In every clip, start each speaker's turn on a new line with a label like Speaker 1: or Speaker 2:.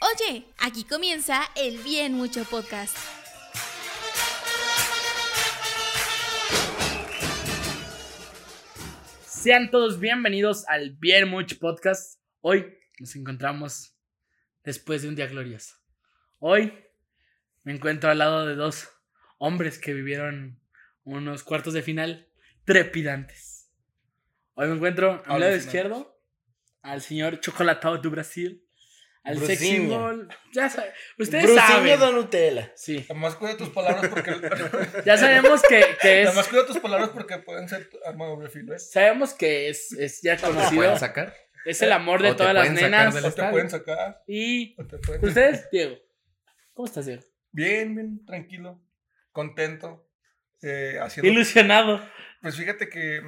Speaker 1: Oye, aquí comienza el Bien Mucho Podcast.
Speaker 2: Sean todos bienvenidos al Bien Mucho Podcast. Hoy nos encontramos después de un día glorioso. Hoy me encuentro al lado de dos hombres que vivieron unos cuartos de final trepidantes. Hoy me encuentro a mi lado
Speaker 3: Alucinantes.
Speaker 2: izquierdo al señor Chocolatado de Brasil, al sex
Speaker 4: Brucinho.
Speaker 2: symbol, ya saben, ustedes
Speaker 4: Brucinho
Speaker 2: saben.
Speaker 4: de Nutella.
Speaker 2: Sí,
Speaker 3: Nomás cuida tus palabras porque.
Speaker 2: ya sabemos que, que es,
Speaker 3: Nomás cuida tus palabras porque pueden ser tu arma de doble filo, ¿eh?
Speaker 2: sabemos que es, es ya conocido,
Speaker 4: pueden sacar?
Speaker 2: es el amor de
Speaker 4: O te
Speaker 2: todas las
Speaker 4: pueden sacar
Speaker 2: nenas
Speaker 4: del
Speaker 3: O te
Speaker 4: estadio.
Speaker 3: pueden sacar.
Speaker 2: y
Speaker 3: O te pueden
Speaker 2: ustedes, Diego, ¿cómo estás, Diego?
Speaker 3: Bien, bien, tranquilo. Contento. eh, haciendo.
Speaker 2: Ilusionado.
Speaker 3: Pues fíjate que.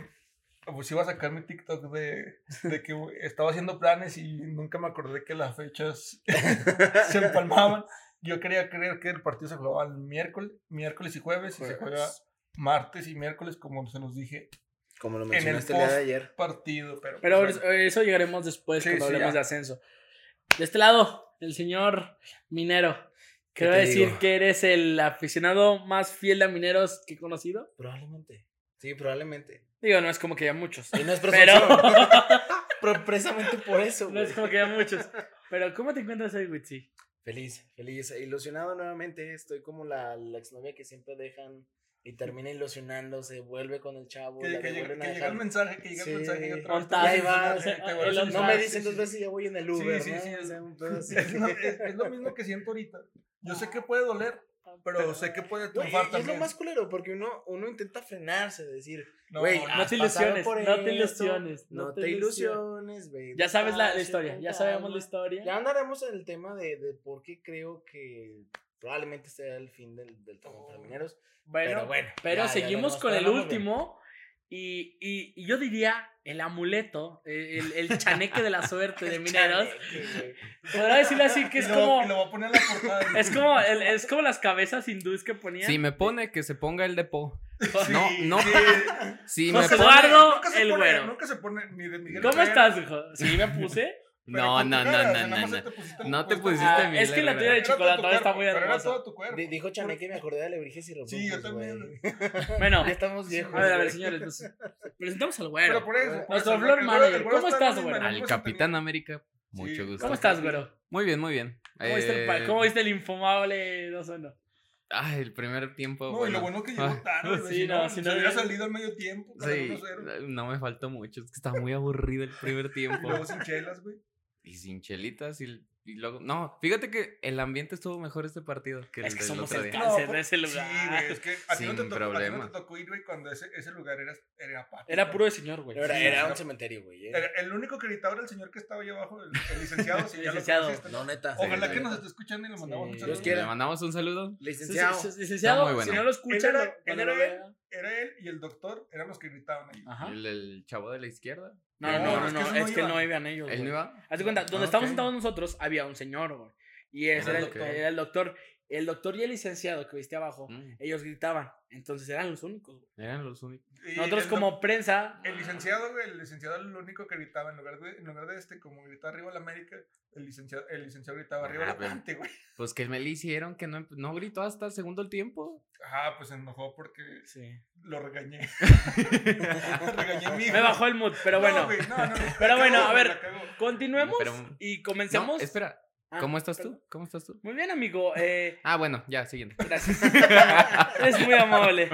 Speaker 3: Pues iba a sacar mi TikTok de, de que estaba haciendo planes y nunca me acordé que las fechas se empalmaban. Yo quería creer que el partido se jugaba el miércoles, miércoles y jueves, y se juega martes y miércoles, como se los dije,
Speaker 4: Como lo
Speaker 3: el
Speaker 4: mencionaste el día de
Speaker 3: post.
Speaker 4: ayer.
Speaker 3: partido. Pero,
Speaker 2: Pero
Speaker 3: pues,
Speaker 2: eso eso llegaremos después
Speaker 3: Sí,
Speaker 2: cuando
Speaker 3: sí,
Speaker 2: hablemos
Speaker 3: ya.
Speaker 2: de ascenso. De este lado, el señor Minero.
Speaker 4: ¿Qué
Speaker 2: Quiero
Speaker 4: te
Speaker 2: decir
Speaker 4: digo?
Speaker 2: que eres el aficionado más fiel a Mineros que he conocido.
Speaker 4: Probablemente. Sí, probablemente.
Speaker 2: Digo, no es como que ya muchos.
Speaker 4: Y no es
Speaker 2: Pero-
Speaker 4: presunción. Pero precisamente por eso,
Speaker 2: No
Speaker 4: güey.
Speaker 2: es como que ya muchos. Pero, ¿cómo te encuentras hoy, Witsi?
Speaker 4: Feliz, feliz. Ilusionado nuevamente. Estoy como la, la exnovia que siempre dejan y termina ilusionándose. Vuelve con el chavo.
Speaker 3: Que,
Speaker 4: la
Speaker 3: que llega,
Speaker 4: devuelven a
Speaker 3: que llega el
Speaker 4: dejar.
Speaker 3: mensaje, que llega
Speaker 4: Sí.
Speaker 3: el mensaje y otra
Speaker 2: On
Speaker 3: vez.
Speaker 2: time.
Speaker 3: te
Speaker 4: Ahí
Speaker 3: vuelves
Speaker 4: va,
Speaker 3: a
Speaker 2: o sea,
Speaker 3: te vuelves
Speaker 2: eh, el
Speaker 3: a
Speaker 2: on
Speaker 4: No
Speaker 3: enojar,
Speaker 2: time.
Speaker 4: me
Speaker 3: "Ah, sí,
Speaker 4: dicen
Speaker 3: sí,
Speaker 4: dos
Speaker 3: sí.
Speaker 4: veces y ya voy en el Uber,
Speaker 3: sí,
Speaker 4: ¿no?
Speaker 3: sí,
Speaker 4: O
Speaker 3: es-
Speaker 4: sea, un pedo así.
Speaker 3: Es, lo- es- es lo mismo que siento ahorita. Yo sé que puede doler, pero sé que puede
Speaker 4: Güey,
Speaker 3: triunfar
Speaker 4: y es lo
Speaker 3: también.
Speaker 4: más culero porque uno, uno intenta frenarse, decir,
Speaker 3: No,
Speaker 4: güey, ah,
Speaker 2: No te
Speaker 4: has pasado
Speaker 2: ilusiones,
Speaker 4: por
Speaker 2: no te
Speaker 4: esto,
Speaker 2: ilusiones,
Speaker 4: No,
Speaker 2: no
Speaker 4: te,
Speaker 2: te
Speaker 4: ilusiones, güey.
Speaker 2: Ya sabes la, la
Speaker 4: despacio,
Speaker 2: historia,
Speaker 4: con
Speaker 2: ya sabemos
Speaker 4: calma.
Speaker 2: la historia.
Speaker 4: Ya andaremos en el tema de, de por qué creo que probablemente sea el fin del, del torneo para mineros.
Speaker 2: Oh. Bueno,
Speaker 4: pero bueno.
Speaker 2: Pero
Speaker 4: ya, ya
Speaker 2: seguimos
Speaker 4: nos
Speaker 2: con el
Speaker 4: tardamos,
Speaker 2: último. Y, y- y yo diría el amuleto, el, el chaneque de la suerte
Speaker 4: güey.
Speaker 2: de mineros.
Speaker 4: Chale, güey.
Speaker 2: Podrá decirlo así que
Speaker 3: y
Speaker 2: es
Speaker 3: lo,
Speaker 2: como.
Speaker 3: y lo voy a poner en la portada.
Speaker 2: Es como, el- es como las cabezas hindúes que ponían.
Speaker 5: Si me pone que se ponga el depo.
Speaker 3: Sí,
Speaker 5: No, no.
Speaker 3: sí.
Speaker 5: Si
Speaker 2: No
Speaker 5: me
Speaker 2: se
Speaker 5: pone.
Speaker 2: guarda. Eduardo
Speaker 3: Nunca se
Speaker 2: el
Speaker 3: pone-
Speaker 2: güero.
Speaker 3: Nunca se pone ni de Miguel.
Speaker 2: ¿Cómo
Speaker 3: Herrera,
Speaker 2: estás, hijo? Sí, me puse.
Speaker 3: pero
Speaker 5: No,
Speaker 3: con tu
Speaker 5: no, no,
Speaker 3: cara, o
Speaker 5: no,
Speaker 3: sea,
Speaker 5: no,
Speaker 3: nada más
Speaker 5: no.
Speaker 3: ahí te pusiste
Speaker 5: No
Speaker 3: tu
Speaker 5: te
Speaker 3: puesto.
Speaker 5: pusiste
Speaker 3: Ah,
Speaker 2: Ah,
Speaker 5: Miguel
Speaker 2: es que la
Speaker 5: Herrera.
Speaker 2: tuya de
Speaker 3: era todo tu
Speaker 2: chocolate está
Speaker 3: cuerpo,
Speaker 2: muy
Speaker 3: Pero era
Speaker 2: hermosa.
Speaker 3: todo tu cuerpo.
Speaker 4: Di- Dijo Chaneque y me acordé de Alebrijes y los
Speaker 3: Sí, yo
Speaker 4: Brujos, güey.
Speaker 3: también.
Speaker 2: Bueno,
Speaker 4: Ya estamos viejos.
Speaker 2: a ver, a ver,
Speaker 4: güey.
Speaker 2: señores. nos- presentamos al
Speaker 3: Pero
Speaker 2: güero.
Speaker 3: por eso. por
Speaker 2: Nuestro
Speaker 3: eso,
Speaker 2: flor
Speaker 3: el güero- el
Speaker 2: manager,
Speaker 3: güero
Speaker 2: ¿cómo estás,
Speaker 3: está en la
Speaker 2: güey?
Speaker 3: misma
Speaker 5: Al
Speaker 3: línea.
Speaker 5: Capitán América.
Speaker 3: Sí.
Speaker 5: Mucho gusto.
Speaker 2: ¿Cómo estás, güero?
Speaker 5: Muy bien, muy bien.
Speaker 2: ¿Cómo, viste el, pa-
Speaker 5: Eh,
Speaker 2: cómo viste el infumable 2-1?
Speaker 5: Ay, el primer tiempo.
Speaker 3: No, y
Speaker 5: bueno.
Speaker 3: lo bueno que llegó
Speaker 5: Ah,
Speaker 3: tarde.
Speaker 2: sí,
Speaker 3: güey, si
Speaker 2: no,
Speaker 3: no,
Speaker 2: si
Speaker 3: si
Speaker 2: no
Speaker 3: no. hubiera
Speaker 2: hubiera-
Speaker 3: salido al medio tiempo. para el
Speaker 5: Sí, eh,
Speaker 3: 1-0.
Speaker 5: no me faltó mucho. Es que está muy aburrido el primer
Speaker 3: Y
Speaker 5: tiempo.
Speaker 3: luego sin chelas, güey.
Speaker 5: Y sin chelitas y, y luego. No, fíjate que el ambiente estuvo mejor este partido que el
Speaker 2: Es que
Speaker 5: del
Speaker 2: somos
Speaker 5: otro
Speaker 2: el
Speaker 5: día.
Speaker 2: ca- cáncer
Speaker 3: por-
Speaker 2: de ese
Speaker 3: pues, Sí,
Speaker 2: lugar.
Speaker 3: güey, es que a ti no te
Speaker 5: Sin
Speaker 3: tocó, a ti no
Speaker 5: problema.
Speaker 3: te tocó ir, güey, cuando ese, ese lugar era, era apático.
Speaker 2: Era puro de señor, güey.
Speaker 4: Era,
Speaker 2: Sí,
Speaker 4: era
Speaker 2: sí,
Speaker 4: un
Speaker 2: sí.
Speaker 4: cementerio, güey. ¿eh?
Speaker 3: Era- el único que gritaba era el señor que estaba allá abajo, el, el licenciado. si ya lo
Speaker 2: Licenciado. Ah,
Speaker 3: conociste.
Speaker 4: No, neta.
Speaker 3: Ojalá
Speaker 5: sí,
Speaker 3: que
Speaker 5: sí.
Speaker 3: nos esté escuchando y le mandamos
Speaker 2: Sí,
Speaker 3: un
Speaker 4: Dios
Speaker 3: saludo.
Speaker 4: quiera.
Speaker 5: Le mandamos un saludo.
Speaker 4: Licenciado.
Speaker 2: Sí, sí, sí, Licenciado,
Speaker 5: Está muy
Speaker 2: si
Speaker 5: bueno.
Speaker 2: no lo escuchan,
Speaker 3: Él era-
Speaker 2: lo-
Speaker 3: él
Speaker 2: cuando
Speaker 3: era
Speaker 2: lo
Speaker 3: él.
Speaker 2: vean.
Speaker 3: Era él y el doctor eran los que gritaban ahí.
Speaker 2: Ajá.
Speaker 5: El, el chavo de la izquierda.
Speaker 2: No, no,
Speaker 3: No,
Speaker 2: no,
Speaker 3: es que
Speaker 2: no,
Speaker 3: eso
Speaker 2: es
Speaker 3: no
Speaker 2: que
Speaker 3: iba.
Speaker 2: no iban ellos.
Speaker 5: Él
Speaker 2: güey.
Speaker 5: no iba.
Speaker 2: Haz de cuenta, donde
Speaker 5: Ah,
Speaker 2: estábamos
Speaker 5: ok.
Speaker 2: sentados nosotros había un señor, güey. Y ese era
Speaker 5: Era
Speaker 2: el,
Speaker 5: el doctor.
Speaker 2: era el doctor. El doctor y el licenciado que viste abajo,
Speaker 5: Mm,
Speaker 2: ellos gritaban. Entonces eran los únicos. güey.
Speaker 5: Eran los únicos.
Speaker 3: Y
Speaker 2: Nosotros
Speaker 3: el
Speaker 2: como
Speaker 3: doc-
Speaker 2: prensa...
Speaker 3: El licenciado, güey, el licenciado era el único que gritaba. En lugar de, en lugar de este, como gritaba arriba la América, el licenciado, el licenciado gritaba arriba
Speaker 5: Ah,
Speaker 3: la
Speaker 5: pero-
Speaker 3: Atlante, güey.
Speaker 5: Pues que me le hicieron que no, em, no gritó hasta el segundo tiempo.
Speaker 3: Ajá, pues se enojó porque
Speaker 2: Sí.
Speaker 3: lo regañé. regañé a mi hijo.
Speaker 2: Me bajó el mood, pero bueno.
Speaker 3: No, güey, no, no, la
Speaker 2: Pero bueno,
Speaker 3: cagó,
Speaker 2: a
Speaker 3: güey,
Speaker 2: ver.
Speaker 3: la cagó.
Speaker 2: Continuemos
Speaker 5: Pero-
Speaker 2: y
Speaker 5: No,
Speaker 2: comencemos.
Speaker 5: espera.
Speaker 2: Ah,
Speaker 5: ¿Cómo estás
Speaker 2: perdón.
Speaker 5: tú? ¿Cómo estás tú?
Speaker 2: Muy bien, amigo. eh,
Speaker 5: Ah, bueno, ya, siguiente.
Speaker 2: gracias. es muy amable.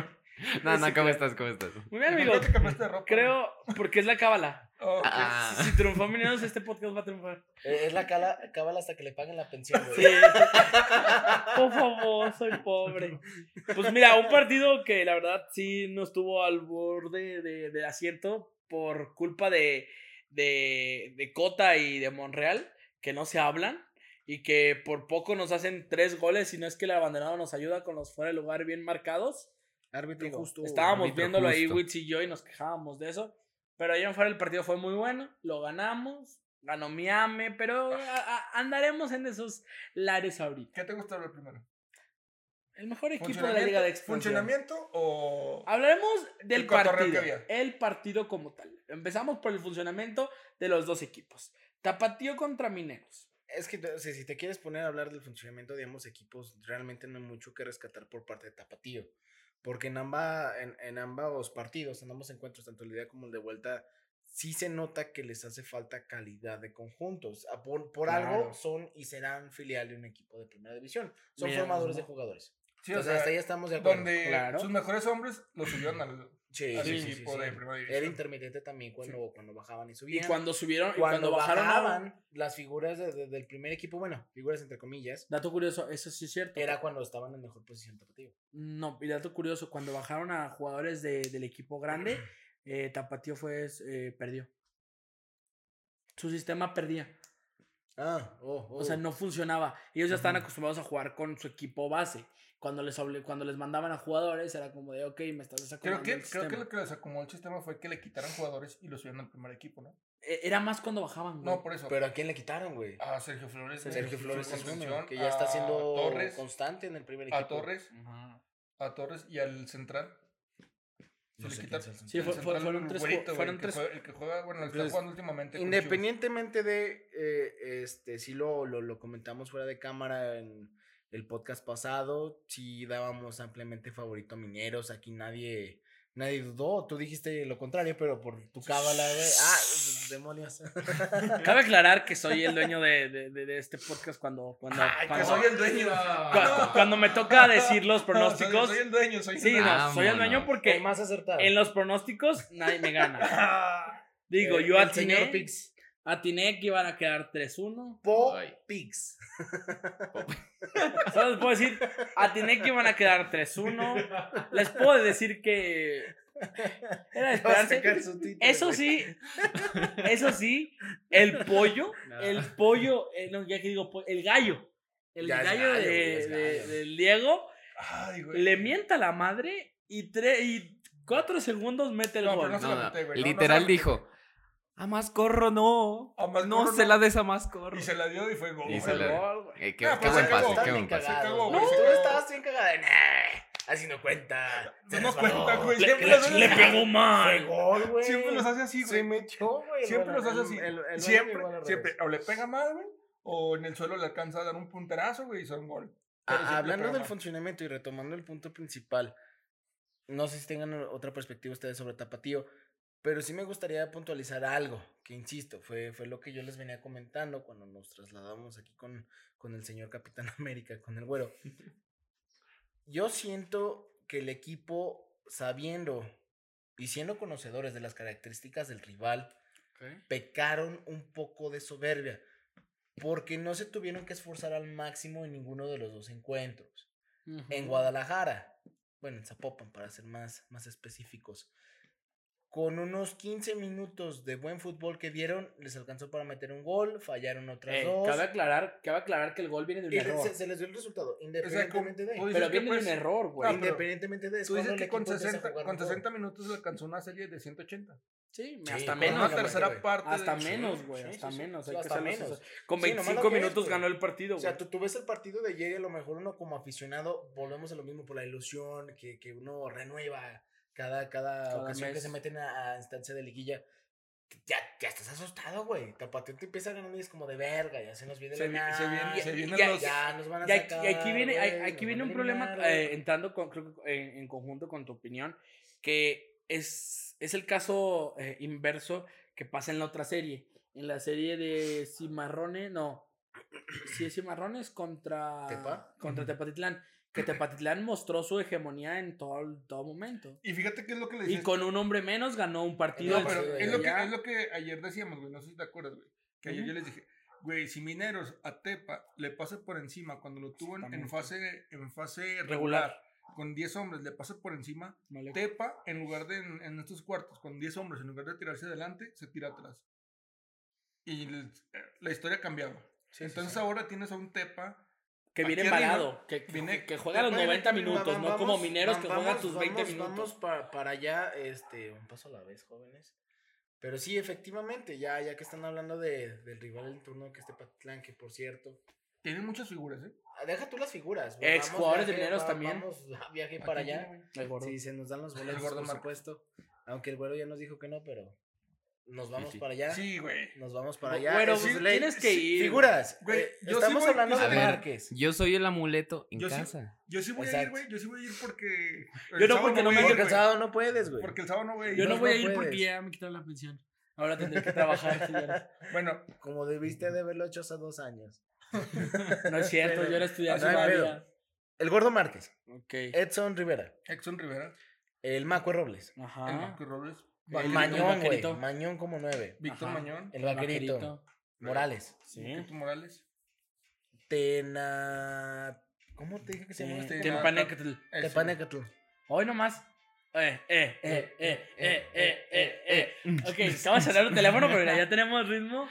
Speaker 5: No, no, ¿cómo estás? ¿Cómo estás?
Speaker 2: Muy bien, amigo.
Speaker 3: ¿Por qué te cambiaste de ropa, güey?
Speaker 2: Creo, porque es la cábala.
Speaker 3: Oh, ok.
Speaker 5: Ah.
Speaker 2: Si, si triunfó Mineros, este podcast va a triunfar.
Speaker 4: Eh, Es la cala, cábala hasta que le paguen la pensión, güey.
Speaker 2: Sí. Por favor, soy pobre. Pues mira, un partido que la verdad sí no estuvo al borde de- del asiento por culpa de, de, de Cota y de Monreal, que no se hablan y que por poco nos hacen tres goles, si no es que el abandonado nos ayuda con los fuera de lugar bien marcados.
Speaker 4: Árbitro
Speaker 2: Digo,
Speaker 4: justo.
Speaker 2: Estábamos
Speaker 5: árbitro
Speaker 2: viéndolo ahí,
Speaker 5: justo.
Speaker 2: Witz y yo, y nos quejábamos de eso. Pero allá en fuera el partido fue muy bueno, lo ganamos, ganó Miami, pero
Speaker 5: Ah.
Speaker 2: a- a- andaremos en esos lares ahorita.
Speaker 3: ¿Qué te gusta hablar primero?
Speaker 2: El mejor equipo de la
Speaker 3: ¿Funcionamiento,
Speaker 2: Liga de Expansión. Ah,
Speaker 3: ¿Funcionamiento o.?
Speaker 2: Hablaremos del
Speaker 3: El cotorreo que
Speaker 2: partido,
Speaker 3: había.
Speaker 2: el partido como tal. Empezamos por el funcionamiento de los dos equipos. Tapatío contra Mineros.
Speaker 4: Es que o sea, si te quieres poner a hablar del funcionamiento de ambos equipos, realmente no hay mucho que rescatar por parte de Tapatío. Porque en, amba, en, en ambos partidos, en ambos encuentros, tanto el de ida como el de vuelta, sí se nota que les hace falta calidad de conjuntos. A Por, por algo
Speaker 3: Claro.
Speaker 4: son y serán filial de un equipo de primera división. Son
Speaker 2: Mira,
Speaker 4: formadores
Speaker 2: ¿no?
Speaker 4: de jugadores.
Speaker 3: Sí, o
Speaker 4: Entonces,
Speaker 3: sea,
Speaker 4: pues, hasta ahí estamos de acuerdo.
Speaker 3: donde
Speaker 2: claro.
Speaker 3: sus mejores hombres lo subieron al,
Speaker 4: Sí,
Speaker 3: al
Speaker 4: sí, sí,
Speaker 3: equipo
Speaker 4: sí,
Speaker 3: de
Speaker 4: sí.
Speaker 3: primera división.
Speaker 4: Era intermitente también cuando, cuando bajaban y
Speaker 2: Y
Speaker 4: subían.
Speaker 2: cuando subieron, y
Speaker 4: cuando,
Speaker 2: cuando, bajaron. a-
Speaker 4: bajaban las figuras de- de- del primer equipo, bueno, figuras entre comillas,
Speaker 2: Dato curioso, eso sí es cierto.
Speaker 4: era cuando estaban en mejor posición tapatío.
Speaker 2: No, y dato curioso, cuando bajaron a jugadores de- del equipo grande, eh, Tapatío fue, eh, perdió. Su sistema perdía.
Speaker 4: Ah, oh,
Speaker 2: O sea, no funcionaba. Ellos ya estaban
Speaker 3: Ujú.
Speaker 2: acostumbrados a jugar con su equipo base. Cuando les, obli- cuando les mandaban a jugadores, era como de, ok, me estás
Speaker 3: Creo
Speaker 2: desacomodando.
Speaker 3: que,
Speaker 2: el
Speaker 3: creo que
Speaker 2: sistema".
Speaker 3: lo que les acomodó el sistema fue que le quitaran jugadores y lo subieron al primer equipo, ¿no?
Speaker 2: E- Era más cuando bajaban. güey.
Speaker 3: No, por eso.
Speaker 4: Pero ¿a quién le quitaron, güey?
Speaker 3: a Sergio Flores. güey,
Speaker 4: Sergio
Speaker 3: su
Speaker 4: Flores es uno,
Speaker 3: contención,
Speaker 4: que ya está
Speaker 3: a
Speaker 4: siendo
Speaker 3: Torres,
Speaker 4: constante en el primer equipo.
Speaker 3: a Torres,
Speaker 5: Ajá.
Speaker 3: a Torres y al central. Se
Speaker 4: No
Speaker 3: le
Speaker 4: sé
Speaker 3: quita-
Speaker 4: quién es el
Speaker 2: Sí, fue-
Speaker 3: el
Speaker 2: fue-
Speaker 3: central,
Speaker 2: fueron
Speaker 3: el
Speaker 2: tres
Speaker 3: güerito,
Speaker 2: ju-
Speaker 3: güey,
Speaker 2: fueron
Speaker 3: que
Speaker 2: tres-
Speaker 3: juega- el que juega, bueno, el que está
Speaker 4: Entonces,
Speaker 3: jugando últimamente. con
Speaker 4: Independientemente de, eh, este, si lo, lo, lo comentamos fuera de cámara en el podcast pasado, si dábamos ampliamente favorito a Mineros, aquí nadie, nadie dudó, tú dijiste lo contrario, pero por tu cábala, güey. Ah, demonios.
Speaker 2: Cabe aclarar que soy el dueño de, de- de- de este podcast cuando, cuando,
Speaker 3: Chivas.
Speaker 2: cuando,
Speaker 3: que soy el dueño.
Speaker 2: cu- cu- cuando me toca decir los
Speaker 3: Soy,
Speaker 2: pronósticos.
Speaker 3: soy el dueño, Ah, soy el
Speaker 2: Sí,
Speaker 3: dueño.
Speaker 2: no, soy el dueño
Speaker 5: Vámonos.
Speaker 2: porque
Speaker 4: El más acertado.
Speaker 2: en los pronósticos nadie me gana. Digo,
Speaker 3: Eh,
Speaker 4: El-
Speaker 2: yo
Speaker 4: el señor
Speaker 2: atiné,
Speaker 4: Pix.
Speaker 2: atiné que iban a quedar 3-1.
Speaker 4: Po
Speaker 5: Ay.
Speaker 4: Pix.
Speaker 2: Solo les puedo decir, atiné que iban a quedar 3-1. Les puedo decir que era de
Speaker 4: Va a
Speaker 2: esperarse.
Speaker 4: sacar su Twitter,
Speaker 2: Eso
Speaker 4: güey.
Speaker 2: sí, eso sí, el pollo, el pollo, eh, no, ya que digo, po- el gallo, el
Speaker 4: Ya es
Speaker 2: gallo,
Speaker 4: gallo,
Speaker 2: de-
Speaker 4: güey, ya es
Speaker 2: de-
Speaker 4: gallo.
Speaker 2: del Diego
Speaker 3: Ay, güey.
Speaker 2: le mienta la madre y, tre- y cuatro segundos mete el
Speaker 3: No,
Speaker 2: gol.
Speaker 3: pero
Speaker 5: No,
Speaker 3: se la
Speaker 5: no,
Speaker 3: conté, güey, no, no
Speaker 5: literal
Speaker 3: sabe.
Speaker 5: dijo: A más corro, no.
Speaker 3: A más
Speaker 5: no
Speaker 3: corro,
Speaker 5: se
Speaker 3: no.
Speaker 5: la des a más corro.
Speaker 3: Y se la dio y fue gol.
Speaker 5: Y
Speaker 3: fue
Speaker 5: se la-
Speaker 3: gol.
Speaker 2: Gol, güey.
Speaker 5: Eh, qué
Speaker 3: Ah,
Speaker 5: qué
Speaker 3: pues
Speaker 5: buen
Speaker 3: se
Speaker 5: pase,
Speaker 3: acabó,
Speaker 5: qué
Speaker 4: Estás bien
Speaker 5: buen pase.
Speaker 4: cagado.
Speaker 3: cagó,
Speaker 4: güey.
Speaker 3: güey,
Speaker 4: Tú
Speaker 3: se cagó.
Speaker 4: estabas bien cagada de. "Nah, Así no cuenta.
Speaker 3: No
Speaker 4: se
Speaker 3: nos
Speaker 4: resbaló".
Speaker 3: cuenta, güey.
Speaker 4: Le-
Speaker 3: Siempre
Speaker 4: le-
Speaker 3: los hace-
Speaker 2: Le pegó
Speaker 4: Fue
Speaker 2: mal.
Speaker 4: gol, güey.
Speaker 3: Siempre los hace así,
Speaker 4: Se
Speaker 3: güey.
Speaker 4: metió, güey.
Speaker 3: Siempre
Speaker 4: Bueno,
Speaker 3: los hace así.
Speaker 4: el- el- el balón
Speaker 3: siempre,
Speaker 4: igual al
Speaker 3: siempre.
Speaker 4: revés.
Speaker 3: O le pega más, güey. O en el suelo le alcanza a dar un punterazo, güey, y son gol. Pero
Speaker 4: Ah,
Speaker 3: siempre
Speaker 4: hablando
Speaker 3: pega
Speaker 4: del
Speaker 3: mal.
Speaker 4: funcionamiento y retomando el punto principal, no sé si tengan otra perspectiva ustedes sobre Tapatío, pero sí me gustaría puntualizar algo, que insisto, fue, fue lo que yo les venía comentando cuando nos trasladamos aquí con, con el señor Capitán América, con el güero. Yo siento que el equipo, sabiendo y siendo conocedores de las características del rival, pecaron un poco de soberbia, porque no se tuvieron que esforzar al máximo en ninguno de los dos encuentros en Guadalajara, bueno, en Zapopan para ser más, más específicos, con unos 15 minutos de buen fútbol que dieron, les alcanzó para meter un gol, fallaron otras
Speaker 2: Eh,
Speaker 4: dos.
Speaker 2: cabe, aclarar, cabe aclarar que el gol viene de un
Speaker 4: y le-
Speaker 2: error.
Speaker 4: se, se les dio el
Speaker 3: O
Speaker 4: resultado,
Speaker 3: sea, como-
Speaker 4: independientemente
Speaker 3: tú
Speaker 4: de.
Speaker 3: dices
Speaker 2: Pero
Speaker 3: que,
Speaker 2: viene de
Speaker 3: pues,
Speaker 2: un error, güey.
Speaker 3: Ah, pero-
Speaker 4: Independientemente de. es
Speaker 3: Tú dices
Speaker 4: cuando el
Speaker 3: que con
Speaker 4: equipo empieza a
Speaker 3: 60,
Speaker 4: jugar
Speaker 3: con
Speaker 4: mejor.
Speaker 3: 60 minutos le alcanzó una serie de 180.
Speaker 2: Sí,
Speaker 4: Sí,
Speaker 2: hasta
Speaker 4: con
Speaker 2: menos.
Speaker 3: una
Speaker 4: güey.
Speaker 3: tercera
Speaker 4: Sí,
Speaker 3: parte.
Speaker 2: Hasta
Speaker 3: del-
Speaker 2: menos, güey,
Speaker 4: sí,
Speaker 2: hasta
Speaker 4: sí, sí.
Speaker 2: menos,
Speaker 4: Sí,
Speaker 2: hay que
Speaker 4: hasta
Speaker 2: ser los-
Speaker 4: menos.
Speaker 2: Con
Speaker 4: Sí, nomás
Speaker 2: 25
Speaker 4: lo que es,
Speaker 2: minutos
Speaker 4: güey.
Speaker 2: ganó el partido,
Speaker 4: O
Speaker 2: güey.
Speaker 4: sea, tú, tú ves el partido de ayer y a lo mejor uno como aficionado, volvemos a lo mismo por la ilusión que, que uno renueva cada, cada,
Speaker 2: Cada
Speaker 4: ocasión que
Speaker 2: mes.
Speaker 4: se meten a, a instancia de liguilla. Ya, ya estás asustado, güey. Tapateo te empieza a ganar y es como de verga, ya se nos viene
Speaker 3: Se
Speaker 4: la
Speaker 3: vi- se
Speaker 4: nada,
Speaker 3: viene- se
Speaker 4: ya-
Speaker 3: vienen
Speaker 4: ya,
Speaker 3: los-
Speaker 4: ya nos van a
Speaker 2: Y aquí, y aquí
Speaker 4: sacar,
Speaker 2: viene, hay-
Speaker 4: güey,
Speaker 2: aquí
Speaker 4: nos
Speaker 2: viene
Speaker 4: van
Speaker 2: un
Speaker 4: a
Speaker 2: problema,
Speaker 4: eliminar,
Speaker 2: eh,
Speaker 4: güey.
Speaker 2: entrando con- creo que en, en conjunto con tu opinión, que es, es el caso eh, inverso que pasa en la otra serie. En la serie de Cimarrones, no. Si es Cimarrones contra,
Speaker 4: ¿Tepa?
Speaker 2: contra
Speaker 3: Ujú.
Speaker 2: Tepatitlán. Que Tepatitlán mostró su hegemonía en todo, el- todo momento.
Speaker 3: Y fíjate qué es lo que le
Speaker 2: Y
Speaker 3: decía.
Speaker 2: con un hombre menos ganó un partido.
Speaker 3: No,
Speaker 4: Sí,
Speaker 2: en
Speaker 3: pero
Speaker 2: su-
Speaker 4: sí,
Speaker 3: es lo, que,
Speaker 2: allá.
Speaker 3: es lo que ayer decíamos, güey. No sé si te acuerdas, güey. Que ayer
Speaker 2: Ujú.
Speaker 3: yo les dije, güey, si Mineros a Tepa le pasa por encima cuando lo tuvo en- en
Speaker 2: Exactamente.
Speaker 3: fase, en fase
Speaker 2: Regular.
Speaker 3: regular, con 10 hombres, le pasa por encima,
Speaker 2: No le-
Speaker 3: Tepa, en lugar de en, en estos cuartos, con 10 hombres, en lugar de tirarse adelante, se tira atrás. Y el- la historia cambiaba.
Speaker 4: Sí, sí,
Speaker 3: Entonces
Speaker 4: sí.
Speaker 3: ahora tienes a un Tepa
Speaker 2: que viene
Speaker 3: aquí arriba,
Speaker 2: embalado. Que, que-
Speaker 3: viene-
Speaker 2: que juega los
Speaker 3: Tepa viene
Speaker 2: 90
Speaker 3: aquí arriba,
Speaker 2: minutos, no como
Speaker 4: Vamos-
Speaker 2: mineros que
Speaker 4: vamos-
Speaker 2: juegan sus 20
Speaker 4: vamos-
Speaker 2: minutos.
Speaker 4: Vamos para, para allá, este, un paso a la vez, jóvenes. Pero sí, efectivamente, ya, ya que están hablando de, del rival del turno que es Patlán, que por cierto.
Speaker 3: tiene muchas figuras, ¿eh?
Speaker 4: ah, Deja tú las figuras.
Speaker 2: Ex
Speaker 4: vamos
Speaker 2: jugadores de Mineros también.
Speaker 4: Vamos a viaje
Speaker 3: Aquí
Speaker 4: para
Speaker 3: tiene,
Speaker 4: allá.
Speaker 3: güey.
Speaker 2: El gordo.
Speaker 4: Sí, se nos dan los boletos,
Speaker 3: gordo
Speaker 4: por
Speaker 3: Marcos.
Speaker 4: supuesto. Aunque el güero ya nos dijo que no, pero Nos vamos
Speaker 5: sí.
Speaker 4: para allá.
Speaker 3: Sí, güey.
Speaker 4: Nos vamos para
Speaker 2: Bu-
Speaker 4: allá.
Speaker 2: bueno,
Speaker 4: Eso es
Speaker 2: sí,
Speaker 4: ley.
Speaker 2: tienes que
Speaker 4: Sí,
Speaker 2: ir,
Speaker 4: Figuras.
Speaker 3: güey.
Speaker 4: eh,
Speaker 3: Yo sí
Speaker 4: estamos
Speaker 3: voy-
Speaker 4: hablando
Speaker 3: yo
Speaker 5: sí
Speaker 4: de
Speaker 5: voy.
Speaker 4: Márquez.
Speaker 5: Yo soy el amuleto en
Speaker 3: Yo sí-
Speaker 5: casa.
Speaker 3: Yo sí voy a ir,
Speaker 4: Exacto.
Speaker 3: güey. Yo sí voy a ir porque.
Speaker 2: Yo
Speaker 3: el
Speaker 2: no,
Speaker 3: sábado
Speaker 2: porque no
Speaker 3: voy
Speaker 2: me han
Speaker 3: a ir, güey,
Speaker 4: Porque el sábado no puedes, güey.
Speaker 3: Porque el sábado no voy a ir.
Speaker 2: Yo no
Speaker 4: no
Speaker 2: voy a ir
Speaker 4: puedes.
Speaker 2: porque ya me quitaron la pensión. Ahora tendré que trabajar. señores.
Speaker 3: Bueno,
Speaker 4: Como debiste de haberlo hecho hace dos años.
Speaker 2: No es cierto,
Speaker 4: Pero-
Speaker 2: yo era estudiante
Speaker 4: No hay Eh,
Speaker 2: todavía.
Speaker 4: El Gordo Márquez.
Speaker 2: Ok.
Speaker 4: Edson Rivera.
Speaker 3: Exxon Rivera,
Speaker 4: El Macue Robles.
Speaker 2: Ajá.
Speaker 3: el Marco Robles,
Speaker 4: El
Speaker 3: Vaquerito,
Speaker 4: Mañón, güey.
Speaker 2: Vaquerito.
Speaker 4: Mañón como nueve.
Speaker 3: Víctor
Speaker 2: Ajá.
Speaker 3: Mañón,
Speaker 4: El Vaquerito. Morales.
Speaker 2: Sí.
Speaker 3: Víctor Morales,
Speaker 4: Tena... ¿Cómo te dije que se llama este?
Speaker 3: Sí.
Speaker 2: Tempanecatl.
Speaker 3: ese,
Speaker 4: Tepanecatl.
Speaker 2: Hoy nomás. Eh, eh, eh, eh, eh, eh, eh, eh. Ok, estamos hablando el teléfono, pero mira, ya tenemos ritmo.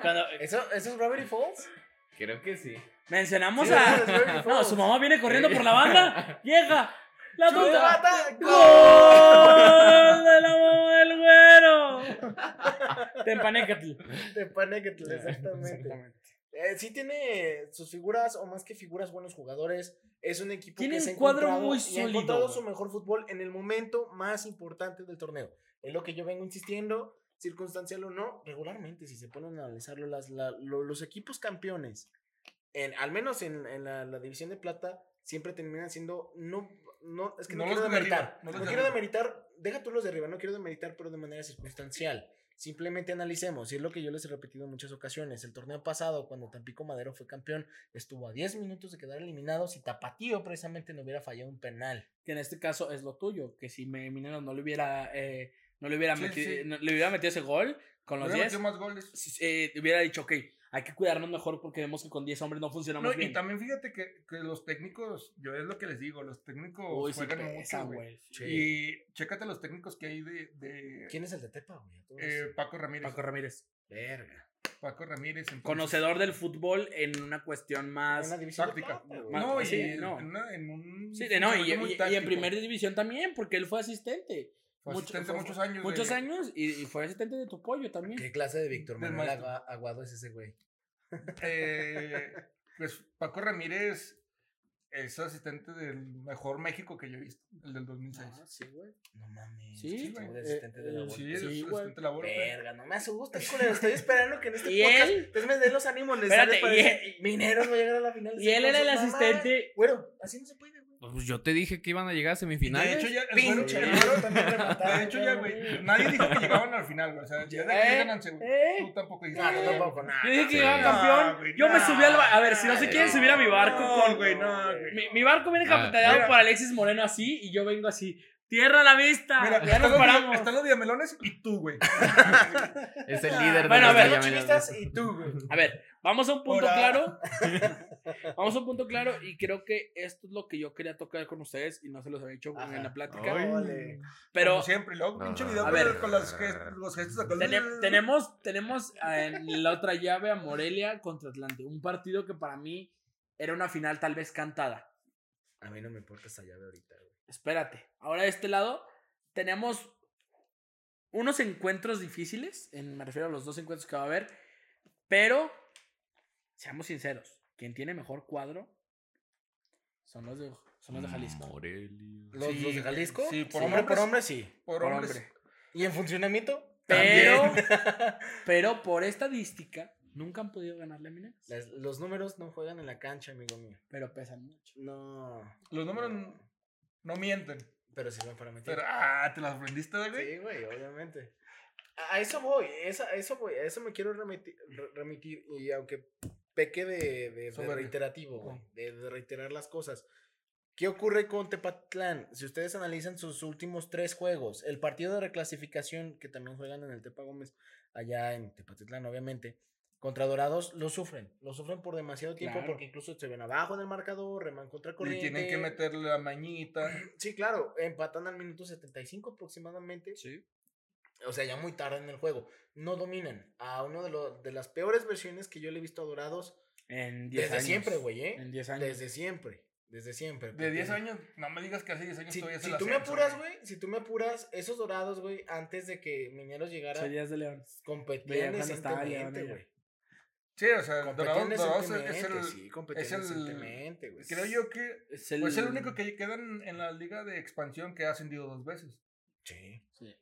Speaker 2: Cuando
Speaker 4: ¿Eso, ¿Eso es Gravity Falls?
Speaker 5: Creo que sí.
Speaker 2: mencionamos
Speaker 4: Sí,
Speaker 2: a.
Speaker 4: es Gravity
Speaker 2: No,
Speaker 4: Falls.
Speaker 2: su mamá viene corriendo por la banda. Llega. La puta.
Speaker 4: ¡Chulata!
Speaker 2: ¡Gol de la mamá del güero! Tempanecatl.
Speaker 4: Tepanecatl, exactamente. Eh, sí tiene sus figuras, o más que figuras, buenos jugadores. Es un equipo
Speaker 2: Tiene
Speaker 4: que
Speaker 2: un
Speaker 4: se ha
Speaker 2: cuadro
Speaker 4: encontrado
Speaker 2: muy
Speaker 4: y
Speaker 2: sólido,
Speaker 4: ha encontrado
Speaker 2: güey.
Speaker 4: su mejor fútbol en el momento más importante del torneo. Es lo que yo vengo insistiendo, circunstancial o no, regularmente, si se ponen a analizarlo, las, la- lo- los equipos campeones, en, al menos en, en la, la división de plata, siempre terminan siendo, no, no, es que no,
Speaker 3: No
Speaker 4: quiero
Speaker 3: los de arriba,
Speaker 4: demeritar,
Speaker 3: no
Speaker 4: no,
Speaker 3: los de
Speaker 4: quiero
Speaker 3: arriba.
Speaker 4: demeritar, deja tú los de arriba, no quiero demeritar, pero de manera circunstancial. Simplemente analicemos, y es lo que yo les he repetido en muchas ocasiones. El torneo pasado, cuando Tampico Madero fue campeón, estuvo a 10 minutos de quedar eliminado si Tapatío precisamente no hubiera fallado un penal.
Speaker 2: Que en este caso es lo tuyo. Que si me- Minero no le hubiera. eh, no le hubiera,
Speaker 3: Sí,
Speaker 2: metido,
Speaker 3: sí.
Speaker 2: no le hubiera metido ese gol con los
Speaker 3: Hubiera
Speaker 2: 10.
Speaker 3: metido más goles.
Speaker 2: si- eh, hubiera dicho, ok, hay que cuidarnos mejor porque vemos que con 10 hombres no funcionamos
Speaker 3: No, y
Speaker 2: bien.
Speaker 3: también fíjate que, que los técnicos, yo es lo que les digo, los técnicos
Speaker 2: Uy, sí
Speaker 3: juegan
Speaker 2: pesa,
Speaker 3: mucho, güey.
Speaker 2: güey.
Speaker 3: Y chécate los técnicos que hay de, de,
Speaker 4: ¿Quién es el de Tepa, güey? A todos.
Speaker 3: eh, Paco Ramírez.
Speaker 2: Paco
Speaker 3: Paco,
Speaker 2: Ramírez.
Speaker 4: Verga.
Speaker 3: Ramírez. entonces-
Speaker 2: Conocedor del fútbol en una cuestión
Speaker 4: En una
Speaker 2: más...
Speaker 4: división de
Speaker 3: Táctica.
Speaker 4: plata, güey.
Speaker 3: No, y
Speaker 2: Sí,
Speaker 3: en-
Speaker 2: no.
Speaker 3: En, una- en un.
Speaker 2: Sí, de- no, y,
Speaker 3: desarrollo muy
Speaker 2: y- y en
Speaker 3: táctico.
Speaker 2: primera división también, porque él fue asistente.
Speaker 3: Fue
Speaker 2: mucho-
Speaker 3: asistente
Speaker 2: fue-
Speaker 3: muchos años.
Speaker 2: Muchos
Speaker 3: de-
Speaker 2: años y, y fue asistente de tu pollo también.
Speaker 4: ¿Qué clase de Víctor
Speaker 3: Del
Speaker 4: Manuel
Speaker 3: maestro.
Speaker 4: Agua- Aguado es ese güey?
Speaker 3: Eh, pues Paco Ramírez es asistente del mejor México que yo he visto, el del 2006.
Speaker 2: Ah, sí, güey.
Speaker 4: No mames.
Speaker 2: Sí,
Speaker 4: estuvo
Speaker 2: güey.
Speaker 4: de asistente de la
Speaker 2: Eh,
Speaker 4: Volpe.
Speaker 3: sí, es
Speaker 2: sí, güey.
Speaker 3: asistente de la Volpe.
Speaker 4: Verga, no me asustes, culero. Estoy esperando que en este
Speaker 2: ¿Y
Speaker 4: podcast
Speaker 2: él?
Speaker 4: ustedes me den los ánimos
Speaker 2: Espérate,
Speaker 4: necesarios para
Speaker 2: ¿y
Speaker 4: decir, Mineros va a llegar a la final.
Speaker 2: Y él era el
Speaker 4: Mamá,
Speaker 2: asistente...
Speaker 4: Güero, así no se puede, güey.
Speaker 5: Pues yo te dije que iban a llegar a
Speaker 3: De
Speaker 5: semifinales.
Speaker 3: hecho, ya, el
Speaker 4: Pinche
Speaker 3: güero- el
Speaker 4: güero
Speaker 3: güero-
Speaker 4: también rematado,
Speaker 3: de hecho, ya, güey. Nadie dijo que llegaban al final, güey. O sea, ya de
Speaker 2: Eh,
Speaker 3: aquí llegan güey.
Speaker 2: eh.
Speaker 3: Tú tampoco dijiste.
Speaker 4: No, no, tampoco, nada.
Speaker 2: Yo dije que
Speaker 5: Sí.
Speaker 2: iba campeón.
Speaker 3: No, güey,
Speaker 2: Yo me
Speaker 3: no,
Speaker 2: subí al barco. A ver, si no se
Speaker 4: no,
Speaker 2: quieren subir a mi barco
Speaker 3: no,
Speaker 2: con.
Speaker 3: güey, no, güey.
Speaker 2: mi, mi barco viene
Speaker 5: Ah,
Speaker 2: capitaneado
Speaker 3: mira.
Speaker 2: por Alexis Moreno así y yo vengo así. ¡Tierra a la vista!
Speaker 3: Mira,
Speaker 2: ya
Speaker 3: están
Speaker 2: nos
Speaker 3: los,
Speaker 2: paramos.
Speaker 3: están los diamelones y tú, güey.
Speaker 5: Es el líder
Speaker 2: Bueno, a
Speaker 5: de
Speaker 2: ver,
Speaker 5: los
Speaker 4: los
Speaker 5: Diamelones.
Speaker 4: chivistas y tú, güey.
Speaker 2: A ver, vamos a un punto
Speaker 4: Hola.
Speaker 2: claro. vamos a un punto claro y creo que esto es lo que yo quería tocar con ustedes y no se los había dicho
Speaker 4: Ajá.
Speaker 2: en la plática.
Speaker 5: Ay.
Speaker 4: Ole.
Speaker 2: Pero
Speaker 3: Como siempre, luego, pinche video
Speaker 2: A
Speaker 3: con,
Speaker 2: ver.
Speaker 3: con las gest- los gestos acá. eh,
Speaker 2: tene- tenemos, tenemos ah, en la otra llave a Morelia contra Atlante. Un partido que para mí era una final tal vez cantada.
Speaker 4: A mí no me importa esa llave ahorita, güey.
Speaker 2: espérate. Ahora de este lado tenemos unos encuentros difíciles, en- me refiero a los dos encuentros que va a haber, pero seamos sinceros, quien tiene mejor cuadro son los de, son los de
Speaker 4: Mm,
Speaker 2: Jalisco.
Speaker 5: Morelia.
Speaker 4: ¿Los,
Speaker 3: Sí,
Speaker 4: los de Jalisco?
Speaker 3: sí, por
Speaker 4: hombre por
Speaker 3: hombres.
Speaker 4: hombre, sí.
Speaker 3: Por
Speaker 2: por
Speaker 3: hombres.
Speaker 2: hombre.
Speaker 4: ¿Y en funcionamiento?
Speaker 2: Pero,
Speaker 4: También.
Speaker 2: pero por estadística nunca han podido ganarle a Mineros,
Speaker 4: Las- los números no juegan en la cancha, amigo mío.
Speaker 2: pero pesan mucho.
Speaker 4: No.
Speaker 3: Los números n- no mienten.
Speaker 4: Pero sirven para meter.
Speaker 3: Pero, ah, te las aprendiste, güey.
Speaker 4: Sí, güey, obviamente. A a eso voy, esa- a eso voy, a eso me quiero remitir, re- remitir, y aunque peque de, de- de
Speaker 3: Soberbio.
Speaker 4: reiterativo, güey, de, de reiterar las cosas. ¿Qué ocurre con Tepatlán? Si ustedes analizan sus últimos tres juegos, el partido de reclasificación que también juegan en el Tepa Gómez, allá en Tepatitlán, obviamente, contra Dorados, lo sufren, lo sufren por demasiado tiempo
Speaker 2: Claro.
Speaker 4: porque incluso se ven abajo en el marcador, reman contra
Speaker 3: Le
Speaker 4: corriente.
Speaker 3: tienen que meter la mañita.
Speaker 4: Sí, claro, empatan al minuto 75 aproximadamente.
Speaker 2: Sí.
Speaker 4: O sea, ya muy tarde en el juego. No dominan a uno de, lo- de las peores versiones que yo le he visto a Dorados.
Speaker 2: En 10
Speaker 4: Desde
Speaker 2: años.
Speaker 4: siempre, güey, ¿eh?
Speaker 2: En 10 años.
Speaker 4: Desde siempre. Desde siempre.
Speaker 3: De 10
Speaker 4: porque-
Speaker 3: años, no me digas que hace 10 años
Speaker 4: Si,
Speaker 3: todavía se
Speaker 4: si
Speaker 3: la
Speaker 4: tú me
Speaker 3: hacen,
Speaker 4: apuras, güey, si tú me apuras, esos Dorados, güey, antes de que Mineros llegara,
Speaker 2: Soy Díaz de León. veía
Speaker 4: competían
Speaker 2: cuando estaba
Speaker 4: decentemente,
Speaker 2: León allá.
Speaker 4: güey.
Speaker 3: Sí, o sea, Dorados,
Speaker 4: Competían
Speaker 3: Dorados es
Speaker 4: decentemente,
Speaker 3: el.
Speaker 4: sí, competían
Speaker 3: es el-
Speaker 4: decentemente, güey.
Speaker 3: Creo yo que.
Speaker 2: Es el,
Speaker 3: pues, es el único que quedan en la liga de expansión que ha ascendido dos veces.
Speaker 4: Sí.
Speaker 2: Sí.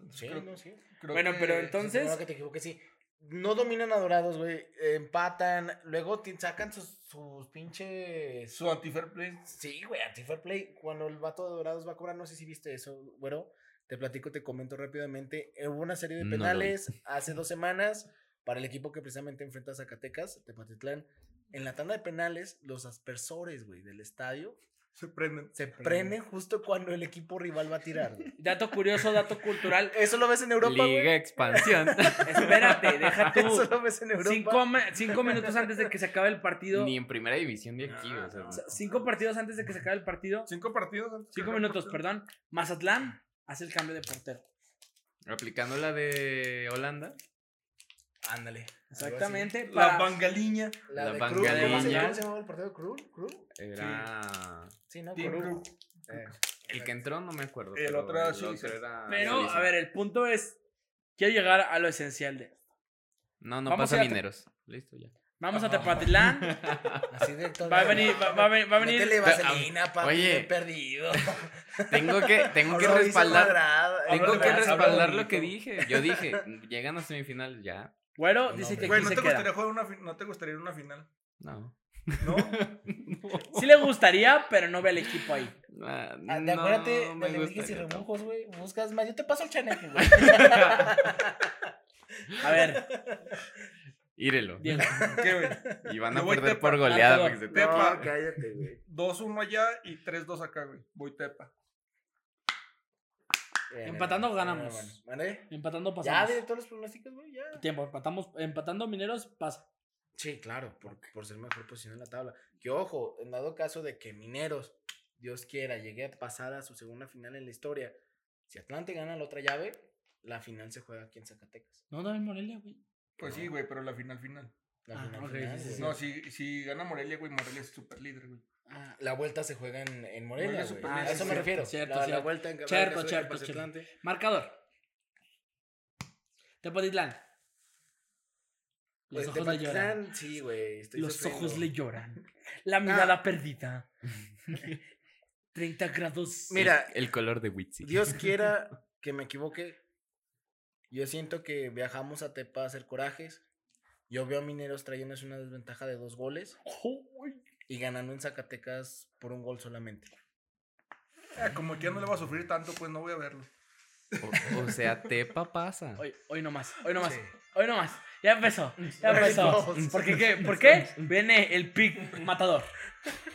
Speaker 3: Entonces,
Speaker 4: Sí,
Speaker 3: creo-
Speaker 4: no, sí.
Speaker 3: creo
Speaker 2: Bueno, pero
Speaker 3: que-
Speaker 2: entonces-
Speaker 4: Entonces. que te equivoques, sí. No dominan a Dorados, güey. Empatan. Luego ti- sacan sus, sus pinches.
Speaker 3: Su anti-fair play.
Speaker 4: Sí, güey, anti-fair play. Cuando el vato de Dorados va a cobrar, no sé si viste eso, güero. Te platico, te comento rápidamente. Eh, Hubo una serie de
Speaker 5: No lo vi.
Speaker 4: penales hace dos semanas para el equipo que precisamente enfrenta a Zacatecas, Tepatitlán. En la tanda de penales, los aspersores, güey, del estadio
Speaker 3: Se prenden.
Speaker 4: se prenden justo cuando el equipo rival va a tirar. güey.
Speaker 2: Dato curioso, dato cultural.
Speaker 4: Eso lo ves en Europa,
Speaker 5: Liga
Speaker 4: güey.
Speaker 5: Expansión.
Speaker 2: Espérate, deja tú.
Speaker 4: Eso lo ves en Europa.
Speaker 2: Cinco, me- cinco minutos antes de que se acabe el partido.
Speaker 5: Ni en primera división de aquí. o sea,
Speaker 2: o sea, Cinco partidos antes de que se acabe el partido.
Speaker 3: Cinco partidos. antes que
Speaker 2: Cinco
Speaker 3: acabe el
Speaker 2: minutos,
Speaker 3: partido.
Speaker 2: perdón. Mazatlán hace el cambio de portero.
Speaker 5: Aplicando la de Holanda.
Speaker 4: Ándale.
Speaker 2: Exactamente. Para,
Speaker 3: La bangaliña.
Speaker 4: La,
Speaker 5: La
Speaker 4: de
Speaker 5: banca
Speaker 4: Krul,
Speaker 2: de
Speaker 4: ¿cómo se-
Speaker 2: Viña.
Speaker 4: ¿Cómo se llamaba el partido? ¿Krul? ¿Krul?
Speaker 5: Era.
Speaker 4: Sí, no,
Speaker 3: Team
Speaker 4: Krul.
Speaker 3: Krul.
Speaker 4: Eh,
Speaker 5: El que entró, no me acuerdo.
Speaker 3: El
Speaker 5: pero
Speaker 3: otro era Suiza.
Speaker 5: era
Speaker 2: pero,
Speaker 5: Suiza.
Speaker 2: a ver, el punto es. Quiero llegar a lo esencial de.
Speaker 5: No, no
Speaker 2: vamos
Speaker 5: pasa
Speaker 2: a ir a-
Speaker 5: mineros. Listo, ya.
Speaker 2: Vamos a
Speaker 4: Ajá.
Speaker 2: Tepatitlán.
Speaker 4: así directo.
Speaker 2: Va a venir. Va, va a venir. Va a venir-
Speaker 4: Métele vaselina, papi,
Speaker 5: Oye.
Speaker 4: bien perdido.
Speaker 5: Tengo que, tengo que
Speaker 4: Lo hizo
Speaker 5: respaldar.
Speaker 4: cuadrado, eh,
Speaker 5: Tengo
Speaker 3: Habla
Speaker 5: que
Speaker 3: bonito, habla
Speaker 5: respaldar lo
Speaker 3: bonito.
Speaker 5: que dije. Yo dije, llegan a semifinal, ya.
Speaker 2: Güero
Speaker 4: No,
Speaker 2: dice que
Speaker 3: Güey,
Speaker 4: hombre.
Speaker 2: aquí
Speaker 3: ¿no
Speaker 2: se
Speaker 3: te,
Speaker 2: queda.
Speaker 3: gustaría jugar una fi- ¿no te gustaría ir a una final?
Speaker 5: No.
Speaker 3: ¿No?
Speaker 2: Sí le gustaría, pero no ve al equipo ahí.
Speaker 5: Ah,
Speaker 4: Ah,
Speaker 5: no
Speaker 4: acuérdate
Speaker 5: me
Speaker 4: de ligues y
Speaker 5: gustaría tampoco.
Speaker 4: rebujos, güey. Buscas más. Yo te paso el chanel, güey.
Speaker 2: A ver,
Speaker 5: Írelo.
Speaker 2: Diego.
Speaker 3: ¿Qué, güey?
Speaker 5: Y van a
Speaker 3: Me voy
Speaker 5: perder
Speaker 3: Tepa.
Speaker 5: por goleada.
Speaker 2: Ah,
Speaker 5: porque se-
Speaker 3: Tepa.
Speaker 5: No.
Speaker 4: cállate, güey.
Speaker 3: 2-1 allá y 3-2 acá, güey. Voy tepa.
Speaker 2: Empatando ganamos.
Speaker 4: Ah, ¿Vale?
Speaker 2: Empatando
Speaker 4: Ya,
Speaker 2: pasamos.
Speaker 4: de todos los pronósticos, güey, ya.
Speaker 2: Tiempo, empatamos, empatando mineros, pasa.
Speaker 4: Sí, claro, por, por ser mejor posición en la tabla. Que ojo, en dado caso de que Mineros, Dios quiera, llegue a pasar a su segunda final en la historia, si Atlante gana la otra llave, la final se juega aquí en Zacatecas.
Speaker 2: No, no, en Morelia, güey.
Speaker 3: Pues sí, güey, pero la final final.
Speaker 4: La
Speaker 2: Ah,
Speaker 4: final,
Speaker 2: ok, sí,
Speaker 4: final,
Speaker 2: sí,
Speaker 4: güey.
Speaker 2: sí.
Speaker 3: No, si, si gana Morelia, güey, Morelia es super líder, güey.
Speaker 4: Ah, la vuelta se juega en, en Morelia,
Speaker 3: Morelia
Speaker 4: güey.
Speaker 3: Super
Speaker 4: a
Speaker 3: League,
Speaker 4: eso me
Speaker 3: sí,
Speaker 4: refiero.
Speaker 2: cierto,
Speaker 4: la, la
Speaker 2: cierto.
Speaker 4: vuelta en en
Speaker 2: Cierto,
Speaker 4: caso de que
Speaker 2: cierto,
Speaker 4: pase
Speaker 2: cierto.
Speaker 4: Atlante.
Speaker 2: Marcador. Tepatitlán. Los
Speaker 4: Pues,
Speaker 2: ojos le lloran.
Speaker 4: Tepatitlán, sí, güey. estoy
Speaker 2: Los
Speaker 4: sufriendo.
Speaker 2: ojos le lloran. La mirada perdida. 30 grados.
Speaker 4: Mira,
Speaker 5: El color de Witsi.
Speaker 4: Dios quiera que me equivoque. Yo siento que viajamos a Tepa a hacer corajes. Yo veo a Mineros trayéndose una desventaja de dos goles
Speaker 2: Uy,
Speaker 4: y ganando en Zacatecas por un gol solamente.
Speaker 3: Ah, como que ya no le va a sufrir tanto, pues no voy a verlo.
Speaker 5: O, o sea, Tepa pasa.
Speaker 2: Hoy, hoy no más, hoy no más,
Speaker 4: Sí.
Speaker 2: hoy no más. Ya empezó, ya empezó.
Speaker 4: Vamos.
Speaker 2: ¿Por qué, qué? ¿Por qué? Viene el pick matador.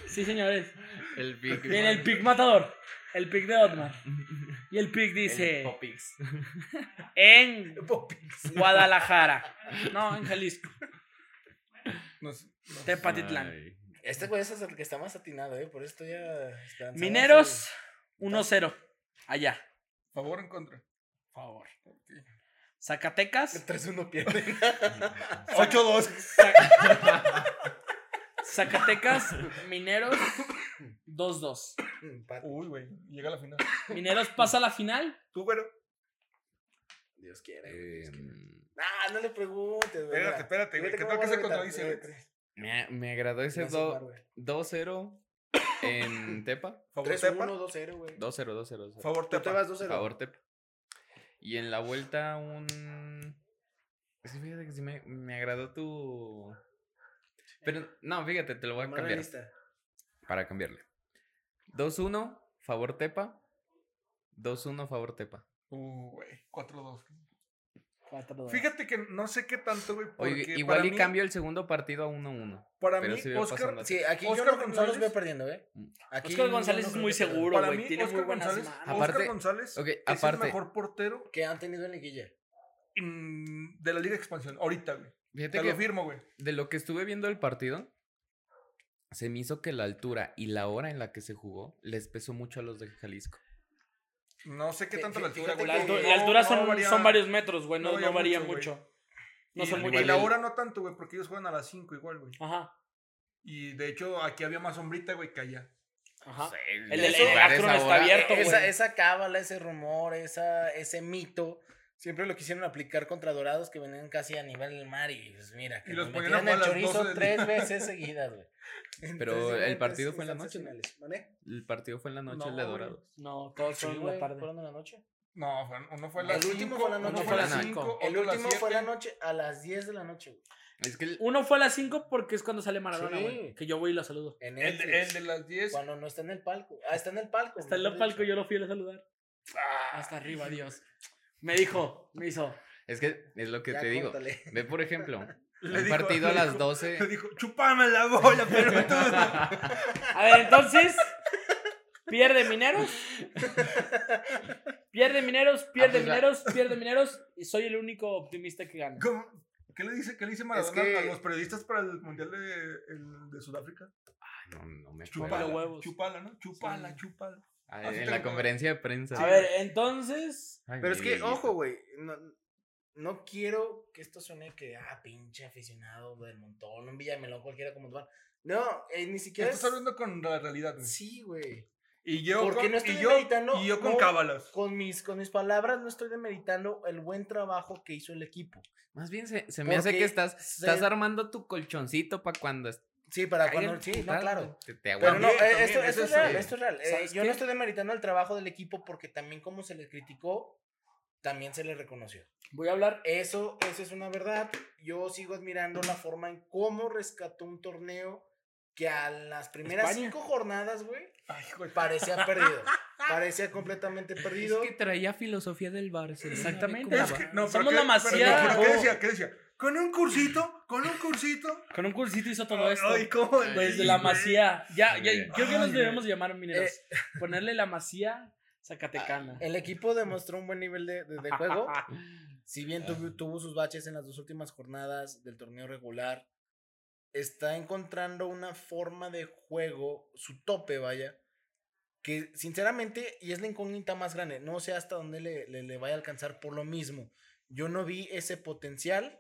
Speaker 2: Sí, señores.
Speaker 5: El Big
Speaker 2: Viene el pick matador. El pick de Otman. Y el pick dice.
Speaker 5: Popix.
Speaker 2: En Guadalajara. No, en Jalisco.
Speaker 3: No sé, no sé.
Speaker 2: Tepatitlán.
Speaker 5: Ay.
Speaker 4: Este güey es el que está más atinado, ¿eh? Por eso estoy ya esperanzado.
Speaker 2: Mineros, 1-0. Allá.
Speaker 3: ¿Favor o en contra?
Speaker 2: Por favor. Zacatecas.
Speaker 4: 3-1 pierde.
Speaker 3: 8-2.
Speaker 2: Zacatecas, Mineros, 2-2.
Speaker 4: Empate.
Speaker 3: Uy, güey, llega la final.
Speaker 2: Mineros pasa a la final.
Speaker 3: Tú, güero.
Speaker 4: Dios quiera. güey, Dios quiera.
Speaker 5: Em,
Speaker 4: Ah, no le preguntes, güey.
Speaker 3: Espérate, espérate, güey.
Speaker 4: Fíjate
Speaker 3: ¿Qué tal
Speaker 4: cómo
Speaker 3: que
Speaker 4: vas a
Speaker 3: se
Speaker 4: gritar,
Speaker 3: contradice,
Speaker 4: espérate.
Speaker 3: güey?
Speaker 5: me, me agradó ese
Speaker 4: Ya se va,
Speaker 5: do-
Speaker 4: güey.
Speaker 5: 2-0 en Tepa.
Speaker 3: Favor
Speaker 4: 3-1,
Speaker 3: tepa.
Speaker 4: 2-0, güey.
Speaker 5: 2-0, 2-0. 2-0.
Speaker 3: Favor
Speaker 4: Tú te
Speaker 3: tepa.
Speaker 4: vas 2-0.
Speaker 5: favor, Tepa. Y en la vuelta un... Sí, fíjate que sí me, me agradó tu... Pero no, fíjate, te lo voy a
Speaker 4: Más
Speaker 5: cambiar
Speaker 4: realista.
Speaker 5: para cambiarle. 2-1, favor Tepa. 2-1, favor Tepa.
Speaker 3: Uh, güey, 4-2.
Speaker 2: 4-2.
Speaker 3: Fíjate que no sé qué tanto, güey, porque
Speaker 5: Oye,
Speaker 3: para
Speaker 5: igual y
Speaker 3: mí,
Speaker 5: cambio el segundo partido a 1-1.
Speaker 3: para
Speaker 5: pero
Speaker 3: mí,
Speaker 5: sí veo
Speaker 3: Oscar,
Speaker 5: pasando a-
Speaker 4: Sí, aquí
Speaker 3: Oscar
Speaker 4: yo no, no los
Speaker 3: González.
Speaker 4: veo perdiendo, ¿eh?
Speaker 5: Mm.
Speaker 4: Aquí
Speaker 2: Oscar
Speaker 4: no-
Speaker 2: González
Speaker 4: no
Speaker 2: es
Speaker 4: creo
Speaker 2: muy
Speaker 4: que pierdan.
Speaker 2: seguro,
Speaker 3: para
Speaker 2: güey,
Speaker 3: mí,
Speaker 2: tiene muy
Speaker 3: Oscar
Speaker 2: buenas
Speaker 3: González,
Speaker 2: manos.
Speaker 5: Aparte-
Speaker 3: Oscar González
Speaker 5: ok,
Speaker 3: es el
Speaker 5: aparte-
Speaker 3: mejor portero
Speaker 4: Que han tenido en liguilla.
Speaker 3: mm, de la Liga de Expansión, ahorita, güey.
Speaker 5: Fíjate
Speaker 3: Te lo
Speaker 5: que
Speaker 3: firmo, güey.
Speaker 5: de lo que estuve viendo el partido, se me hizo que la altura y la hora en la que se jugó les pesó mucho a los de Jalisco.
Speaker 3: No sé qué
Speaker 4: Fí-
Speaker 3: tanto la
Speaker 4: fí-
Speaker 3: altura,
Speaker 4: fíjate
Speaker 3: güey.
Speaker 2: La,
Speaker 4: que-
Speaker 2: altu-
Speaker 4: No,
Speaker 2: la altura son,
Speaker 3: varía-
Speaker 2: son varios metros, güey, no,
Speaker 3: no
Speaker 2: no varía
Speaker 3: varía mucho,
Speaker 2: mucho. No
Speaker 3: y,
Speaker 2: son
Speaker 3: y
Speaker 2: muy
Speaker 3: la
Speaker 5: igual.
Speaker 3: hora no tanto, güey, porque ellos juegan a las 5 igual, güey.
Speaker 2: Ajá,
Speaker 3: Y de hecho, aquí había más sombrita, güey, que allá.
Speaker 2: ajá.
Speaker 5: Sí,
Speaker 2: El, el,
Speaker 5: esos
Speaker 2: el
Speaker 5: lugares
Speaker 2: Akron está
Speaker 5: ahora-
Speaker 2: abierto, güey.
Speaker 4: Esa, esa cábala, ese rumor, esa, ese mito, siempre lo quisieron aplicar contra dorados que venían casi a nivel del mar y pues mira, que
Speaker 3: Y
Speaker 4: los
Speaker 3: los ponían a
Speaker 4: metían el
Speaker 3: jugar a las
Speaker 4: chorizo
Speaker 3: 12 del
Speaker 4: tres veces seguidas, güey.
Speaker 5: Pero
Speaker 4: sí,
Speaker 5: el
Speaker 4: güey,
Speaker 5: partido
Speaker 4: tres
Speaker 5: fue en la
Speaker 4: instancias
Speaker 5: noche, ¿no?
Speaker 4: finales, ¿vale?
Speaker 5: El partido fue en la noche, el de
Speaker 2: güey.
Speaker 5: Dorados.
Speaker 2: No, todos
Speaker 4: Sí,
Speaker 2: son en la
Speaker 4: güey,
Speaker 2: tarde.
Speaker 4: fueron en la noche.
Speaker 3: No, fue- uno fue a
Speaker 4: El
Speaker 3: las
Speaker 4: último
Speaker 3: cinco,
Speaker 4: fue a la
Speaker 3: uno fue
Speaker 4: noche.
Speaker 3: a
Speaker 5: Fue a
Speaker 3: las
Speaker 5: las
Speaker 3: 5.
Speaker 5: cinco.
Speaker 4: El último fue
Speaker 3: la
Speaker 4: la noche, a las 10 de la noche, güey.
Speaker 5: Es que el-
Speaker 2: Uno fue a las 5 porque es cuando sale Maradona,
Speaker 4: Sí.
Speaker 2: güey. Que yo voy y lo saludo.
Speaker 4: En
Speaker 3: El, de- el
Speaker 4: Netflix,
Speaker 3: de las 10.
Speaker 4: Cuando no está en el palco. Ah, está en el palco.
Speaker 2: Hasta el
Speaker 4: mejor
Speaker 2: palco
Speaker 4: dicho.
Speaker 2: yo lo fui a saludar. Hasta arriba, Dios. Me dijo, me hizo.
Speaker 5: es que es lo que
Speaker 4: Ya,
Speaker 5: te digo.
Speaker 4: córtale.
Speaker 5: Ve, por ejemplo,
Speaker 3: Le
Speaker 5: un
Speaker 3: dijo-
Speaker 5: partido a
Speaker 3: le
Speaker 5: las
Speaker 3: dijo-
Speaker 5: 12.
Speaker 3: Le dijo, chupame la bola, pero tú.
Speaker 2: A ver, entonces. Pierde mineros. Pierde mineros, pierde
Speaker 5: pues, va.
Speaker 2: mineros, pierde mineros. Y soy el único optimista que gana.
Speaker 3: ¿Cómo? ¿Qué le dice, qué le dice Maradona
Speaker 4: que-
Speaker 3: a los periodistas para el Mundial de, el de Sudáfrica?
Speaker 5: Ah, No, no me acuerdo.
Speaker 3: Chupala,
Speaker 2: los huevos.
Speaker 3: chupala, ¿no? Chupala,
Speaker 2: Sí.
Speaker 3: chupala.
Speaker 5: Ah,
Speaker 3: Así
Speaker 5: en
Speaker 3: te
Speaker 5: la
Speaker 3: lo-
Speaker 5: conferencia de prensa.
Speaker 2: A ver, entonces.
Speaker 5: Ay,
Speaker 4: Pero es que,
Speaker 5: amiguito.
Speaker 4: ojo, güey. No, no quiero que esto suene que, ah, pinche aficionado del montón, un Villamelón, cualquiera como tú. No, eh, ni siquiera.
Speaker 3: Estás
Speaker 4: es-
Speaker 3: hablando con la realidad, güey.
Speaker 4: Sí, güey.
Speaker 3: Y yo
Speaker 4: Porque
Speaker 3: con,
Speaker 4: no estoy
Speaker 3: y yo,
Speaker 4: meditando,
Speaker 3: y yo con
Speaker 4: no.
Speaker 3: cábalas.
Speaker 4: Con mis, con mis palabras no estoy demeritando el buen trabajo que hizo el equipo.
Speaker 5: Más bien se, se me hace
Speaker 4: Porque
Speaker 5: que estás,
Speaker 4: se-
Speaker 5: estás armando tu colchoncito para cuando. est-
Speaker 4: Sí, para
Speaker 5: caiga
Speaker 4: cuando.
Speaker 5: el
Speaker 4: Sí, no,
Speaker 5: putazo,
Speaker 4: claro.
Speaker 5: Te, te
Speaker 4: Pero no,
Speaker 5: aguantes.
Speaker 4: eh,
Speaker 3: también,
Speaker 4: esto,
Speaker 3: eso
Speaker 4: esto es
Speaker 3: sí.
Speaker 4: real, esto es real. Eh,
Speaker 2: ¿Sabes
Speaker 4: yo
Speaker 2: qué?
Speaker 4: no estoy demeritando el trabajo del equipo porque también como se le criticó, también se le reconoció.
Speaker 2: Voy a hablar. eh,
Speaker 4: Eso, eso es una verdad. Yo sigo admirando la forma en cómo rescató un torneo que a las primeras
Speaker 2: España.
Speaker 4: cinco jornadas, güey,
Speaker 3: Ay, güey.
Speaker 4: parecía perdido. parecía completamente perdido.
Speaker 5: traía filosofía del Barcelona.
Speaker 2: Exactamente.
Speaker 3: Es que- no, pero
Speaker 2: Somos
Speaker 3: ¿qué-
Speaker 2: la
Speaker 3: pero-
Speaker 2: Masía.
Speaker 3: pero ¿Qué decía? ¿Qué decía? Con un cursito, con un cursito.
Speaker 2: Con un cursito hizo todo esto.
Speaker 3: Ay, ¿cómo?
Speaker 5: Ay,
Speaker 2: Desde la
Speaker 3: güey.
Speaker 2: masía. Ya, ya,
Speaker 5: Ay,
Speaker 2: creo que nos
Speaker 3: güey.
Speaker 2: debemos llamar mineros.
Speaker 4: Eh. Ah,
Speaker 2: Ponerle la masía Zacatecana.
Speaker 4: El equipo demostró un buen nivel de, de- de juego. Si bien tuvo, tuvo sus baches en las dos últimas jornadas del torneo regular, está encontrando una forma de juego, su tope, vaya, que sinceramente, y es la incógnita más grande, no sé hasta dónde le, le, le vaya a alcanzar por lo mismo. Yo no vi ese potencial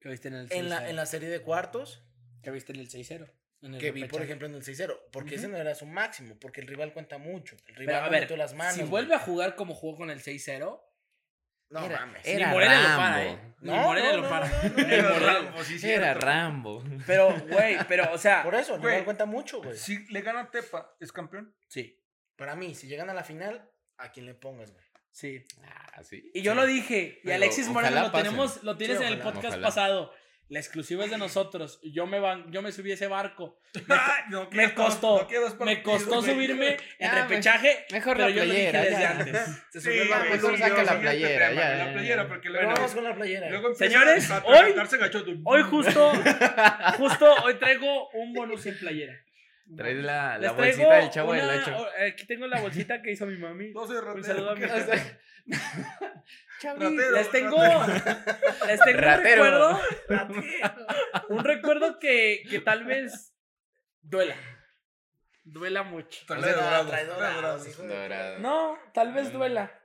Speaker 2: que viste en el
Speaker 4: en la, en la serie de cuartos
Speaker 2: Que viste en el 6-0. en el
Speaker 4: que vi, por
Speaker 2: repechaje.
Speaker 4: ejemplo, en el 6-0, porque ese
Speaker 2: Ujú.
Speaker 4: no era su máximo, porque el rival cuenta mucho. El
Speaker 2: Pero
Speaker 4: rival
Speaker 2: a
Speaker 4: le
Speaker 2: ver,
Speaker 4: metió las manos.
Speaker 2: si
Speaker 4: güey.
Speaker 2: vuelve a jugar como jugó con el 6-0,
Speaker 4: No
Speaker 5: era,
Speaker 4: mames.
Speaker 5: era
Speaker 2: ni Morelia lo
Speaker 5: Rambo.
Speaker 2: para, ¿eh? Ni Morelia lo para.
Speaker 4: no, no, no.
Speaker 3: Era
Speaker 2: Morelia.
Speaker 3: Rambo, sí,
Speaker 5: Era
Speaker 3: cierto.
Speaker 5: Rambo.
Speaker 2: Pero, güey, pero, o sea.
Speaker 4: Por e- eso, el
Speaker 3: Güey.
Speaker 4: rival cuenta mucho, güey.
Speaker 3: Si le gana a Tepa, ¿es campeón?
Speaker 2: Sí,
Speaker 4: Para mí, si llegan a la final, a quien le pongas, güey.
Speaker 2: sí.
Speaker 5: Ah, sí.
Speaker 2: Y yo lo dije, y
Speaker 5: Pero
Speaker 2: Alexis
Speaker 5: ojalá
Speaker 2: Moreno lo,
Speaker 5: pasen.
Speaker 2: tenemos, lo tienes
Speaker 4: Sí,
Speaker 2: en el
Speaker 4: ojalá.
Speaker 2: podcast
Speaker 5: Ojalá.
Speaker 2: pasado. La exclusiva es de nosotros. Yo me, van, yo me subí a ese barco.
Speaker 3: Ay, no, que
Speaker 2: Me
Speaker 3: ya todos-
Speaker 2: costó.
Speaker 3: no quedas para
Speaker 2: Me
Speaker 3: el partido,
Speaker 2: costó
Speaker 3: güey.
Speaker 2: subirme en
Speaker 5: Ya, me-
Speaker 2: repechaje.
Speaker 5: Mejor
Speaker 2: pero
Speaker 5: la
Speaker 2: yo lo dije
Speaker 5: playera.
Speaker 2: desde
Speaker 5: ya.
Speaker 2: antes.
Speaker 3: Sí,
Speaker 4: Se subió el
Speaker 3: güey,
Speaker 4: barco,
Speaker 5: mejor
Speaker 3: subió,
Speaker 5: saca la
Speaker 3: subió este
Speaker 5: playera,
Speaker 3: tema,
Speaker 5: ya,
Speaker 3: La
Speaker 5: ya,
Speaker 3: playera,
Speaker 5: ya.
Speaker 3: porque
Speaker 4: Pero
Speaker 3: luego.
Speaker 4: vamos con la playera.
Speaker 3: luego empieza
Speaker 2: Señores,
Speaker 3: a
Speaker 2: hoy-
Speaker 3: apretarse gachoto.
Speaker 2: Hoy justo, justo hoy traigo un bonus en playera.
Speaker 5: Traes la, la
Speaker 2: Les
Speaker 5: bolsita
Speaker 2: traigo
Speaker 5: del chavo
Speaker 2: una-
Speaker 5: del 8.
Speaker 2: o- Aquí tengo la bolsita que hizo mi mami.
Speaker 3: No soy ratero,
Speaker 2: saludo a mi
Speaker 3: ¿qué?
Speaker 2: ratero.
Speaker 3: Ratero,
Speaker 2: Les tengo,
Speaker 3: ratero.
Speaker 2: les tengo un
Speaker 5: Ratero.
Speaker 2: recuerdo. Un recuerdo que, que tal vez duela. Duela mucho.
Speaker 3: Trae
Speaker 4: Trae
Speaker 3: dorados,
Speaker 4: dorados,
Speaker 3: trae
Speaker 4: trae
Speaker 3: dorados.
Speaker 4: dorados, hijo de-
Speaker 5: Dorado.
Speaker 2: No, tal vez
Speaker 5: Duela.
Speaker 2: duela.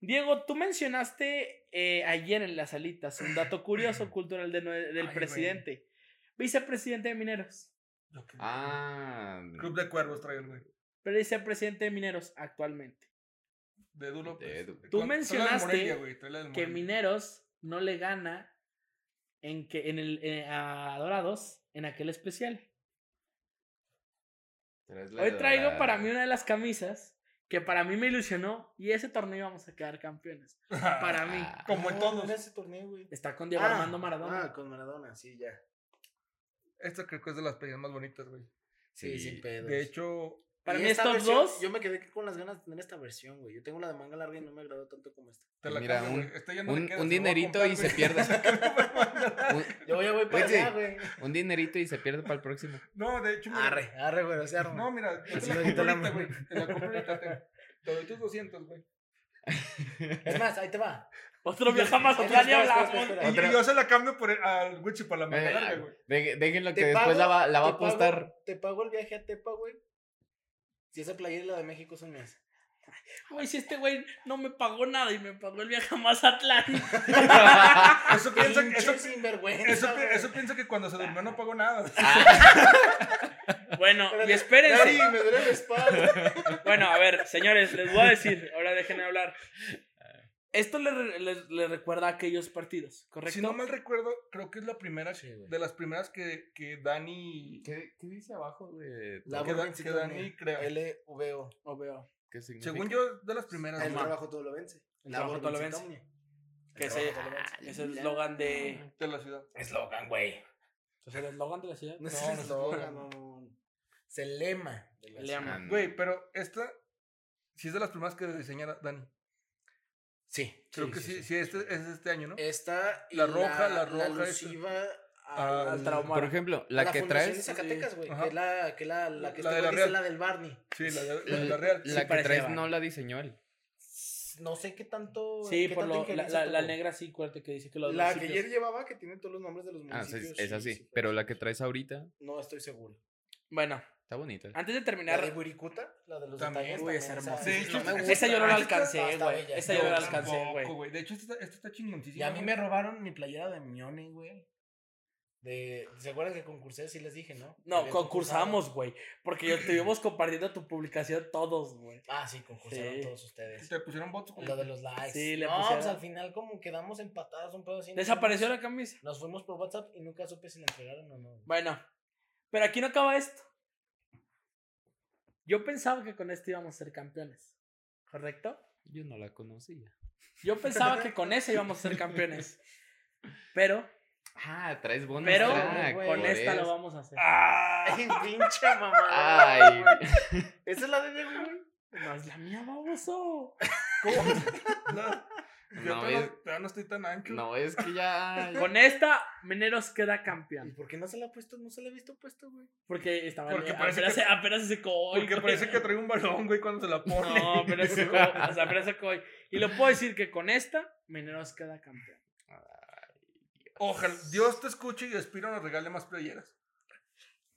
Speaker 2: Diego, tú mencionaste eh, ayer en las alitas un dato curioso cultural de nue- del
Speaker 3: Ay,
Speaker 2: presidente. Vicepresidente de Mineros.
Speaker 3: Lo que-
Speaker 5: Ah.
Speaker 3: Club de Cuervos trae el güey.
Speaker 2: Pero vicepresidente de Mineros actualmente.
Speaker 3: De Edu López.
Speaker 5: De Edu.
Speaker 3: Con-
Speaker 2: Tú
Speaker 3: trae la de
Speaker 2: mencionaste
Speaker 3: Morelia, güey, trae la de
Speaker 2: que
Speaker 3: Morelia.
Speaker 2: Mineros no le gana en que en el en- a Dorados en aquel especial.
Speaker 5: traes la
Speaker 2: Hoy
Speaker 5: de
Speaker 2: traigo
Speaker 5: dorado.
Speaker 2: para mí una de las camisas que para mí me ilusionó y ese torneo íbamos a quedar campeones. Para mí
Speaker 5: Ah,
Speaker 3: Como en
Speaker 4: No,
Speaker 3: todos.
Speaker 4: en ese torneo, güey.
Speaker 2: está con Diego
Speaker 4: Ah,
Speaker 2: Armando Maradona.
Speaker 4: Ah, con Maradona, sí, ya.
Speaker 3: Esta creo que es de las peleas más bonitas, güey.
Speaker 4: Sí,
Speaker 5: Sí,
Speaker 4: sin pedos.
Speaker 3: De hecho,
Speaker 2: para
Speaker 4: Y
Speaker 2: mí es
Speaker 4: esta
Speaker 2: top
Speaker 4: versión,
Speaker 2: 2.
Speaker 4: Yo me quedé con las ganas de tener esta versión, güey. Yo tengo la de manga larga y no me agradó tanto como esta.
Speaker 3: te la
Speaker 5: Mira,
Speaker 3: cambio,
Speaker 5: un-
Speaker 3: güey. Esta ya no le
Speaker 5: Un,
Speaker 3: queda,
Speaker 5: un
Speaker 3: se la voy a
Speaker 5: dinerito
Speaker 3: comprar,
Speaker 5: y se
Speaker 3: güey.
Speaker 5: pierde. un,
Speaker 4: Yo ya voy para
Speaker 5: Oye,
Speaker 4: allá, güey.
Speaker 5: un dinerito y se pierde para el próximo.
Speaker 3: No, de hecho, mira,
Speaker 4: Arre, arre, güey, o sea, arma.
Speaker 3: No, mira, yo te
Speaker 4: Así
Speaker 3: la
Speaker 4: lo
Speaker 3: compro
Speaker 4: quitó la
Speaker 3: ahorita,
Speaker 4: mano.
Speaker 3: güey. Te la compro ahorita, te, te doy tus 200, güey.
Speaker 4: Es más, ahí te va.
Speaker 2: Otro viaje más
Speaker 4: Espera,
Speaker 2: Mazatlán y
Speaker 4: espera, espera,
Speaker 2: hablamos.
Speaker 4: espera,
Speaker 3: Y,
Speaker 4: espera.
Speaker 5: Otra-
Speaker 3: y yo se la cambio por el- al Wichi para la manga
Speaker 5: Eh,
Speaker 3: larga, güey.
Speaker 5: de- Déjenlo que
Speaker 4: Te
Speaker 5: después
Speaker 4: pago-
Speaker 5: la va, la va a
Speaker 4: Te pago-
Speaker 5: apostar.
Speaker 4: Te pago el viaje a Tepa, güey. Si esa playera y la de México son mías.
Speaker 2: Güey, si este güey no me pagó nada y me pagó el viaje a Mazatlán.
Speaker 3: Eso piensa, que- eso,
Speaker 4: Pinche sinvergüenza,
Speaker 3: eso, pi-
Speaker 4: güey.
Speaker 3: eso piensa que cuando se durmió no pagó nada.
Speaker 2: Bueno,
Speaker 4: Espérate,
Speaker 2: y espérense.
Speaker 4: Gary, me duele la espalda.
Speaker 2: Bueno, a ver, señores, les voy a decir, ahora déjenme hablar. Esto le, le- le recuerda a aquellos partidos, ¿correcto?
Speaker 3: Si no mal recuerdo, creo que es la primera,
Speaker 4: Sí, güey.
Speaker 3: de las primeras que, que Dani...
Speaker 5: ¿Qué, qué dice abajo de.?
Speaker 4: La
Speaker 3: que,
Speaker 4: borra
Speaker 3: Dan- que Dani
Speaker 4: insignia.
Speaker 3: crea.
Speaker 4: LVO.
Speaker 2: No veo.
Speaker 5: ¿Qué significa?
Speaker 3: Según yo, de las primeras.
Speaker 6: El
Speaker 3: güey.
Speaker 6: trabajo todo lo vence.
Speaker 4: El
Speaker 2: trabajo
Speaker 4: labor
Speaker 2: todo lo
Speaker 4: vincit
Speaker 2: vence.
Speaker 4: omnia.
Speaker 2: Que
Speaker 4: El
Speaker 2: se-
Speaker 4: trabajo todo lo vence.
Speaker 2: Es el eslogan de.
Speaker 3: De la ciudad.
Speaker 2: Eslogan, güey. ¿Es el eslogan de la ciudad?
Speaker 4: No es el eslogan.
Speaker 6: mamón.
Speaker 4: Es el lema. de la
Speaker 2: El lema.
Speaker 4: ciudad.
Speaker 5: Ah, no.
Speaker 3: Güey, pero esta sí es de las primeras que diseña Dani.
Speaker 4: Sí.
Speaker 3: Creo que sí, sí, este, es este año,
Speaker 5: Eh,
Speaker 3: ¿no?
Speaker 4: Esta y
Speaker 3: La roja, la roja, esta.
Speaker 4: alusiva
Speaker 3: Al-
Speaker 4: al-
Speaker 2: Al trauma.
Speaker 5: Por ejemplo, la,
Speaker 4: a
Speaker 5: que
Speaker 4: fundación
Speaker 5: traes.
Speaker 4: de Zacatecas, güey,
Speaker 3: Ajá.
Speaker 4: que es la que la, la que
Speaker 3: La
Speaker 4: este
Speaker 3: de la
Speaker 4: güey dice,
Speaker 3: Real.
Speaker 4: la del Barney.
Speaker 3: Sí, la, de- la de la Real.
Speaker 5: La que
Speaker 2: parecía
Speaker 5: traes
Speaker 2: Barney.
Speaker 5: no la diseñó él.
Speaker 4: No sé qué tanto
Speaker 2: Sí,
Speaker 4: qué
Speaker 2: por
Speaker 4: tanta
Speaker 2: lo, la,
Speaker 4: injerencia
Speaker 2: la- la
Speaker 4: tuvo.
Speaker 2: negra sí, acuérdate que dice que los
Speaker 4: La que
Speaker 2: municipios-
Speaker 4: ayer llevaba que tiene todos los nombres de los
Speaker 5: Ah, o sea,
Speaker 4: municipios.
Speaker 5: es es así.
Speaker 4: sí,
Speaker 5: pero
Speaker 4: sí.
Speaker 5: la que traes ahorita
Speaker 4: no estoy seguro.
Speaker 2: Bueno,
Speaker 5: está bonita.
Speaker 2: antes de
Speaker 4: La de
Speaker 2: terminar,
Speaker 4: Wirikuta, la de los
Speaker 3: También,
Speaker 4: detalles.
Speaker 2: güey, es
Speaker 4: también,
Speaker 2: hermosa.
Speaker 4: esa-
Speaker 3: De hecho,
Speaker 4: no me
Speaker 3: esa
Speaker 4: gusta.
Speaker 2: esa yo no la
Speaker 4: Ah, está-
Speaker 2: alcancé,
Speaker 4: está
Speaker 2: güey.
Speaker 4: bella.
Speaker 2: Esa yo no la
Speaker 3: Tampoco,
Speaker 2: alcancé, güey.
Speaker 3: De hecho, esta, esta está chingoncísima.
Speaker 4: Y a mí
Speaker 3: güey.
Speaker 4: me robaron mi playera de Mione, güey. De, ¿Se acuerdan que concursé? Sí les dije, ¿no?
Speaker 2: No,
Speaker 4: Había concursado.
Speaker 2: concursamos, güey. Porque yo estuvimos compartiendo tu publicación todos, güey.
Speaker 4: Ah, sí, concursaron
Speaker 2: Sí.
Speaker 4: todos ustedes.
Speaker 3: Te pusieron votos. güey.
Speaker 4: Lo de los likes.
Speaker 2: Sí, le
Speaker 4: no, pues
Speaker 2: pusieron.
Speaker 4: al final como quedamos empatados un pedo así. nos
Speaker 2: Desapareció la
Speaker 4: fuimos-
Speaker 2: camisa.
Speaker 4: Nos fuimos por WhatsApp y nunca supe si la entregaron o no.
Speaker 2: Bueno, pero aquí no acaba esto. Yo pensaba que con esto íbamos a ser campeones. ¿Correcto?
Speaker 5: Yo no la conocía.
Speaker 2: Yo pensaba que con eso íbamos a ser campeones. Pero,
Speaker 5: Ah, traes bonus
Speaker 2: pero
Speaker 5: track,
Speaker 4: güey.
Speaker 2: con
Speaker 5: Pues, por
Speaker 2: esta lo
Speaker 5: eso.
Speaker 2: vamos a hacer.
Speaker 3: Ah.
Speaker 4: ¡Ay, pinche mamá!
Speaker 5: Ay,
Speaker 4: Esa es la de Diego, güey.
Speaker 2: No es la mía, baboso.
Speaker 3: No, yo
Speaker 5: No,
Speaker 3: todavía
Speaker 5: es-
Speaker 3: todavía no estoy tan ancho.
Speaker 5: no es que ya.
Speaker 2: Con esta, Mineros queda
Speaker 4: ¿Y
Speaker 2: campeón.
Speaker 4: por qué no se la ha puesto? No se la ha visto puesto, güey.
Speaker 2: Porque estaba
Speaker 3: Porque parece
Speaker 2: apenas,
Speaker 3: que-
Speaker 2: apenas se secó hoy.
Speaker 3: Porque
Speaker 2: güey.
Speaker 3: parece que trae un balón, güey, cuando se la pone.
Speaker 2: No, apenas se secó. O sea, apenas se secó hoy. Y lo puedo decir que con esta, Mineros queda campeón.
Speaker 3: Ojalá Dios te escuche y Espiro nos regale más playeras.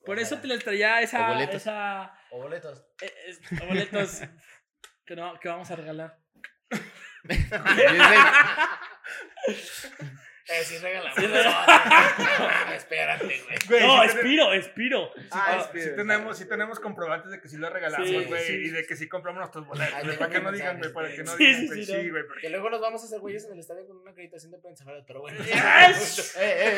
Speaker 2: Por eso
Speaker 4: Ojalá.
Speaker 2: te les traía
Speaker 5: O
Speaker 2: esa.
Speaker 5: boletos.
Speaker 2: esa
Speaker 4: O boletos.
Speaker 2: eh, es- boletos que, no, que vamos a regalar.
Speaker 5: Dice-
Speaker 4: Eh, sí, regalamos.
Speaker 2: Sí,
Speaker 4: las otras. Espérate, güey.
Speaker 3: Güey,
Speaker 2: no,
Speaker 3: sí, ten-
Speaker 2: expiro, expiro.
Speaker 3: ah,
Speaker 4: Ah,
Speaker 3: sí tenemos, sí tenemos comprobantes de que sí lo regalamos,
Speaker 2: Sí,
Speaker 3: güey,
Speaker 2: sí,
Speaker 3: y
Speaker 2: sí,
Speaker 3: de
Speaker 2: sí.
Speaker 3: que sí compramos nuestros boletos.
Speaker 4: Ay,
Speaker 3: güey,
Speaker 4: te
Speaker 3: para que no
Speaker 4: mandan
Speaker 3: digan, güey,
Speaker 4: mensajes,
Speaker 3: para que no
Speaker 2: sí,
Speaker 3: digan,
Speaker 2: sí,
Speaker 3: güey,
Speaker 2: sí,
Speaker 3: sí,
Speaker 2: no.
Speaker 3: güey, porque-
Speaker 4: Que luego nos vamos a hacer güeyes en el estadio con una acreditación de prensa, ¿verdad? pero bueno.
Speaker 2: Yes.
Speaker 4: Eh, eh,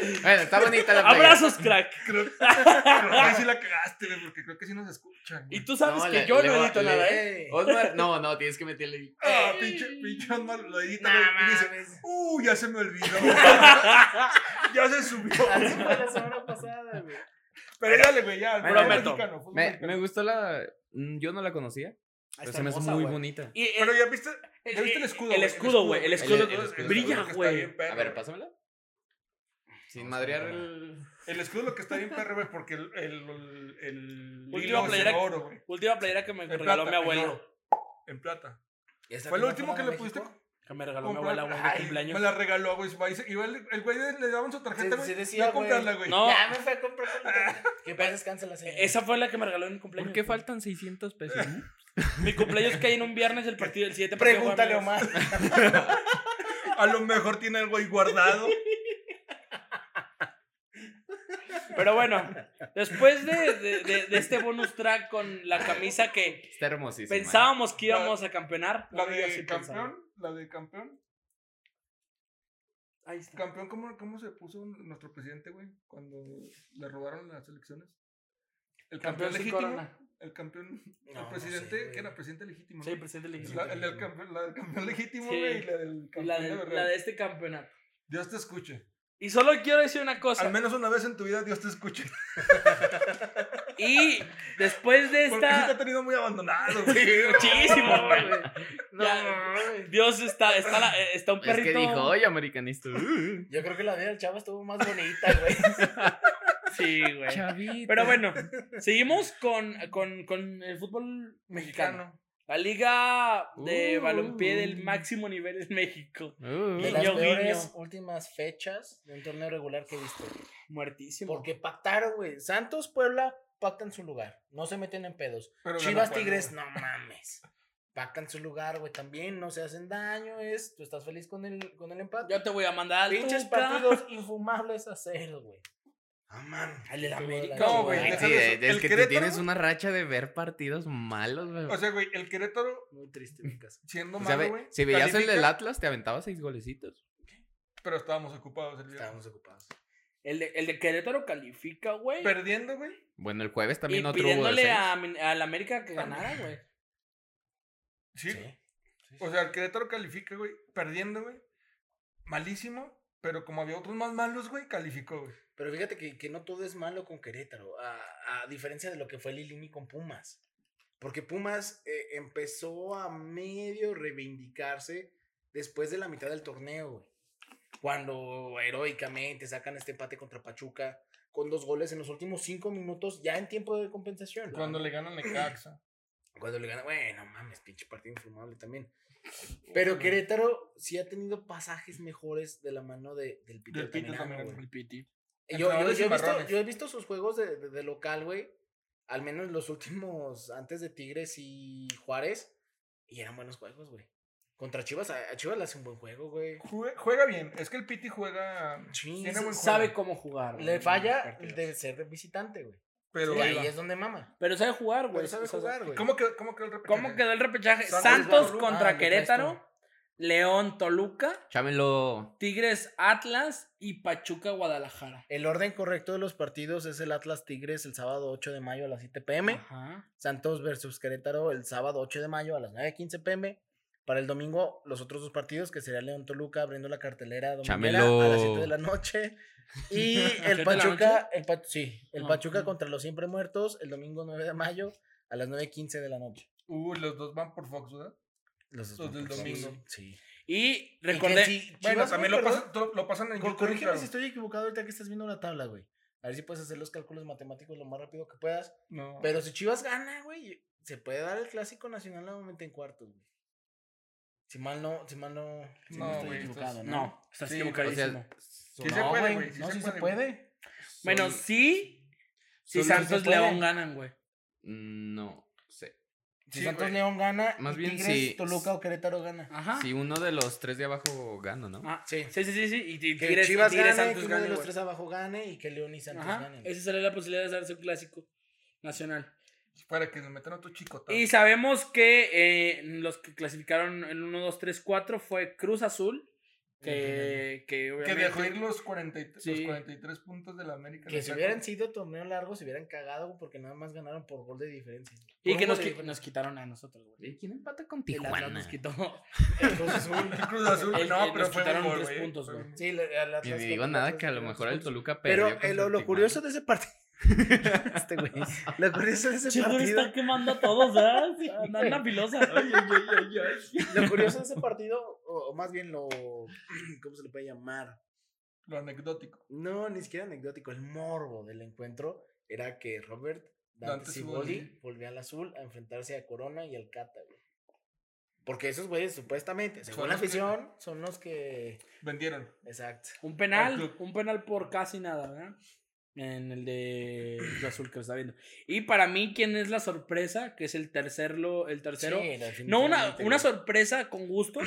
Speaker 4: eh.
Speaker 5: Bueno, está bonita la playera.
Speaker 2: Abrazos, crack.
Speaker 3: Creo, creo que sí la cagaste, güey, porque creo que sí nos escuchan. güey.
Speaker 2: Y tú sabes
Speaker 5: No,
Speaker 2: que
Speaker 5: le-
Speaker 2: yo
Speaker 5: le
Speaker 2: no
Speaker 5: va-
Speaker 2: edito
Speaker 5: le-
Speaker 2: nada, ¿eh?
Speaker 5: Osmar, no, no, tienes que meterle. el-
Speaker 3: Ah, pinche, pinche Osmar lo edita,
Speaker 4: Nah,
Speaker 3: güey, y dice,
Speaker 4: mames.
Speaker 3: uh, ya se me olvidó. ya se subió.
Speaker 4: Así fue la semana pasada, güey.
Speaker 3: Pero dale, güey, ya.
Speaker 2: Me
Speaker 3: fútbol
Speaker 2: prometo.
Speaker 3: mexicano, fútbol
Speaker 5: Me,
Speaker 3: mexicano.
Speaker 5: me gustó la. mm, Yo no la conocía, pero se me hace muy bonita.
Speaker 2: Y,
Speaker 3: Pero ya viste,
Speaker 2: eh,
Speaker 3: ya viste el
Speaker 2: eh,
Speaker 3: escudo.
Speaker 2: El escudo, güey. El escudo,
Speaker 5: El- el escudo.
Speaker 2: brilla,
Speaker 3: lo que está
Speaker 2: güey.
Speaker 3: bien perro,
Speaker 5: A ver,
Speaker 3: güey.
Speaker 5: pásamela. Sin madrear el.
Speaker 3: El escudo es lo que está bien perro, güey, porque el, el, el, el
Speaker 2: Última
Speaker 3: hilo es en
Speaker 2: playera-
Speaker 3: oro, güey.
Speaker 2: Última playera que me
Speaker 3: En
Speaker 2: regaló
Speaker 3: plata,
Speaker 2: mi
Speaker 3: en
Speaker 2: abuelo.
Speaker 3: oro, En plata.
Speaker 4: ¿Esta
Speaker 3: Fue lo
Speaker 4: no
Speaker 3: último que
Speaker 4: la
Speaker 3: le
Speaker 4: de
Speaker 3: pudiste
Speaker 4: México?
Speaker 2: Que me regaló mi
Speaker 3: comprar.
Speaker 2: abuela, güey, de
Speaker 3: Ay, Me
Speaker 2: cumpleaños.
Speaker 3: la regaló, güey. su país. Y güey, le- el güey le daban su tarjeta,
Speaker 4: Sí,
Speaker 3: güey.
Speaker 4: sí
Speaker 3: Ve
Speaker 4: decía,
Speaker 3: a comprarla,
Speaker 4: güey.
Speaker 3: güey.
Speaker 2: No.
Speaker 4: Ya me fue a comprar con la
Speaker 3: Ah.
Speaker 4: Que pases cancela, señora.
Speaker 2: Esa fue la que me regaló en mi cumpleaños.
Speaker 5: ¿Por qué
Speaker 2: güey.
Speaker 5: faltan 600 pesos?
Speaker 2: Mi cumpleaños cae en un viernes el partido del 7
Speaker 4: Pregúntale, Omar.
Speaker 3: A lo mejor tiene algo ahí guardado.
Speaker 2: Pero bueno, después de, de- de- de este bonus track con la camisa que
Speaker 5: Está hermosísima. ¿eh?
Speaker 2: pensábamos que íbamos a campeonar.
Speaker 3: La
Speaker 2: no digas si
Speaker 3: de
Speaker 2: pensábamos.
Speaker 3: campeón, la de campeón.
Speaker 2: Ahí está.
Speaker 3: Campeón, ¿cómo, cómo se puso nuestro presidente, güey? Cuando le robaron las elecciones. El campeón,
Speaker 2: Campeón sin
Speaker 3: legítimo.
Speaker 2: corona.
Speaker 3: El campeón.
Speaker 4: No,
Speaker 3: el
Speaker 4: no
Speaker 3: presidente,
Speaker 4: sé, güey.
Speaker 3: que era presidente legítimo.
Speaker 2: Sí,
Speaker 3: ¿no?
Speaker 2: presidente legítimo.
Speaker 3: La, el del campeón, la del campeón legítimo,
Speaker 2: Sí.
Speaker 3: güey, y la del
Speaker 2: Y
Speaker 3: campeón
Speaker 2: La
Speaker 3: de,
Speaker 2: de,
Speaker 3: verdad.
Speaker 2: la de este campeonato.
Speaker 3: Dios te escuche.
Speaker 2: Y solo quiero decir una cosa.
Speaker 3: Al menos una vez en tu vida Dios te escuche.
Speaker 2: Y después de
Speaker 3: Porque sí te ha
Speaker 2: esta.
Speaker 3: tenido muy abandonado, güey.
Speaker 2: Muchísimo, güey.
Speaker 5: No,
Speaker 2: Ya.
Speaker 5: mames.
Speaker 2: Dios está, está, la- eh, está un
Speaker 5: es
Speaker 2: perrito.
Speaker 5: que dijo, oye, americanista. uh,
Speaker 4: Yo creo que la vida del chavo estuvo más bonita, güey.
Speaker 2: Sí, güey.
Speaker 5: Chavito.
Speaker 2: Pero bueno, seguimos con, con, con el fútbol mexicano. La liga de
Speaker 5: Uh.
Speaker 2: balompié del máximo nivel en México.
Speaker 5: Uh,
Speaker 4: De las
Speaker 2: Guiño,
Speaker 4: peores
Speaker 2: guiño.
Speaker 4: últimas fechas de un torneo regular que he visto.
Speaker 2: Muertísimo.
Speaker 4: Porque pactaron, güey. Santos, Puebla, pactan su lugar. No se meten en pedos.
Speaker 3: Pero ganó
Speaker 4: Chivas,
Speaker 3: Puebla,
Speaker 4: Tigres,
Speaker 3: güey.
Speaker 4: no mames. Pactan su lugar, güey. También no se hacen daño. Es, tú estás feliz con el, con el empate.
Speaker 2: Yo te voy a mandar al
Speaker 4: Pinches
Speaker 2: Tuca.
Speaker 4: partidos infumables a cero, güey. Ah, man.
Speaker 2: Al del
Speaker 4: Tú,
Speaker 2: América,
Speaker 3: No, güey,
Speaker 5: Ay, sí,
Speaker 3: deja de
Speaker 5: es
Speaker 3: eso. El
Speaker 5: que tú
Speaker 3: Querétaro-
Speaker 5: tienes una racha de ver partidos malos, güey.
Speaker 3: O sea, güey, el Querétaro
Speaker 4: Muy triste mi casa.
Speaker 3: siendo
Speaker 5: O sea, ve-
Speaker 3: malo, güey.
Speaker 5: si veías el
Speaker 3: califica,
Speaker 5: del Atlas, te aventaba seis golecitos.
Speaker 3: Pero estábamos ocupados el día.
Speaker 4: Estábamos ocupados.
Speaker 2: El de, el de Querétaro califica, güey.
Speaker 3: Perdiendo, güey.
Speaker 5: Bueno, el jueves
Speaker 2: Y
Speaker 5: también otro hubo
Speaker 2: pidiéndole
Speaker 5: descenso.
Speaker 2: a, Min- a la América que ganara, güey.
Speaker 3: Sí. O sea, el Querétaro califica, güey. Perdiendo, güey. Malísimo. Pero como había otros más malos, güey, calificó, güey.
Speaker 4: Pero fíjate que, que no todo es malo con Querétaro, a, a diferencia de lo que fue Lilini con Pumas. Porque Pumas eh, empezó a medio reivindicarse después de la mitad del torneo, güey. Cuando heroicamente sacan este empate contra Pachuca con dos goles en los últimos cinco minutos, ya en tiempo de compensación.
Speaker 3: Cuando le ganan a Necaxa.
Speaker 4: Cuando le gana, bueno, mames, pinche partido infumable también. Pero Querétaro sí ha tenido pasajes mejores de la mano de, del Pito
Speaker 3: Del Pito
Speaker 4: Altamirano,
Speaker 3: Altamirano.
Speaker 4: güey.
Speaker 2: El Piti.
Speaker 4: Eh, Yo, yo,
Speaker 3: Entrenadores
Speaker 4: yo he
Speaker 3: y
Speaker 4: visto,
Speaker 3: marrones.
Speaker 4: yo he visto sus juegos de, de- de local, güey. Al menos los últimos, antes de Tigres y Juárez. Y eran buenos juegos, güey. Contra Chivas, a a Chivas le hace un buen juego, güey.
Speaker 3: Jue- juega bien. Es que el Piti juega.
Speaker 4: Sí,
Speaker 3: tiene buen juego.
Speaker 2: Sabe cómo jugar. güey,
Speaker 4: Le
Speaker 2: en
Speaker 4: falla
Speaker 2: partidos.
Speaker 4: de ser de visitante, güey.
Speaker 3: Pero
Speaker 4: Y
Speaker 3: ahí
Speaker 4: ahí
Speaker 3: va.
Speaker 4: es donde mama.
Speaker 2: Pero sabe jugar,
Speaker 4: Pero
Speaker 2: güey.
Speaker 4: sabe
Speaker 2: O sea,
Speaker 4: jugar, güey.
Speaker 3: ¿Cómo quedó, cómo quedó el repechaje?
Speaker 2: ¿Cómo quedó el repechaje?
Speaker 3: Santos,
Speaker 2: Santos
Speaker 3: Toluca.
Speaker 2: contra
Speaker 4: Ah, lo traes
Speaker 2: Querétaro, León, Toluca,
Speaker 5: Chámenlo.
Speaker 2: Tigres, Atlas y Pachuca, Guadalajara.
Speaker 4: El orden correcto de los partidos es el Atlas Tigres el sábado 8 de mayo a las 7 pm.
Speaker 2: Ajá.
Speaker 4: Santos versus Querétaro el sábado 8 de mayo a las 9.15 pm. Para el domingo, los otros dos partidos, que sería León Toluca abriendo la cartelera dominguera a las 7 de
Speaker 5: Chamelo.
Speaker 4: la noche. Y
Speaker 2: ¿Siete
Speaker 4: el
Speaker 2: de la
Speaker 4: Pachuca, el Pa- sí, el
Speaker 2: Ah,
Speaker 4: Pachuca
Speaker 2: ok.
Speaker 4: contra los siempre muertos el domingo 9 de mayo a las 9.15 de la noche.
Speaker 3: Uh, los dos van por Fox, ¿verdad?
Speaker 4: Los,
Speaker 3: Los del domingo.
Speaker 4: Sí. sí.
Speaker 2: Y
Speaker 4: Y que
Speaker 2: recordé.
Speaker 4: si
Speaker 3: Bueno,
Speaker 4: Chivas,
Speaker 3: también
Speaker 4: güey,
Speaker 3: lo pasan,
Speaker 4: perdón,
Speaker 3: to- lo pasan en
Speaker 4: cor-
Speaker 3: YouTube,
Speaker 4: Corrígeme
Speaker 3: claro.
Speaker 4: si estoy equivocado ahorita que estás viendo la tabla, güey. A ver si puedes hacer los cálculos matemáticos lo más rápido que puedas.
Speaker 3: No.
Speaker 4: Pero si Chivas gana, güey, se puede dar el clásico nacional nuevamente en cuartos, güey. Si mal no, si mal no, si no,
Speaker 3: No,
Speaker 4: estoy
Speaker 3: güey,
Speaker 4: equivocado,
Speaker 3: estás-
Speaker 4: ¿no?
Speaker 2: No, estás
Speaker 3: Sí,
Speaker 5: O sea,
Speaker 2: equivocadísimo.
Speaker 3: Sí
Speaker 4: no,
Speaker 3: se puede,
Speaker 4: güey,
Speaker 3: güey, sí
Speaker 4: no,
Speaker 3: se
Speaker 4: sí se
Speaker 3: puede, güey.
Speaker 4: puede.
Speaker 2: bueno,
Speaker 5: son-
Speaker 2: sí. Si
Speaker 4: solo sí
Speaker 2: Santos
Speaker 4: se puede.
Speaker 2: León ganan, güey.
Speaker 5: No sé.
Speaker 4: Si
Speaker 3: Sí,
Speaker 4: Santos
Speaker 3: güey.
Speaker 4: León gana,
Speaker 5: Más
Speaker 4: y
Speaker 5: bien
Speaker 4: Tigres,
Speaker 5: si-
Speaker 4: Toluca o Querétaro gana.
Speaker 2: Ajá.
Speaker 5: Si uno de los tres de abajo gana, ¿no?
Speaker 2: Ah,
Speaker 4: Sí.
Speaker 2: sí, sí, sí, sí. Y, y
Speaker 4: Que
Speaker 2: Tigres,
Speaker 4: Chivas
Speaker 2: Tigres,
Speaker 4: gane, que
Speaker 2: Santos
Speaker 4: uno de
Speaker 2: ganan.
Speaker 4: los tres abajo gane y que León y Santos
Speaker 2: Ajá.
Speaker 4: ganen.
Speaker 2: Esa sería la posibilidad de darse un clásico nacional.
Speaker 3: Para que nos metan otro chicotazo.
Speaker 2: Y sabemos que eh, los que clasificaron en 1, 2, 3, 4 fue Cruz Azul, que, que
Speaker 3: Que
Speaker 2: obviamente...
Speaker 3: dejó ir los, 40 y-
Speaker 2: Sí.
Speaker 3: los 43 puntos de la América.
Speaker 4: Que si
Speaker 3: Necaxa.
Speaker 4: hubieran sido torneo largo, se hubieran cagado porque nada más ganaron por gol de diferencia.
Speaker 2: Y
Speaker 4: Por
Speaker 2: que
Speaker 4: un
Speaker 2: nos,
Speaker 4: gol de
Speaker 2: qui- nos quitaron a nosotros, güey.
Speaker 5: ¿Quién empata con
Speaker 2: El Atlas nos quitó.
Speaker 4: diferencia. El Cruz Azul.
Speaker 3: El Ah, Cruz Azul,
Speaker 2: El-
Speaker 3: no,
Speaker 2: el-
Speaker 3: pero
Speaker 2: nos
Speaker 3: fue
Speaker 2: quitaron
Speaker 3: un gol,
Speaker 2: tres
Speaker 3: güey.
Speaker 2: puntos,
Speaker 3: Fue
Speaker 2: güey.
Speaker 3: un-
Speaker 4: Sí, le- al Atlas
Speaker 5: Y
Speaker 4: contra
Speaker 5: digo nada
Speaker 4: Atlas
Speaker 5: que a lo
Speaker 4: tiene
Speaker 5: mejor
Speaker 4: tres
Speaker 5: el
Speaker 2: Pues,
Speaker 4: puntos.
Speaker 5: Toluca perdió.
Speaker 4: Pero eh,
Speaker 5: contra
Speaker 4: lo,
Speaker 5: el
Speaker 4: lo
Speaker 5: Tijuana.
Speaker 4: curioso de ese partido. este güey. Lo curioso de ese
Speaker 2: Chico
Speaker 4: partido.
Speaker 2: está quemando a todos, ¿verdad? Andan filosa.
Speaker 4: Lo curioso de ese partido, o, o más bien lo. ¿Cómo se le puede llamar?
Speaker 3: Lo anecdótico.
Speaker 4: No, ni siquiera anecdótico. El morbo del encuentro era que Robert
Speaker 3: Dante
Speaker 4: Dante Ciboli
Speaker 3: Civoli.
Speaker 4: volvió al azul a enfrentarse a Corona y al Cata, güey. Porque esos güeyes, supuestamente, según la
Speaker 3: los que-
Speaker 4: afición, son los que.
Speaker 3: Vendieron.
Speaker 4: Exacto.
Speaker 2: Un
Speaker 3: Al
Speaker 2: penal,
Speaker 3: club.
Speaker 2: un penal por casi nada, ¿verdad? En el de Cruz Azul que lo está viendo. Y para mí, ¿quién es la sorpresa? Que es el tercero, el tercero.
Speaker 4: Sí,
Speaker 2: no, una,
Speaker 4: definitivamente,
Speaker 2: una
Speaker 4: güey.
Speaker 2: sorpresa con gusto,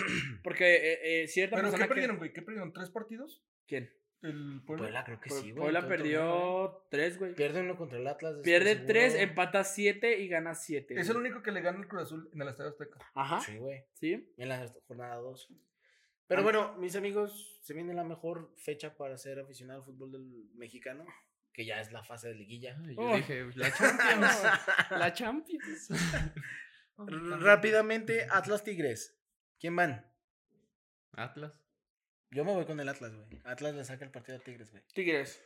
Speaker 2: porque eh, eh, cierta
Speaker 3: ¿Pero qué
Speaker 2: persona que-
Speaker 3: perdieron, güey? ¿Qué perdieron? ¿Tres partidos?
Speaker 2: ¿Quién?
Speaker 3: El Puebla.
Speaker 4: Puebla, creo que
Speaker 2: Pue-
Speaker 4: sí, güey.
Speaker 2: Puebla
Speaker 4: todo el torneo, güey.
Speaker 2: perdió tres, güey.
Speaker 4: Pierde uno contra el Atlas. después
Speaker 2: Pierde
Speaker 4: seguro.
Speaker 2: tres, empata siete y gana siete.
Speaker 3: Es el
Speaker 2: güey.
Speaker 3: único que le gana el Cruz Azul en el Estadio Azteca.
Speaker 2: Ajá.
Speaker 4: Sí, güey.
Speaker 2: Sí.
Speaker 4: En la jornada 2. Pero
Speaker 2: Ah.
Speaker 4: bueno, mis amigos, se viene la mejor fecha para ser aficionado al fútbol del mexicano, que ya es la fase de liguilla.
Speaker 5: Ay, Yo
Speaker 2: Oh.
Speaker 5: dije, la Champions. la Champions.
Speaker 4: R- Rápidamente, Atlas Tigres. ¿Quién van?
Speaker 5: Atlas.
Speaker 4: Yo me voy con el Atlas, güey. Atlas le saca el partido a Tigres, güey.
Speaker 2: Tigres.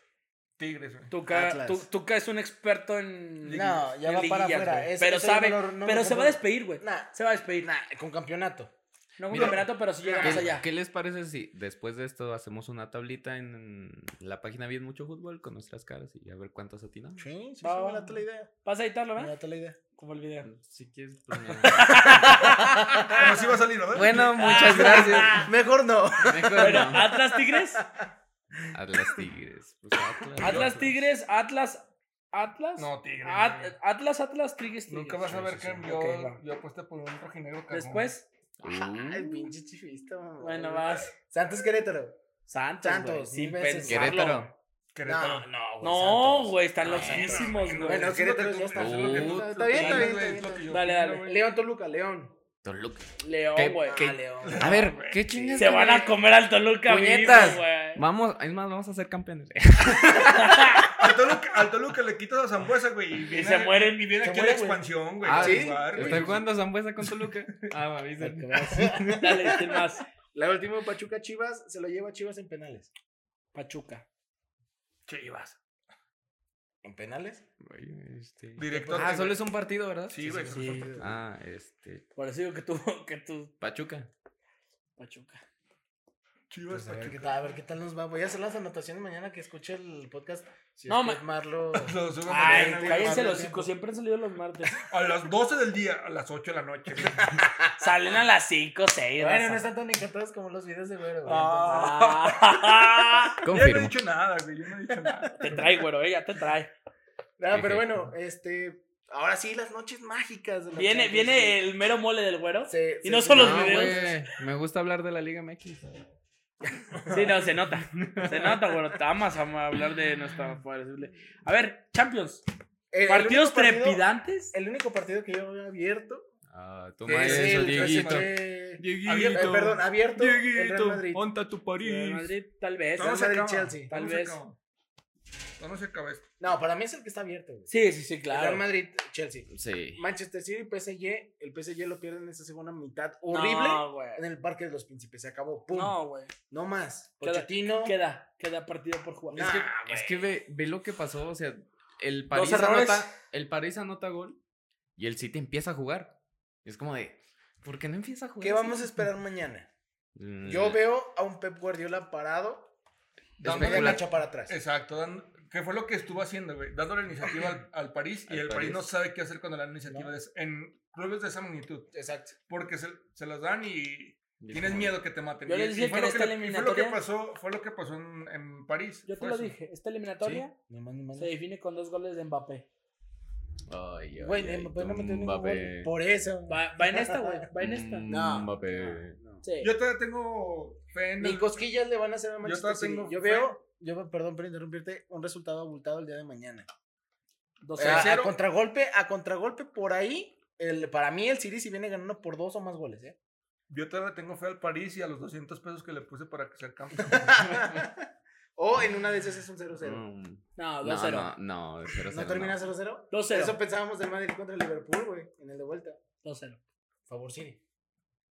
Speaker 3: Tigres, güey.
Speaker 2: Tuca,
Speaker 4: Atlas.
Speaker 2: Tu- Tuca es un experto en.
Speaker 4: No, ya
Speaker 2: en
Speaker 4: va para
Speaker 2: liguillas,
Speaker 4: afuera.
Speaker 2: güey.
Speaker 4: Es-
Speaker 2: pero
Speaker 4: eso ya
Speaker 2: sabe.
Speaker 4: no lo- no lo
Speaker 2: pero se va a
Speaker 4: compro.
Speaker 2: despedir, güey.
Speaker 4: Nah,
Speaker 2: Se va a despedir.
Speaker 4: nah, con campeonato.
Speaker 2: No un
Speaker 5: Mira,
Speaker 2: campeonato, pero si llega más
Speaker 5: ¿Qué-
Speaker 2: allá.
Speaker 5: ¿Qué les parece si después de esto hacemos una tablita en la página Bien Mucho Fútbol con nuestras caras y a ver cuántas atinamos?
Speaker 4: Sí, sí, sí,
Speaker 2: Va, va,
Speaker 4: me
Speaker 2: va.
Speaker 4: late la idea.
Speaker 2: Vas a editarlo,
Speaker 4: Me
Speaker 2: ¿verdad?
Speaker 4: late la idea.
Speaker 2: Como el video.
Speaker 5: Si quieres, pues, mira.
Speaker 3: Pero sí va a salir, ¿verdad?
Speaker 5: Bueno,
Speaker 4: Ah,
Speaker 5: muchas gracias.
Speaker 4: Mejor no.
Speaker 5: Mejor
Speaker 2: Ah. Bueno,
Speaker 5: no.
Speaker 2: Atlas Tigres.
Speaker 5: Atlas Tigres. pues, Atlas,
Speaker 2: Atlas Tigres, Atlas. Atlas.
Speaker 3: No, Tigres.
Speaker 2: At-
Speaker 3: güey.
Speaker 2: Atlas, Atlas, Tigres, Tigres.
Speaker 3: Nunca vas a
Speaker 5: Sí,
Speaker 3: ver
Speaker 5: sí,
Speaker 3: que
Speaker 5: sí.
Speaker 3: yo,
Speaker 2: Ok, va.
Speaker 3: yo apuesté por un rojinegro cagón.
Speaker 2: Después,
Speaker 4: Ay,
Speaker 5: Uh,
Speaker 4: pinche chifista, mamá.
Speaker 2: bueno, vas.
Speaker 4: Santos Querétaro.
Speaker 2: Santos,
Speaker 4: Santos,
Speaker 2: güey, sin
Speaker 4: mil veces.
Speaker 2: pensarlo.
Speaker 5: Querétaro.
Speaker 3: Querétaro.
Speaker 4: no,
Speaker 2: No,
Speaker 4: Santos. Ah,
Speaker 2: güey, están
Speaker 4: No,
Speaker 2: loquísimos,
Speaker 3: Bueno,
Speaker 2: güey.
Speaker 4: Bueno,
Speaker 3: eso es
Speaker 4: Querétaro
Speaker 3: lo que
Speaker 4: ya
Speaker 3: tú-
Speaker 4: está.
Speaker 3: eso es lo que tú-
Speaker 5: Uh,
Speaker 4: Está bien, está
Speaker 3: Dale,
Speaker 4: bien,
Speaker 3: güey,
Speaker 4: está
Speaker 3: es
Speaker 4: bien.
Speaker 3: lo que yo
Speaker 2: Dale,
Speaker 3: opino,
Speaker 2: dale.
Speaker 3: güey.
Speaker 4: León Toluca, León.
Speaker 5: Toluca.
Speaker 2: León,
Speaker 5: ¿Qué-
Speaker 2: güey.
Speaker 5: qué-
Speaker 4: Ah, León.
Speaker 5: A ver, ¿qué chingas?
Speaker 2: Se van a comer al Toluca, vivo,
Speaker 5: Puñetas.
Speaker 2: güey.
Speaker 5: Vamos, es más, vamos a ser campeones.
Speaker 3: Al Toluca, al Toluca le quitas la zambuesa, güey. Y, viene-
Speaker 2: se mueren,
Speaker 3: Y viene
Speaker 2: se
Speaker 3: aquí
Speaker 2: mueren,
Speaker 3: la
Speaker 2: güey.
Speaker 3: expansión, güey.
Speaker 5: Ah,
Speaker 3: a
Speaker 5: ¿sí?
Speaker 3: jugar, güey.
Speaker 5: Estoy jugando Zambuesa con Toluca. Ah, me avisan.
Speaker 4: Porque vas-
Speaker 2: Dale, ¿quién más?
Speaker 4: La última Pachuca Chivas se lo lleva Chivas en penales.
Speaker 2: Pachuca.
Speaker 3: Chivas.
Speaker 4: ¿En penales?
Speaker 5: Güey, este-
Speaker 3: Directo.
Speaker 5: Ah, solo es un partido, ¿verdad?
Speaker 3: Sí, güey.
Speaker 2: sí,
Speaker 3: solo
Speaker 2: sí.
Speaker 3: es un partido.
Speaker 5: Ah, este.
Speaker 2: Por eso digo que tú, que tú,
Speaker 5: Pachuca.
Speaker 2: Pachuca.
Speaker 3: Chivas.
Speaker 4: Pues a, ver qué
Speaker 3: Pachuca.
Speaker 4: tal, a ver qué tal nos va. Voy a hacer las anotaciones mañana que escuche el podcast. Si
Speaker 2: No,
Speaker 4: no,
Speaker 2: ma-
Speaker 4: Marlo.
Speaker 3: Lo subo
Speaker 2: Ay,
Speaker 3: mañana, güey,
Speaker 2: cállense
Speaker 3: martes.
Speaker 2: los chicos, siempre han salido los martes.
Speaker 3: A las 12 del día, a las 8 de la noche. güey.
Speaker 2: Salen a las 5, 6.
Speaker 4: Bueno, no están tan encantados como los videos de Güero. güey, entonces-
Speaker 2: Ah,
Speaker 3: Yo no he
Speaker 5: Confirmo.
Speaker 3: dicho nada, güey. Yo no he dicho nada.
Speaker 2: te trae, güero, eh, ya te trae.
Speaker 4: No, pero bueno, este. Ahora sí, las noches mágicas. de la
Speaker 2: Viene,
Speaker 4: Champions
Speaker 2: viene
Speaker 4: League.
Speaker 2: el mero mole del güero.
Speaker 4: Se- Ah,
Speaker 2: y
Speaker 4: se-
Speaker 2: no son los
Speaker 5: No,
Speaker 2: videos.
Speaker 5: güey, Me gusta hablar de la Liga MX.
Speaker 2: Sí, no, se nota. Se nota, güero. Te amas a hablar de nuestra pobre. A ver, Champions.
Speaker 4: El- el
Speaker 2: Partidos
Speaker 4: único partido-
Speaker 2: trepidantes.
Speaker 4: El único partido que yo había abierto
Speaker 5: Ah,
Speaker 4: es
Speaker 5: toma eso,
Speaker 4: el
Speaker 5: Dieguito.
Speaker 4: PSG. Eh,
Speaker 3: Dieguito.
Speaker 4: perdón, abierto el Real Madrid.
Speaker 5: onta tu
Speaker 2: Real Madrid, tal vez.
Speaker 4: No,
Speaker 3: Todavía
Speaker 4: Madrid,
Speaker 3: acaba, todavía
Speaker 4: Chelsea,
Speaker 2: tal
Speaker 3: se
Speaker 2: vez.
Speaker 3: acaba. Todavía se acaba esto.
Speaker 4: No, para mí es el que está abierto. güey.
Speaker 2: Sí, sí, sí,
Speaker 4: El
Speaker 2: claro.
Speaker 4: Real Madrid, Chelsea.
Speaker 5: Sí.
Speaker 4: Manchester City, PSG. El PSG lo pierden en esa segunda mitad horrible
Speaker 2: No, güey.
Speaker 4: en el Parque de los Príncipes. Se acabó. ¡Pum! No,
Speaker 2: No, güey.
Speaker 4: más.
Speaker 2: Queda-
Speaker 4: Pochettino.
Speaker 2: Queda, queda partido por jugar.
Speaker 4: Nah,
Speaker 5: Es que ve, ve lo que pasó. O sea, el
Speaker 2: Los
Speaker 5: París,
Speaker 2: errores.
Speaker 5: anota, el París anota gol y el City empieza a jugar. Es como de, ¿por qué no empieza a jugar?
Speaker 4: ¿Qué vamos a esperar mañana?
Speaker 5: Mm.
Speaker 4: Yo veo a un Pep Guardiola parado,
Speaker 3: Dándole
Speaker 4: media
Speaker 5: Especular.
Speaker 4: cancha para atrás.
Speaker 3: Exacto. Dan, ¿Qué fue lo que estuvo haciendo, güey? Dándole iniciativa al, al París y
Speaker 5: Al
Speaker 3: el París.
Speaker 5: París.
Speaker 3: no sabe qué hacer cuando le dan iniciativa
Speaker 4: No.
Speaker 3: de- en clubes de esa magnitud.
Speaker 4: Exacto.
Speaker 3: Porque se, se los dan y tienes
Speaker 5: como-
Speaker 3: miedo que te maten.
Speaker 2: Yo
Speaker 3: Y-
Speaker 2: les
Speaker 3: y
Speaker 2: dije que
Speaker 3: fue
Speaker 2: en
Speaker 3: lo
Speaker 2: esta
Speaker 3: le- y fue lo que
Speaker 2: eliminatoria-
Speaker 3: pasó, fue lo que pasó en, en París.
Speaker 2: Yo te
Speaker 3: fue
Speaker 2: lo
Speaker 3: eso.
Speaker 2: dije, esta eliminatoria
Speaker 4: Sí, ni más ni menos.
Speaker 2: se define con dos goles de Mbappé.
Speaker 5: Ay, ay,
Speaker 4: Güey,
Speaker 5: ay,
Speaker 4: Mbappé no metió ningún
Speaker 5: Mbappé.
Speaker 4: gol. Por eso.
Speaker 2: Va, va en esta, güey. Va en esta.
Speaker 4: No.
Speaker 3: Mm,
Speaker 5: Mbappé.
Speaker 4: No, no.
Speaker 2: Sí.
Speaker 3: Yo todavía tengo fe en
Speaker 4: Ni
Speaker 3: el...
Speaker 4: cosquillas le van a hacer a Manchester
Speaker 3: todavía
Speaker 4: City.
Speaker 3: tengo
Speaker 4: Yo
Speaker 3: fe.
Speaker 4: veo, yo, perdón por interrumpirte, un resultado abultado el día de mañana.
Speaker 2: Dos
Speaker 4: Eh,
Speaker 2: a
Speaker 4: a,
Speaker 2: cero.
Speaker 3: cero.
Speaker 4: contragolpe, a contragolpe por ahí. El, para mí el City si viene ganando por dos o más goles, ¿eh?
Speaker 3: Yo todavía tengo fe al París y a los 200 pesos que le puse para que sea campeón.
Speaker 4: o en una de esas es un 0-0.
Speaker 5: Mm.
Speaker 2: No,
Speaker 5: No,
Speaker 2: 2-0.
Speaker 5: no, no, 0-0.
Speaker 4: ¿No
Speaker 5: no.
Speaker 4: termina 0-0?
Speaker 2: 2-0.
Speaker 4: Eso pensábamos del Madrid contra el Liverpool, güey, en el de vuelta.
Speaker 2: 2-0.
Speaker 4: Favor City.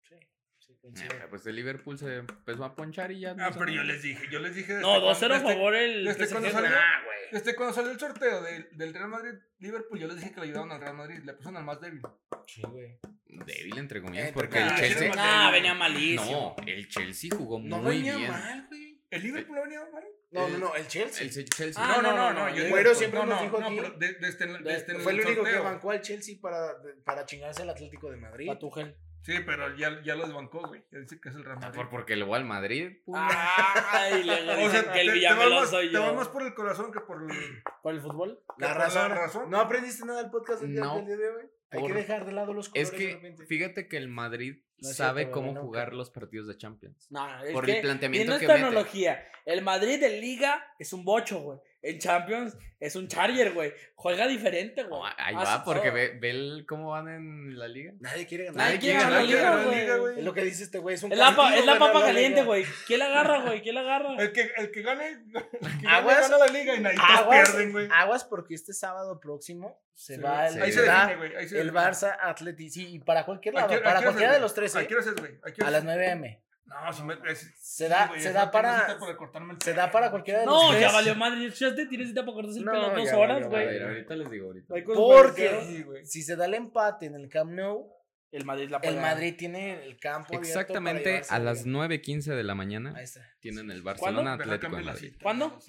Speaker 4: Sí, sí,
Speaker 5: Eh,
Speaker 4: coincido.
Speaker 5: Pues el Liverpool se empezó a ponchar y ya.
Speaker 3: ah, pero yo les dije, yo les dije...
Speaker 2: No, 2-0 a
Speaker 3: por favor.
Speaker 2: favor el
Speaker 3: desde
Speaker 2: PSG,
Speaker 3: cuando
Speaker 2: güey.
Speaker 3: salió-
Speaker 2: Ah, güey.
Speaker 3: Este, cuando salió el sorteo del, del Real Madrid-Liverpool, yo les dije que le ayudaban al Real Madrid, le pusieron al más débil.
Speaker 4: Sí, güey.
Speaker 5: Débil, entre comillas,
Speaker 4: Entre
Speaker 5: porque el
Speaker 4: comillas.
Speaker 5: Chelsea.
Speaker 2: No, Ah, venía malísimo.
Speaker 5: No, el Chelsea jugó
Speaker 4: No
Speaker 5: muy
Speaker 4: venía
Speaker 5: bien.
Speaker 4: mal, güey.
Speaker 3: ¿El Liverpool no venía mal?
Speaker 4: No, no,
Speaker 5: El-
Speaker 4: no, el Chelsea.
Speaker 5: El Che- Chelsea.
Speaker 2: Ah, no, no, no, yo-
Speaker 4: Güero siempre
Speaker 3: no,
Speaker 4: nos
Speaker 3: no,
Speaker 4: dijo
Speaker 3: no,
Speaker 4: aquí-
Speaker 3: pero de- desde el-
Speaker 2: de-
Speaker 3: desde el
Speaker 4: Fue el único que
Speaker 3: sorteo.
Speaker 4: bancó al Chelsea para, para chingarse al Atlético de Madrid.
Speaker 2: Pa' tu gel.
Speaker 3: Sí, pero ya, ya lo desbancó, güey. Ya dice que es el Real
Speaker 5: Ah,
Speaker 3: Madrid.
Speaker 5: por- porque le voy al Madrid.
Speaker 2: Ah, Ay, le
Speaker 3: Ah. O
Speaker 2: dicen
Speaker 3: sea,
Speaker 2: que
Speaker 3: te,
Speaker 2: el
Speaker 3: te vas
Speaker 2: Villamelo
Speaker 3: más,
Speaker 2: soy
Speaker 3: te vas
Speaker 2: yo.
Speaker 3: más por el corazón que por el...
Speaker 2: ¿Por el fútbol?
Speaker 4: La
Speaker 3: ¿Por
Speaker 4: razón,
Speaker 3: la razón?
Speaker 4: No aprendiste nada del podcast del día-
Speaker 5: No.
Speaker 4: del día de hoy. Hay que
Speaker 5: Por-
Speaker 4: dejar de lado los colores.
Speaker 5: Es que
Speaker 4: realmente.
Speaker 5: fíjate que el Madrid
Speaker 4: No es
Speaker 5: sabe
Speaker 4: cierto,
Speaker 5: cómo
Speaker 4: no,
Speaker 5: jugar
Speaker 4: pero-
Speaker 5: los partidos de Champions.
Speaker 2: No, es
Speaker 5: Por
Speaker 2: que
Speaker 5: el planteamiento
Speaker 2: viendo
Speaker 5: que
Speaker 2: esta
Speaker 5: mete.
Speaker 2: analogía, el Madrid de Liga es un bocho, güey. En Champions es un Charger, güey. Juega diferente, güey.
Speaker 5: No, Oh, ahí
Speaker 2: Hace
Speaker 5: va, porque
Speaker 2: todo.
Speaker 5: ve, ve el- cómo van en la liga.
Speaker 4: Nadie quiere ganar.
Speaker 2: Nadie quiere
Speaker 5: quiere
Speaker 2: ganar la liga,
Speaker 3: ganar la liga,
Speaker 2: güey.
Speaker 3: güey.
Speaker 4: Es lo que dice este güey. Es, un
Speaker 2: Es la, pa-
Speaker 4: castigo
Speaker 2: es la
Speaker 4: ganar
Speaker 2: papa
Speaker 4: la
Speaker 2: caliente,
Speaker 4: liga.
Speaker 2: güey. ¿Quién la agarra, güey? ¿Quién la agarra?
Speaker 3: El que, el que gane, el que gane
Speaker 4: Aguas.
Speaker 3: gana la liga y nadie todos
Speaker 4: Aguas,
Speaker 3: pierden, güey.
Speaker 4: aguas porque este sábado próximo se
Speaker 3: Sí,
Speaker 4: va
Speaker 5: sí.
Speaker 4: el,
Speaker 3: Ahí se
Speaker 5: ¿verdad?
Speaker 3: define, güey. ahí se
Speaker 4: el
Speaker 3: define.
Speaker 4: Barça Atleti. Sí, y para cualquier lado,
Speaker 3: ¿A qué- a qué
Speaker 4: para
Speaker 3: horas es,
Speaker 4: cualquiera de
Speaker 3: güey?
Speaker 4: los tres.
Speaker 3: ¿A
Speaker 4: ¿eh?
Speaker 3: qué horas es, güey? qué
Speaker 4: A
Speaker 3: horas
Speaker 4: las
Speaker 3: es?
Speaker 4: 9 am.
Speaker 3: No, si me... es-
Speaker 4: Se
Speaker 3: sí,
Speaker 4: da,
Speaker 3: güey,
Speaker 4: se
Speaker 3: esa tengo
Speaker 4: da para.
Speaker 3: cita para cortarme el
Speaker 4: Se
Speaker 3: pelo,
Speaker 4: da para
Speaker 3: güey.
Speaker 4: cualquiera de los
Speaker 2: No,
Speaker 4: tres.
Speaker 2: ya valió madre. Ya te tienes cita para cortarse el
Speaker 4: No,
Speaker 2: pelo en dos
Speaker 4: ya
Speaker 2: horas,
Speaker 4: valió
Speaker 5: A
Speaker 4: Güey.
Speaker 5: ver,
Speaker 2: güey.
Speaker 5: ahorita les digo, ahorita.
Speaker 2: No hay cosa
Speaker 4: Porque-
Speaker 2: peor que-
Speaker 3: Sí, güey.
Speaker 4: Si se da el empate en el Camp Nou,
Speaker 2: El Madrid la
Speaker 4: el
Speaker 2: paga.
Speaker 4: Madrid tiene el campo. abierto para
Speaker 5: Exactamente
Speaker 4: llevarse
Speaker 5: a
Speaker 4: la
Speaker 5: las
Speaker 4: liga.
Speaker 5: 9.15 de la mañana
Speaker 4: Ahí está.
Speaker 5: tienen
Speaker 2: ¿Cuándo?
Speaker 5: el Barcelona
Speaker 3: Deja
Speaker 5: Atlético de
Speaker 3: cambio la
Speaker 5: Madrid.
Speaker 3: cita.
Speaker 2: ¿Cuándo?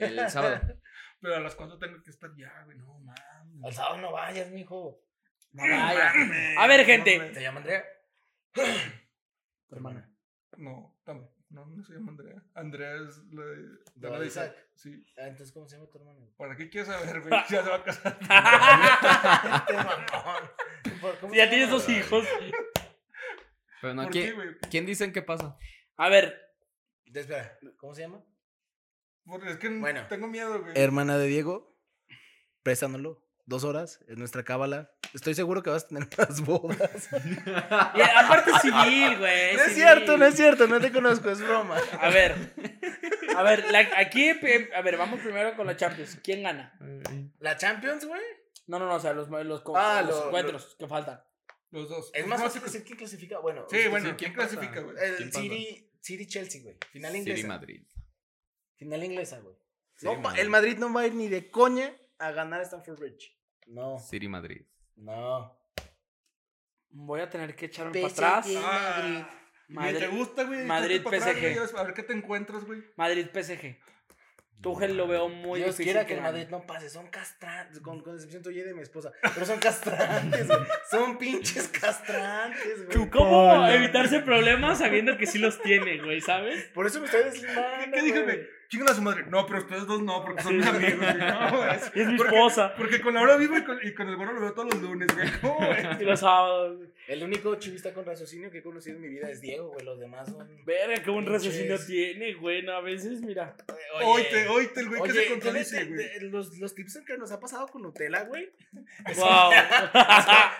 Speaker 5: El sábado.
Speaker 3: Pero a las 4 tengo que estar ya, güey. No
Speaker 4: Al
Speaker 3: mames.
Speaker 4: sábado no vayas, mijo.
Speaker 2: No vaya. A ver, gente.
Speaker 4: ¿Te llama Andrea?
Speaker 2: Tu hermana.
Speaker 3: No, tampoco. No, no se llama Andrea. Andrea es la de, de
Speaker 4: No,
Speaker 3: la de
Speaker 4: Isaac.
Speaker 3: Isaac. Sí.
Speaker 4: Ah, entonces, ¿cómo se llama tu hermano?
Speaker 3: ¿Para qué quieres saber, güey? Ya se va a casar.
Speaker 4: Este mamón. ¿Por- cómo se
Speaker 2: Ya
Speaker 4: llama?
Speaker 2: tienes dos hijos.
Speaker 5: Pero no,
Speaker 3: ¿Por qué,
Speaker 5: ¿quién,
Speaker 3: güey?
Speaker 5: quién dicen que pasa?
Speaker 2: A ver,
Speaker 4: Espera, ¿cómo se llama?
Speaker 3: Porque es que
Speaker 4: Bueno.
Speaker 3: tengo miedo, güey.
Speaker 4: Hermana de Diego, préstanoslo. Dos horas, es nuestra cábala. Estoy seguro que vas a tener unas bodas.
Speaker 2: y aparte civil, güey.
Speaker 4: No es
Speaker 2: civil.
Speaker 4: cierto, no es cierto, no te conozco, es broma.
Speaker 2: A ver, A ver, la- aquí, eh, a ver, vamos primero con la Champions. ¿Quién gana?
Speaker 5: Ay,
Speaker 4: ¿La Champions, güey?
Speaker 2: No, no, no, o sea, los, los, co-
Speaker 4: Ah,
Speaker 2: los
Speaker 4: lo-
Speaker 2: encuentros que faltan.
Speaker 3: Los dos.
Speaker 4: Es más
Speaker 3: No,
Speaker 4: fácil decir quién clasifica. Bueno,
Speaker 3: Sí,
Speaker 4: es-
Speaker 3: bueno,
Speaker 5: sí,
Speaker 3: ¿quién
Speaker 5: ¿quién pasa?
Speaker 3: clasifica, güey?
Speaker 4: el
Speaker 5: ¿quién pasa?
Speaker 4: City, City Chelsea, güey. Final inglesa.
Speaker 5: City Madrid.
Speaker 4: Final inglesa, güey.
Speaker 5: Sí,
Speaker 4: No, pa-
Speaker 5: Madrid.
Speaker 4: el Madrid no va a ir ni de coña a ganar a Stamford Bridge. No,
Speaker 5: City Madrid.
Speaker 4: no.
Speaker 2: Voy a tener que echarme
Speaker 4: PSG.
Speaker 2: para atrás.
Speaker 3: Ah,
Speaker 2: Madrid.
Speaker 3: Madrid. ¿Te gusta, güey?
Speaker 2: Madrid,
Speaker 3: Échate para atrás,
Speaker 2: PSG.
Speaker 3: güey, A ver qué te encuentras, güey.
Speaker 2: Madrid PSG. Tuchel lo veo muy
Speaker 4: Dios
Speaker 2: difícil.
Speaker 4: quiera que el
Speaker 2: gane.
Speaker 4: Madrid no pase. Son castrantes. Con, con excepción tuya y de mi esposa. Pero son castrantes, güey. Son pinches castrantes, güey.
Speaker 2: ¿Cómo evitarse problemas sabiendo que sí los tiene, güey, ¿sabes?
Speaker 4: Por eso me estoy deslimando.
Speaker 3: ¿Qué dije,
Speaker 4: güey?
Speaker 3: güey? Chingan a su madre. No, pero ustedes dos no, porque son mis amigos, güey. No, güey.
Speaker 2: Y es mi
Speaker 3: Porque-
Speaker 2: esposa.
Speaker 3: Porque con la hora vivo y con, y con el gorro lo veo todos los lunes, güey. ¿Cómo, güey?
Speaker 2: Y los sábados.
Speaker 4: El único chivista con raciocinio que he conocido en mi vida es Diego, güey. Los demás son.
Speaker 2: Verga, qué buen
Speaker 4: Pinches.
Speaker 2: raciocinio tiene, güey. no, a veces, mira.
Speaker 3: Oíte, oíte, el güey que
Speaker 4: Oye,
Speaker 3: se contradice,
Speaker 4: fíjate,
Speaker 3: güey.
Speaker 4: de- los, los tips que nos ha pasado con Nutella, güey.
Speaker 2: Wow.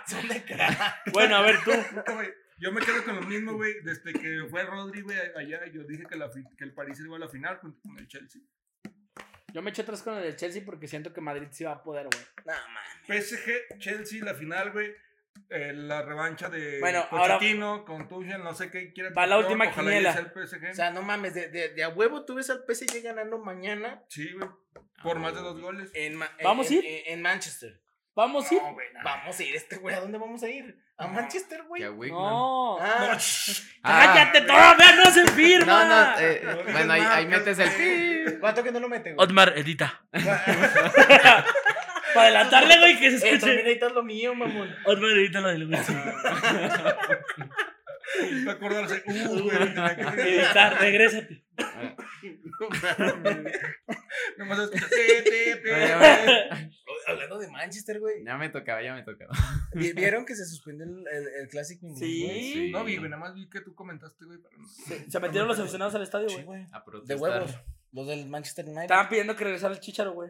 Speaker 4: Son de crack.
Speaker 2: bueno, a ver tú.
Speaker 3: Puta, güey. Yo me quedo con lo mismo, güey. Desde que fue Rodri, güey, allá, yo dije que, la, fi- que el París iba a la final junto con el Chelsea.
Speaker 2: Yo me eché atrás con el del Chelsea porque siento que Madrid sí va a poder, güey.
Speaker 4: No, man.
Speaker 3: PSG, Chelsea, la final, güey. Eh, la revancha de
Speaker 2: Bueno, ahora-
Speaker 3: Pochettino con Tuchel, no sé qué quiere.
Speaker 2: Va la última
Speaker 3: Ojalá y sea
Speaker 2: quiniela.
Speaker 3: el PSG.
Speaker 4: O sea, no mames, de, de, de a huevo tú ves al PSG ganando mañana
Speaker 3: sí, güey. Por más de dos goles.
Speaker 2: eh,
Speaker 4: en, Ma- en-
Speaker 2: ¿Vamos a
Speaker 4: en-
Speaker 2: ir?
Speaker 4: En, en Manchester.
Speaker 2: Vamos, sí.
Speaker 3: No, güey, no.
Speaker 4: Vamos a ir, este güey, ¿a dónde vamos a ir? A
Speaker 3: No.
Speaker 4: Manchester, güey.
Speaker 5: Que a Wigan.
Speaker 2: No.
Speaker 4: Ah,
Speaker 3: No, shh.
Speaker 5: Ah,
Speaker 2: ¡Cállate, todavía no se firma!
Speaker 5: No, no, eh,
Speaker 3: No digas
Speaker 5: bueno, ahí,
Speaker 3: nada,
Speaker 5: ahí
Speaker 3: pues,
Speaker 5: metes el pi.
Speaker 4: ¿Cuánto que no lo mete, güey? Eh,
Speaker 2: Otmar, edita. Para adelantarle, güey, que se
Speaker 4: Eh, también
Speaker 2: escuche.
Speaker 4: necesitas lo mío, mamón.
Speaker 2: Otmar, edita lo del güey.
Speaker 3: Para acordarse. Uh, güey. tenía que tener-
Speaker 2: Editar, regrésate.
Speaker 3: Nomás escuchas, "Te, te,
Speaker 5: Oye,
Speaker 3: te".
Speaker 5: oye,
Speaker 4: Hablando de Manchester, güey.
Speaker 5: Ya me tocaba, ya me tocaba.
Speaker 4: ¿Vi- ¿Vieron que se suspendió el, el, el clásico inglés, güey?
Speaker 2: Sí.
Speaker 3: No vi, güey. Nada más vi que tú comentaste, güey. pero no.
Speaker 2: Se, se metieron los aficionados al estadio,
Speaker 4: Sí,
Speaker 2: güey.
Speaker 4: güey.
Speaker 5: A protestar.
Speaker 4: De huevos. Los del Manchester United.
Speaker 2: Estaban pidiendo que regresara el chicharo, güey.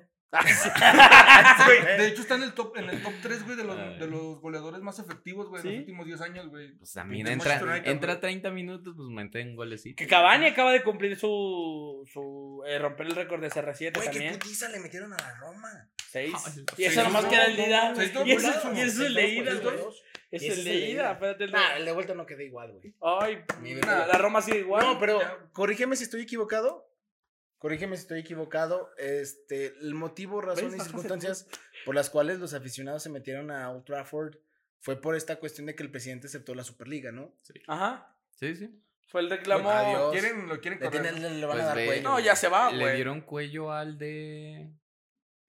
Speaker 3: Güey, De hecho, está en el top, en el top 3, güey, de los,
Speaker 5: Ah.
Speaker 3: de los goleadores más efectivos, güey, en
Speaker 2: ¿Sí?
Speaker 3: los últimos 10 años, güey.
Speaker 5: Pues también
Speaker 3: Pinche
Speaker 5: entra,
Speaker 3: Manchester United,
Speaker 5: entra
Speaker 3: güey.
Speaker 5: 30 minutos, pues mete un golecito.
Speaker 2: Que Cavani acaba de cumplir su. su eh, romper el récord de CR7
Speaker 4: Güey, qué
Speaker 2: también.
Speaker 4: putiza le metieron a la Roma.
Speaker 2: Seis.
Speaker 5: Ay,
Speaker 2: Y eso
Speaker 3: seis,
Speaker 2: nomás
Speaker 3: no,
Speaker 2: que era el
Speaker 4: no,
Speaker 2: de ida.
Speaker 3: seis, no,
Speaker 2: Y eso
Speaker 3: pues,
Speaker 2: y eso es el de ida,
Speaker 3: pues,
Speaker 2: güey.
Speaker 3: dos.
Speaker 2: Ese
Speaker 4: Y
Speaker 2: Es
Speaker 4: ese
Speaker 2: el de ida. Espérate. el de-
Speaker 4: Nah, el de vuelta no queda igual, güey.
Speaker 2: Ay,
Speaker 4: Mi
Speaker 2: nah,
Speaker 4: verdad.
Speaker 2: la Roma sigue igual.
Speaker 4: No, pero
Speaker 3: ya.
Speaker 4: corrígeme si estoy equivocado. Corrígeme si estoy equivocado. Este, el motivo, razón
Speaker 2: ¿Ves?
Speaker 4: y
Speaker 2: Bajas el
Speaker 4: circunstancias por las cuales los aficionados se metieron a Old Trafford fue por esta cuestión de que el presidente aceptó la Superliga, ¿no?
Speaker 2: Ajá.
Speaker 5: Sí, sí.
Speaker 2: Fue el reclamo.
Speaker 4: Adiós.
Speaker 3: Quieren, lo quieren
Speaker 4: Le,
Speaker 3: correr.
Speaker 4: tienen-
Speaker 3: ¿no?
Speaker 4: le, le van
Speaker 5: Pues
Speaker 4: a dar
Speaker 5: ve-
Speaker 4: cuello.
Speaker 2: No, ya se va,
Speaker 5: Le
Speaker 2: güey.
Speaker 5: dieron cuello al de.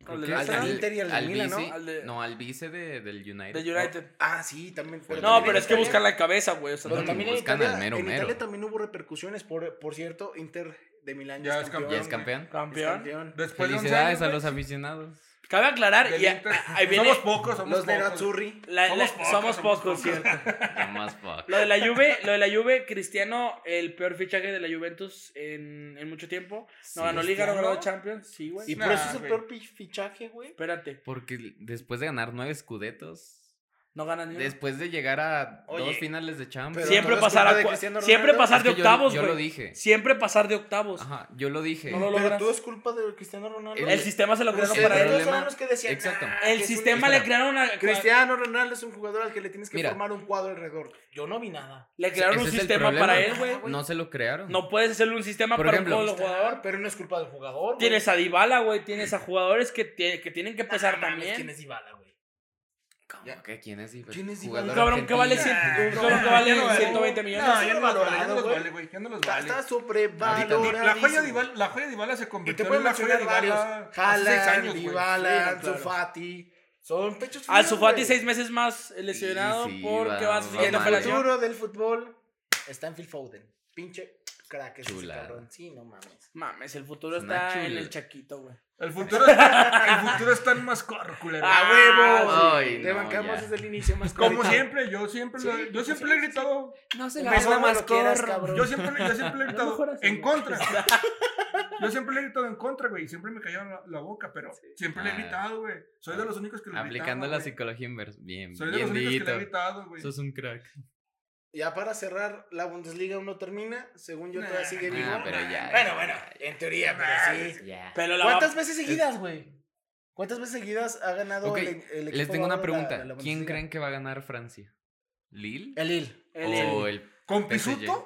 Speaker 2: Al
Speaker 5: ¿qué?
Speaker 2: del Arsenal.
Speaker 4: Inter y al Milan, ¿no?
Speaker 5: vice-
Speaker 2: Al de-
Speaker 5: No, al vice de, del United. Oh,
Speaker 2: Del United.
Speaker 4: Ah, sí, también fue.
Speaker 5: Pero
Speaker 2: No,
Speaker 5: también
Speaker 2: pero
Speaker 5: en
Speaker 2: es que
Speaker 5: Italia-
Speaker 2: buscan la cabeza, güey. O sea,
Speaker 4: Pero
Speaker 5: No,
Speaker 4: también en
Speaker 5: buscan
Speaker 4: Italia,
Speaker 5: al mero,
Speaker 4: en Italia
Speaker 5: mero.
Speaker 4: también hubo repercusiones. Por, por cierto, Inter de Milán
Speaker 3: Ya es
Speaker 5: Ya es
Speaker 3: güey.
Speaker 5: campeón.
Speaker 4: Es
Speaker 2: campeón.
Speaker 4: campeón.
Speaker 3: Después de 11
Speaker 5: Felicidades a
Speaker 3: años,
Speaker 5: los
Speaker 3: güey,
Speaker 5: aficionados.
Speaker 2: Cabe aclarar,
Speaker 3: del
Speaker 2: y a-
Speaker 3: Inter.
Speaker 2: ahí viene.
Speaker 3: Somos pocos, somos
Speaker 4: Los de
Speaker 3: pocos.
Speaker 4: Azzurri.
Speaker 2: la- la-
Speaker 3: somos pocos,
Speaker 2: somos
Speaker 3: somos
Speaker 2: pocos,
Speaker 3: pocos.
Speaker 2: cierto.
Speaker 5: No más fuck.
Speaker 2: Lo de la Juve, lo de la Juve, Cristiano, el peor fichaje de la Juventus en, en mucho tiempo.
Speaker 5: Sí,
Speaker 2: No ganó Liga, no ganó
Speaker 4: ¿Cristiano?
Speaker 2: Champions, sí, Pues güey.
Speaker 4: Y
Speaker 3: Nah,
Speaker 4: por eso es el
Speaker 3: güey.
Speaker 4: peor pi- fichaje, güey.
Speaker 2: Espérate,
Speaker 5: Porque después de ganar nueve escudetos,
Speaker 2: no ganan ni uno.
Speaker 5: después de llegar a
Speaker 4: Oye,
Speaker 5: dos finales de Champions.
Speaker 4: pero
Speaker 2: Siempre
Speaker 4: todo es
Speaker 2: pasar a
Speaker 4: culpa de
Speaker 2: cua-
Speaker 4: Cristiano
Speaker 2: siempre
Speaker 4: Ronaldo.
Speaker 2: pasar
Speaker 5: Es
Speaker 2: de
Speaker 5: que yo-
Speaker 2: octavos,
Speaker 5: yo lo
Speaker 2: güey.
Speaker 5: dije.
Speaker 2: Siempre pasar de octavos.
Speaker 5: Ajá, yo lo dije.
Speaker 2: No lo
Speaker 4: Pero
Speaker 2: logras.
Speaker 4: todo es culpa de Cristiano Ronaldo.
Speaker 5: El-
Speaker 2: El sistema se lo
Speaker 4: Pero
Speaker 2: crearon
Speaker 4: sí,
Speaker 5: el
Speaker 2: para
Speaker 4: todos
Speaker 2: él.
Speaker 5: problema-
Speaker 4: eran los que decían,
Speaker 5: Exacto.
Speaker 4: "Ah,
Speaker 2: El
Speaker 4: es un
Speaker 2: sistema le
Speaker 5: Espera.
Speaker 2: crearon una
Speaker 4: Cristiano Ronaldo es un jugador al que le tienes que
Speaker 5: Mira.
Speaker 4: formar un cuadro alrededor. Yo no vi nada.
Speaker 2: le crearon
Speaker 5: Ese
Speaker 2: un
Speaker 5: es el
Speaker 2: sistema
Speaker 5: problema.
Speaker 2: para él, güey.
Speaker 5: No se lo crearon.
Speaker 2: No puedes hacerle un sistema
Speaker 5: Por
Speaker 2: para
Speaker 5: ejemplo,
Speaker 2: un solo
Speaker 4: Está,
Speaker 2: jugador.
Speaker 4: pero no es culpa del jugador. güey.
Speaker 2: Tienes a Dybala, güey, tienes a jugadores que, tie- que tienen que
Speaker 4: Nah,
Speaker 2: pesar
Speaker 4: mames,
Speaker 2: también.
Speaker 4: ¿Quién es Dybala, güey?
Speaker 5: ¿Cómo que quién es? Iber-
Speaker 4: ¿Quién es
Speaker 5: jugador
Speaker 4: Iber-
Speaker 2: Un cabrón que vale,
Speaker 5: argentino?
Speaker 2: cien- un
Speaker 3: Ah, No,
Speaker 2: cabrón que
Speaker 3: ya
Speaker 2: vale
Speaker 3: no vale.
Speaker 2: 120
Speaker 3: No,
Speaker 2: millones.
Speaker 3: ya no los vale, ya no los
Speaker 4: Valorado,
Speaker 3: vale, güey. Ya no los
Speaker 4: Está,
Speaker 3: vale.
Speaker 4: está
Speaker 3: La joya, de
Speaker 4: sobrevalorado.
Speaker 3: Ibala- la joya de Ibala se
Speaker 4: Y te
Speaker 3: convirtió
Speaker 4: pueden
Speaker 3: en la joya
Speaker 4: mencionar
Speaker 3: de
Speaker 4: varios.
Speaker 3: Ibala hace seis
Speaker 4: Haaland,
Speaker 3: años, güey.
Speaker 4: Dybala,
Speaker 2: Sí, no, claro.
Speaker 4: Ansu Fati. Son pechos
Speaker 2: Al
Speaker 4: fríos,
Speaker 2: Sufati
Speaker 4: güey.
Speaker 2: seis meses más lesionado
Speaker 5: sí,
Speaker 2: porque
Speaker 5: va-
Speaker 2: va a su
Speaker 5: va
Speaker 2: siguiente
Speaker 5: mal.
Speaker 4: El
Speaker 2: operación.
Speaker 4: futuro del fútbol está en Phil Foden. Pinche crack ese
Speaker 5: Chulada.
Speaker 4: cabrón. Sí, no mames.
Speaker 2: Mames, el futuro
Speaker 5: Es una
Speaker 2: está en
Speaker 5: chulada.
Speaker 2: el Chaquito, güey.
Speaker 3: El futuro está, el futuro está en más culero.
Speaker 2: Ah,
Speaker 4: ¡A huevo!
Speaker 5: Ay,
Speaker 4: Te
Speaker 5: no,
Speaker 4: bancamos
Speaker 5: ya.
Speaker 4: desde el inicio más
Speaker 3: Como
Speaker 4: clarito.
Speaker 3: siempre, yo siempre,
Speaker 4: Sí,
Speaker 3: lo- yo
Speaker 4: sí,
Speaker 3: siempre
Speaker 4: sí,
Speaker 3: le he gritado.
Speaker 2: No se
Speaker 4: la Mejor hago no más lo quieras, corro. cabrón.
Speaker 3: Yo siempre, yo siempre le he
Speaker 2: No
Speaker 3: gritado
Speaker 2: mejoras,
Speaker 3: en
Speaker 2: güey.
Speaker 3: contra. Yo siempre le he gritado en contra, güey. y Siempre me callaron la, la boca, pero siempre le he
Speaker 5: Ah.
Speaker 3: gritado, güey. Soy de los únicos que le he gritado.
Speaker 5: Aplicando la
Speaker 3: güey.
Speaker 5: psicología inversa. Bien,
Speaker 3: Soy de
Speaker 5: bien
Speaker 3: los únicos que le he
Speaker 5: dito.
Speaker 3: gritado, güey.
Speaker 5: Sos un crack.
Speaker 4: Ya para cerrar, la Bundesliga aún no termina. Según yo, todavía
Speaker 3: Nah,
Speaker 4: sigue vivo.
Speaker 5: Ah, pero ya.
Speaker 4: Bueno, bueno, en teoría, pero sí.
Speaker 5: Ya.
Speaker 2: Pero la
Speaker 4: ¿Cuántas veces seguidas, güey? ¿Cuántas veces seguidas ha ganado
Speaker 5: Ok,
Speaker 4: el, el equipo?
Speaker 5: Les tengo una
Speaker 4: bávaro la- la
Speaker 5: pregunta. ¿Quién
Speaker 4: Bundesliga?
Speaker 5: creen que va a ganar Francia? ¿Lille?
Speaker 4: El Lille.
Speaker 2: El-
Speaker 5: ¿O
Speaker 2: el-
Speaker 5: el
Speaker 3: ¿Con
Speaker 5: PSG?
Speaker 3: Pisuto?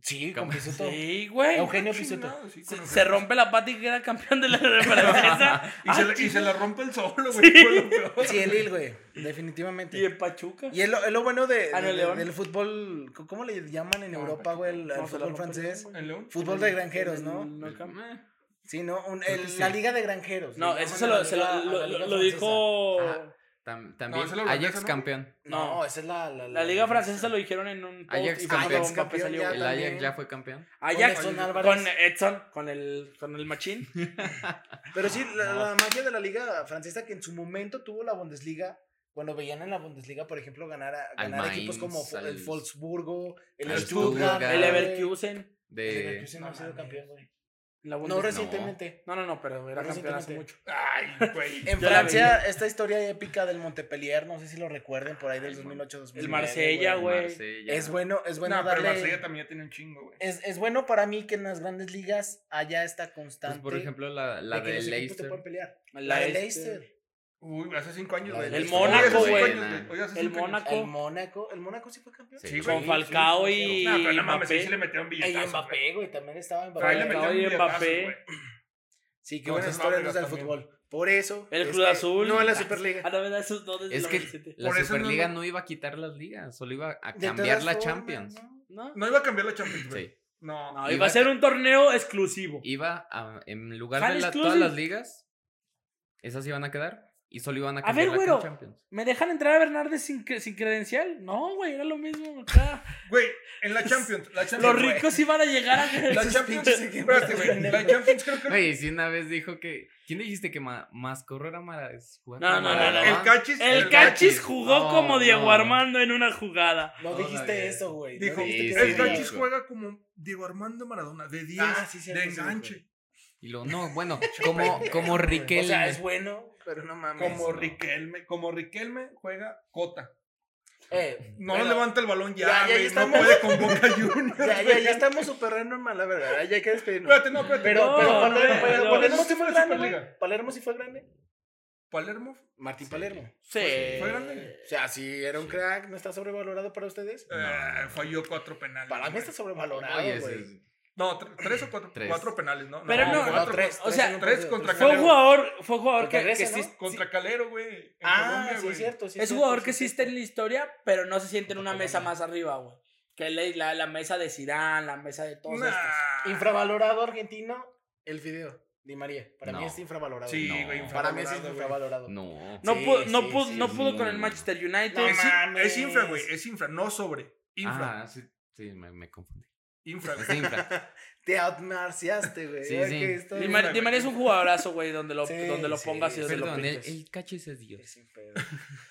Speaker 4: Sí,
Speaker 5: ¿Cómo?
Speaker 4: con Pisuto.
Speaker 2: Sí, güey.
Speaker 4: Eugenio
Speaker 3: Ah,
Speaker 4: Pisuto.
Speaker 3: chingado, sí,
Speaker 2: Se,
Speaker 3: con
Speaker 2: se
Speaker 3: Eugenio.
Speaker 2: rompe la pata y queda campeón de la francesa.
Speaker 3: Y, se,
Speaker 2: Ah,
Speaker 3: la- y se la rompe el solo, güey.
Speaker 2: Sí.
Speaker 3: fue lo peor.
Speaker 4: Pues Sí, el Lille, güey. Definitivamente.
Speaker 2: Y en Pachuca.
Speaker 4: Y es lo, es lo bueno de,
Speaker 2: Ah, no,
Speaker 4: de-
Speaker 2: León.
Speaker 4: del fútbol, ¿cómo le llaman en
Speaker 3: No,
Speaker 4: Europa, güey? El,
Speaker 2: No,
Speaker 4: al
Speaker 2: se la
Speaker 4: fútbol
Speaker 2: rompe
Speaker 4: francés.
Speaker 2: León, güey.
Speaker 3: ¿El León?
Speaker 4: Fútbol de granjeros, ¿no?
Speaker 2: No, cam-
Speaker 4: Sí, ¿no? Un-
Speaker 5: Creo que
Speaker 4: el-
Speaker 5: sí.
Speaker 4: La liga de granjeros.
Speaker 2: No,
Speaker 4: le
Speaker 2: eso
Speaker 4: llaman
Speaker 2: se
Speaker 4: a
Speaker 2: lo,
Speaker 4: la
Speaker 2: se
Speaker 4: liga-
Speaker 2: lo, lo-
Speaker 4: a la liga
Speaker 2: lo
Speaker 4: francesa.
Speaker 2: dijo.
Speaker 5: Ajá. Tam- también
Speaker 3: es el holandés,
Speaker 5: Ajax
Speaker 3: ¿no?
Speaker 5: campeón.
Speaker 4: No, esa es la... La,
Speaker 2: La Liga Francesa se lo dijeron en un post
Speaker 5: Ajax
Speaker 2: y fue cuando
Speaker 5: campeón.
Speaker 2: Mbappé salió,
Speaker 4: Ya
Speaker 5: El
Speaker 2: güey.
Speaker 5: Ajax
Speaker 4: también.
Speaker 5: ya fue campeón.
Speaker 2: Ajax
Speaker 4: Edson Álvarez.
Speaker 2: con Edson, con el, con el machín.
Speaker 4: Pero sí, la,
Speaker 5: No.
Speaker 4: la magia de la liga francesa que en su momento tuvo la Bundesliga, cuando veían en la Bundesliga, por ejemplo, ganar, a-
Speaker 5: Al
Speaker 4: ganar equipos como
Speaker 5: Mainz,
Speaker 4: Fo- el
Speaker 5: al-
Speaker 4: Wolfsburgo, el
Speaker 5: al
Speaker 4: Stuttgart,
Speaker 5: Stuttgart,
Speaker 2: El Leverkusen.
Speaker 4: El
Speaker 5: De...
Speaker 4: Leverkusen no ha sido campeón, güey.
Speaker 2: la
Speaker 4: No
Speaker 5: pues,
Speaker 2: Bundesliga.
Speaker 4: recientemente.
Speaker 2: No, no, no, pero era
Speaker 4: No
Speaker 2: campeón hace
Speaker 4: recientemente.
Speaker 2: mucho.
Speaker 3: Ay, güey.
Speaker 4: En
Speaker 2: Yo la
Speaker 4: Francia, esta historia épica del Montpellier, no sé si lo recuerden, por ahí del
Speaker 5: El Mon-
Speaker 4: 2008-2009.
Speaker 2: el Marsella,
Speaker 5: de
Speaker 2: güey.
Speaker 5: Marsella.
Speaker 4: Es bueno, es bueno
Speaker 3: No, pero
Speaker 4: darle...
Speaker 3: Marsella también ya tiene un chingo, güey.
Speaker 4: es, es bueno para mí que en las grandes ligas haya esta
Speaker 5: Pues,
Speaker 4: constante.
Speaker 5: por ejemplo, la,
Speaker 4: de
Speaker 5: la
Speaker 4: que
Speaker 5: de
Speaker 4: los equipos te pueden
Speaker 5: Leicester.
Speaker 4: pelear.
Speaker 2: La,
Speaker 4: La, de
Speaker 2: Leicester.
Speaker 4: Leicester.
Speaker 3: Uy, hace cinco años,
Speaker 4: La
Speaker 3: güey.
Speaker 4: del
Speaker 3: Uy,
Speaker 2: Mónaco,
Speaker 3: hace cinco
Speaker 2: güey.
Speaker 3: años, Oye, hace
Speaker 2: El
Speaker 3: cinco años.
Speaker 2: Mónaco.
Speaker 4: El Mónaco. El Mónaco sí fue campeón.
Speaker 5: Sí,
Speaker 3: Sí,
Speaker 5: güey.
Speaker 2: Con Falcao
Speaker 4: sí, sí,
Speaker 2: y.
Speaker 4: sí.
Speaker 3: No, pero no mames, ahí
Speaker 2: Mbappé.
Speaker 3: sí le metieron
Speaker 4: Y
Speaker 3: billetazos. güey.
Speaker 4: Mbappé, güey, también estaba
Speaker 3: Ahí le
Speaker 2: Falcao
Speaker 4: Mbappé.
Speaker 3: metieron
Speaker 2: y
Speaker 3: billetazos,
Speaker 2: Mbappé.
Speaker 3: güey.
Speaker 4: Sí, qué
Speaker 3: No,
Speaker 4: buena
Speaker 3: esas
Speaker 4: historia
Speaker 3: mamadas
Speaker 4: nos da el
Speaker 3: también.
Speaker 4: fútbol. Por eso.
Speaker 2: El
Speaker 4: es
Speaker 2: Cruz
Speaker 4: que
Speaker 2: Azul.
Speaker 4: No en la
Speaker 2: A
Speaker 4: Superliga.
Speaker 2: la verdad, esos dos desde
Speaker 5: Es
Speaker 2: la
Speaker 5: que
Speaker 2: 97.
Speaker 5: la
Speaker 3: Por eso no
Speaker 5: Superliga
Speaker 3: lo-
Speaker 5: no iba a quitar las ligas, solo iba a
Speaker 4: De todas
Speaker 5: cambiar la
Speaker 4: formas,
Speaker 5: Champions.
Speaker 4: ¿no?
Speaker 2: ¿No?
Speaker 3: No iba a cambiar la Champions, güey.
Speaker 5: Sí.
Speaker 3: No.
Speaker 2: No, iba
Speaker 5: Iba
Speaker 2: a ser un torneo exclusivo.
Speaker 5: Iba a, en lugar
Speaker 2: Fan
Speaker 5: de la- todas
Speaker 2: exclusive.
Speaker 5: las ligas, esas iban a quedar y solo iban a
Speaker 2: A
Speaker 5: cambiar
Speaker 2: ver,
Speaker 5: la
Speaker 2: güero.
Speaker 5: Champions.
Speaker 2: ¿Me dejan entrar a Bernardes sin, cre- sin credencial? No, güey, era lo mismo. acá.
Speaker 3: Güey, en la Champions. La Champions
Speaker 2: Los
Speaker 3: güey.
Speaker 2: ricos iban a llegar a.
Speaker 3: La
Speaker 4: Esos
Speaker 3: Champions.
Speaker 4: pinches equipos
Speaker 3: Espérate, güey.
Speaker 4: de-
Speaker 3: La Champions creo que.
Speaker 5: Güey, si una vez dijo que. ¿Quién dijiste que ma, Mascorro era Mara? es jugar
Speaker 2: No,
Speaker 5: con
Speaker 2: no, no,
Speaker 5: Maradona?
Speaker 2: no,
Speaker 3: El Cachis.
Speaker 2: El Cachis jugó
Speaker 5: No,
Speaker 2: como Diego
Speaker 5: no.
Speaker 2: Armando en una jugada.
Speaker 4: No
Speaker 5: Todavía.
Speaker 4: dijiste eso, güey.
Speaker 3: Dijo,
Speaker 4: no
Speaker 5: Sí,
Speaker 4: dijiste
Speaker 5: sí,
Speaker 3: el
Speaker 4: que era-
Speaker 3: Cachis
Speaker 5: dijo.
Speaker 3: juega como Diego Armando Maradona, de 10,
Speaker 4: Ah, sí, cierto,
Speaker 3: de
Speaker 4: sí, dijo.
Speaker 3: enganche.
Speaker 5: Y lo, no, bueno, como, como Riquelme.
Speaker 4: O sea, es bueno, pero no mames.
Speaker 3: Como
Speaker 5: Eso.
Speaker 3: Riquelme, como Riquelme juega Cota.
Speaker 4: Eh,
Speaker 3: No
Speaker 4: bueno,
Speaker 3: levanta el balón ya,
Speaker 4: ya, ya, ya
Speaker 3: güey, no
Speaker 4: estamos.
Speaker 3: puede con Boca Juniors.
Speaker 4: Ya, ya,
Speaker 3: güey.
Speaker 4: ya estamos super random, la verdad. Ya hay que despedirnos.
Speaker 3: Espérate, no, espérate.
Speaker 4: Pero,
Speaker 2: No,
Speaker 4: pero
Speaker 2: no,
Speaker 4: Palermo,
Speaker 2: no,
Speaker 4: Palermo,
Speaker 2: no,
Speaker 4: Palermo
Speaker 3: no,
Speaker 4: sí fue
Speaker 3: no,
Speaker 4: grande,
Speaker 3: no,
Speaker 4: güey.
Speaker 3: Superliga.
Speaker 4: Palermo sí fue grande.
Speaker 3: Palermo.
Speaker 4: Martín Palermo.
Speaker 2: Sí.
Speaker 5: Eh,
Speaker 3: ¿Fue grande?
Speaker 4: O sea, si era un crack, ¿no está sobrevalorado para ustedes?
Speaker 3: eh, falló cuatro penales.
Speaker 4: Para mí
Speaker 3: güey.
Speaker 4: está sobrevalorado,
Speaker 5: Oye,
Speaker 4: güey.
Speaker 5: sí,
Speaker 3: No, tre- tres o cuatro,
Speaker 5: Tres.
Speaker 3: cuatro penales, ¿no?
Speaker 2: Pero no,
Speaker 3: cuatro,
Speaker 4: no, tres,
Speaker 2: o sea,
Speaker 4: en un
Speaker 3: tres
Speaker 4: partido,
Speaker 3: contra
Speaker 2: Fue un
Speaker 3: Calero.
Speaker 2: jugador, fue un jugador
Speaker 4: Porque
Speaker 2: que,
Speaker 4: regresa,
Speaker 2: que sí-
Speaker 4: ¿no?
Speaker 2: sí-
Speaker 3: Contra Calero, güey. en
Speaker 4: Ah,
Speaker 3: Colombia,
Speaker 4: sí,
Speaker 3: güey.
Speaker 4: es cierto. Sí,
Speaker 2: es
Speaker 4: cierto,
Speaker 2: jugador
Speaker 4: sí,
Speaker 2: que sí está en la historia, pero no se siente en una
Speaker 4: Contra
Speaker 2: mesa
Speaker 4: Colombia.
Speaker 2: más arriba, güey. Que la, la, la mesa de Zidane, la mesa de todos estos.
Speaker 3: Nah.
Speaker 4: Infravalorado argentino, el video. Di María. Para mí
Speaker 5: No.
Speaker 4: es infravalorado.
Speaker 3: Sí,
Speaker 5: No.
Speaker 3: güey,
Speaker 4: Para mí es
Speaker 3: infravalorado, güey.
Speaker 4: infravalorado.
Speaker 5: No.
Speaker 2: No
Speaker 4: Sí,
Speaker 2: pudo, no
Speaker 4: sí,
Speaker 2: pudo,
Speaker 4: sí,
Speaker 2: no
Speaker 5: sí.
Speaker 2: pudo con el Manchester United.
Speaker 4: No,
Speaker 3: Es,
Speaker 2: sí.
Speaker 4: ma-
Speaker 3: in- es
Speaker 4: mames.
Speaker 3: infra, güey, es infra, no sobre. Infra,
Speaker 5: Ah, sí, sí, me, me confundí.
Speaker 3: infra,
Speaker 5: Es
Speaker 3: güey.
Speaker 5: infra.
Speaker 4: Te outmarciaste, güey.
Speaker 5: Sí,
Speaker 4: Ay,
Speaker 5: sí.
Speaker 4: qué historia.
Speaker 2: Di Mar- Di María es un jugadorazo, güey, donde lo,
Speaker 4: Sí,
Speaker 2: donde lo
Speaker 4: sí,
Speaker 2: pongas y donde lo
Speaker 5: Perdón, el,
Speaker 2: pinches.
Speaker 5: el cachis es Dios.
Speaker 4: Sin pedo.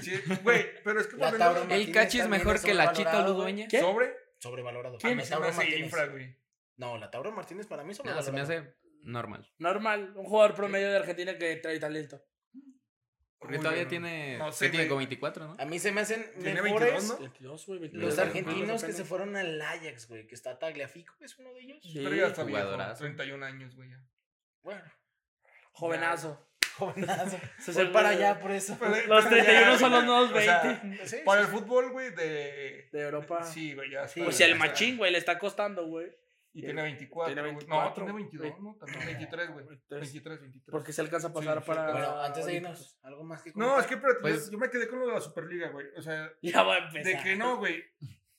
Speaker 3: Sí, Güey, pero es que volviendo
Speaker 4: La
Speaker 3: a-
Speaker 4: tauromaquia.
Speaker 5: El
Speaker 4: Martínez
Speaker 5: cachis es
Speaker 4: también
Speaker 5: mejor
Speaker 4: es
Speaker 5: que la Chita
Speaker 4: sobrevalorado,
Speaker 5: Ludueña.
Speaker 2: ¿Qué?
Speaker 3: ¿Sobre.
Speaker 4: Sobrevalorado.
Speaker 3: ¿Quién
Speaker 4: Para mí
Speaker 3: se me
Speaker 4: Lautaro
Speaker 3: hace
Speaker 4: Martínez.
Speaker 3: infra, güey?
Speaker 4: No, la Tauro Martínez para mí
Speaker 5: No, Ah, se
Speaker 4: sobrevalorado.
Speaker 5: me hace normal.
Speaker 2: Normal, un jugador promedio de Argentina que trae talento.
Speaker 5: Porque
Speaker 3: Uy,
Speaker 5: todavía
Speaker 3: güey.
Speaker 5: tiene.
Speaker 3: No
Speaker 5: No
Speaker 3: sé,
Speaker 5: tiene
Speaker 3: güey.
Speaker 5: como 24, ¿no?
Speaker 4: A mí se me hacen
Speaker 3: Tiene
Speaker 4: mejores
Speaker 3: 22, ¿no?
Speaker 2: 22, güey, 22.
Speaker 4: los
Speaker 5: Pero-
Speaker 4: argentinos que se
Speaker 2: Apenas.
Speaker 4: fueron al Ajax, güey. Que está Tagliafico, es uno de ellos.
Speaker 2: Sí,
Speaker 3: Pero ya está viejo,
Speaker 5: jugadorazo.
Speaker 3: 31 años, güey. ya.
Speaker 4: Bueno,
Speaker 2: jovenazo.
Speaker 4: jovenazo.
Speaker 2: Se
Speaker 4: Voy
Speaker 2: salvó-
Speaker 4: para allá por eso.
Speaker 3: Pero-
Speaker 2: Los
Speaker 3: pero ya,
Speaker 2: 31 son los
Speaker 3: güey,
Speaker 2: nuevos
Speaker 3: o
Speaker 2: 20
Speaker 3: sea,
Speaker 4: Sí,
Speaker 3: Para
Speaker 4: sí,
Speaker 3: el fútbol, güey, de...
Speaker 2: de Europa.
Speaker 3: Sí, güey, ya.
Speaker 4: Ah. Sí. Pues
Speaker 3: está,
Speaker 2: o sea, el
Speaker 3: ya está.
Speaker 2: machín, güey, le está costando, güey.
Speaker 3: Y tiene 24,
Speaker 2: Tiene
Speaker 3: güey.
Speaker 2: 24,
Speaker 3: No, tiene
Speaker 2: güey.
Speaker 3: 22, ¿no? También 23, güey. 23, 23.
Speaker 2: Porque se alcanza a pasar
Speaker 3: Sí, sí,
Speaker 2: para.
Speaker 4: Bueno, antes de irnos, algo más que
Speaker 3: Ah, No, es que espérate,
Speaker 5: Pues-
Speaker 3: yo- yo me quedé con lo de la Superliga, güey. O sea,
Speaker 2: Ya va a empezar.
Speaker 3: de que no, güey.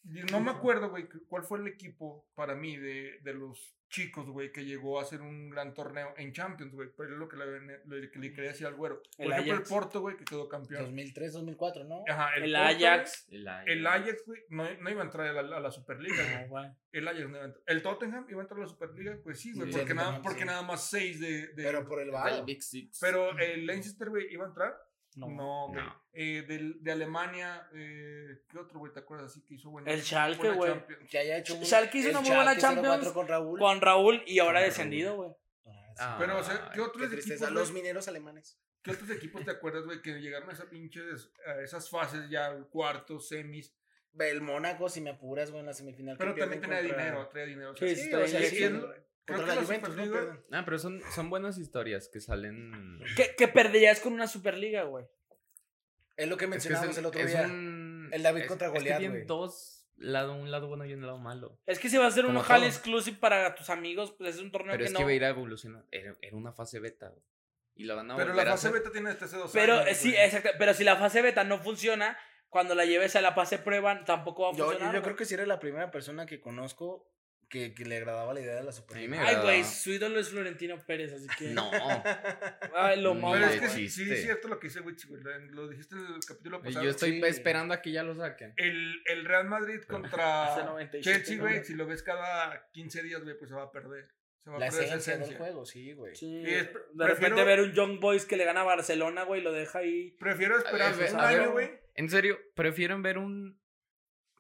Speaker 3: No me acuerdo, güey, cu- cuál fue el equipo para mí de, de los chicos, güey, que llegó a hacer un gran torneo en Champions, güey. Pero es lo que le, lo que le quería decir al güero. Por
Speaker 2: El
Speaker 3: ejemplo,
Speaker 2: Ajax.
Speaker 3: el Porto, güey, que quedó campeón.
Speaker 4: 2003, 2004, ¿no?
Speaker 3: Ajá,
Speaker 2: El
Speaker 3: Porto,
Speaker 2: Ajax.
Speaker 3: güey, El Ajax, güey, no, no iba a entrar a la, a la Superliga, güey.
Speaker 2: No, güey.
Speaker 3: El Ajax no iba a entrar. El Tottenham iba a entrar a la Superliga, pues sí, güey,
Speaker 5: Sí,
Speaker 3: porque,
Speaker 4: el
Speaker 3: nada,
Speaker 4: Tottenham,
Speaker 3: porque
Speaker 4: sí.
Speaker 3: nada más seis de... de-
Speaker 4: Pero
Speaker 2: pues,
Speaker 4: por el
Speaker 5: Del
Speaker 4: bar.
Speaker 5: Big Six.
Speaker 3: pero el Leicester, güey, iba a entrar.
Speaker 2: No.
Speaker 3: No, güey.
Speaker 5: No.
Speaker 3: Eh, del- de Alemania, eh, ¿qué otro, güey, te acuerdas así que hizo bueno?
Speaker 2: El Schalke, güey.
Speaker 4: Que haya hecho un-
Speaker 2: Schalke hizo
Speaker 4: el
Speaker 2: una muy buena
Speaker 4: Schalke hizo
Speaker 2: Champions
Speaker 4: cuatro con Raúl.
Speaker 2: Con Raúl y ahora
Speaker 5: Con
Speaker 2: descendido, güey.
Speaker 4: Ah, sí.
Speaker 5: Ah,
Speaker 3: Pero, o sea,
Speaker 5: Ay,
Speaker 3: ¿qué
Speaker 4: Qué
Speaker 3: otros,
Speaker 4: tristeza.
Speaker 3: equipos,
Speaker 4: Los
Speaker 3: güey,
Speaker 4: mineros alemanes.
Speaker 3: qué otros equipos te acuerdas, güey, que llegaron a, esa pinches, a esas fases ya, cuartos, semis,
Speaker 4: el Mónaco, si me apuras, güey, en la semifinal. que
Speaker 3: Pero
Speaker 4: pierden
Speaker 3: también tenía
Speaker 4: contra-
Speaker 3: dinero, trae dinero. o sea,
Speaker 2: Sí,
Speaker 4: Sí,
Speaker 2: está
Speaker 4: o sea,
Speaker 2: bien.
Speaker 4: sí,
Speaker 3: que- creo
Speaker 4: contra
Speaker 3: que
Speaker 4: la
Speaker 3: la
Speaker 4: Juventus, ¿no?
Speaker 3: Superliga-
Speaker 4: Perdón.
Speaker 5: Ah, pero son, son buenas historias que salen.
Speaker 2: ¿Qué, qué perderías con una Superliga, güey?
Speaker 4: Es lo que
Speaker 5: Es que es
Speaker 4: mencionábamos el, otro
Speaker 5: es
Speaker 4: día.
Speaker 5: un-
Speaker 4: El David
Speaker 5: es-
Speaker 4: contra
Speaker 5: es que
Speaker 4: Goliat,
Speaker 5: tienen
Speaker 4: güey.
Speaker 5: dos lado, un lado bueno y un lado malo.
Speaker 2: Es que si va a ser un
Speaker 5: Como
Speaker 2: Ojal
Speaker 5: todo.
Speaker 2: exclusive para tus amigos, pues es un torneo
Speaker 5: pero
Speaker 2: que
Speaker 5: es
Speaker 2: no.
Speaker 5: que iba a ir a evolucionar. Era, era una fase beta, güey. Y la van a
Speaker 3: Pero
Speaker 5: volver
Speaker 3: la
Speaker 5: a
Speaker 3: fase
Speaker 5: hacer.
Speaker 3: beta tiene desde hace dos
Speaker 2: Pero
Speaker 3: años,
Speaker 2: eh, sí,
Speaker 3: Pues, güey.
Speaker 2: exacto. Pero si la fase beta no funciona, cuando la lleves a la fase prueba, tampoco va a
Speaker 4: Yo,
Speaker 2: funcionar.
Speaker 4: yo creo
Speaker 2: güey.
Speaker 4: que si era la primera persona que conozco que, que le agradaba la idea de la
Speaker 5: me
Speaker 4: Superliga.
Speaker 5: agrada.
Speaker 2: Ay, güey, su ídolo es Florentino Pérez, así que.
Speaker 5: No.
Speaker 2: Ay, lo
Speaker 5: Ni
Speaker 2: mamo.
Speaker 3: Pero
Speaker 5: de
Speaker 3: es que
Speaker 2: güey.
Speaker 3: sí, sí
Speaker 5: chiste.
Speaker 3: es cierto lo que dice Witch, güey. Lo lo dijiste en el capítulo pasado.
Speaker 5: Yo estoy
Speaker 4: sí.
Speaker 5: esperando a que ya lo saquen.
Speaker 3: El, el Real Madrid
Speaker 2: Hace
Speaker 3: contra
Speaker 2: 97,
Speaker 3: Chelsea,
Speaker 2: ¿no,
Speaker 3: güey,
Speaker 2: güey?
Speaker 3: si lo ves cada 15 días, güey, pues se va a perder. Se va
Speaker 4: La
Speaker 3: a perder esa
Speaker 4: esencia del
Speaker 3: esencia.
Speaker 4: juego, sí, güey.
Speaker 2: Sí,
Speaker 3: Y es-
Speaker 2: de repente
Speaker 3: prefiero-
Speaker 2: ver un Young Boys que le gana a Barcelona, güey, lo deja ahí.
Speaker 3: Prefiero esperar
Speaker 5: A ver,
Speaker 3: un
Speaker 5: a ver.
Speaker 3: año, güey.
Speaker 5: En serio, prefieren ver un.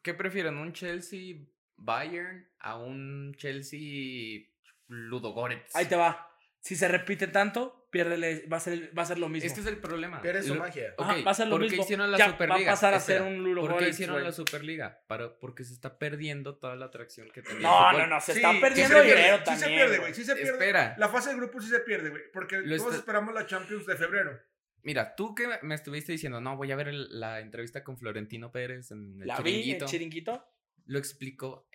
Speaker 5: ¿Qué prefieren? ¿Un Chelsea Bayern a un Chelsea Ludogorets?
Speaker 2: Ahí te va. Si se repite tanto, piérdele, va a ser, va a ser lo mismo.
Speaker 5: Este es el problema.
Speaker 4: Pierde su
Speaker 5: Lo-
Speaker 4: magia.
Speaker 5: Ok,
Speaker 2: Ajá, va a ser lo
Speaker 5: ¿por qué
Speaker 2: mismo.
Speaker 5: hicieron la
Speaker 2: Ya,
Speaker 5: Superliga?
Speaker 2: Va a pasar a ser
Speaker 5: Espera,
Speaker 2: un Luro
Speaker 5: ¿Por qué
Speaker 2: Goretz,
Speaker 5: hicieron
Speaker 2: güey.
Speaker 5: la Superliga? Para, porque se está perdiendo toda la atracción que tenía. el
Speaker 2: No,
Speaker 5: fútbol.
Speaker 2: no, no, se
Speaker 3: Sí,
Speaker 2: está
Speaker 3: sí
Speaker 2: perdiendo
Speaker 3: se pierde,
Speaker 2: dinero
Speaker 3: sí
Speaker 2: también.
Speaker 3: se pierde,
Speaker 2: güey.
Speaker 3: güey. Sí se pierde.
Speaker 5: Espera.
Speaker 3: La fase de grupos sí se pierde, güey. Porque
Speaker 5: Lo
Speaker 3: todos
Speaker 5: está-
Speaker 3: esperamos la Champions de febrero.
Speaker 5: Mira, tú que me estuviste diciendo, no, voy a ver el- la entrevista con Florentino Pérez en el
Speaker 2: La vi en
Speaker 5: Chiringuito",
Speaker 2: chiringuito.
Speaker 5: Lo explicó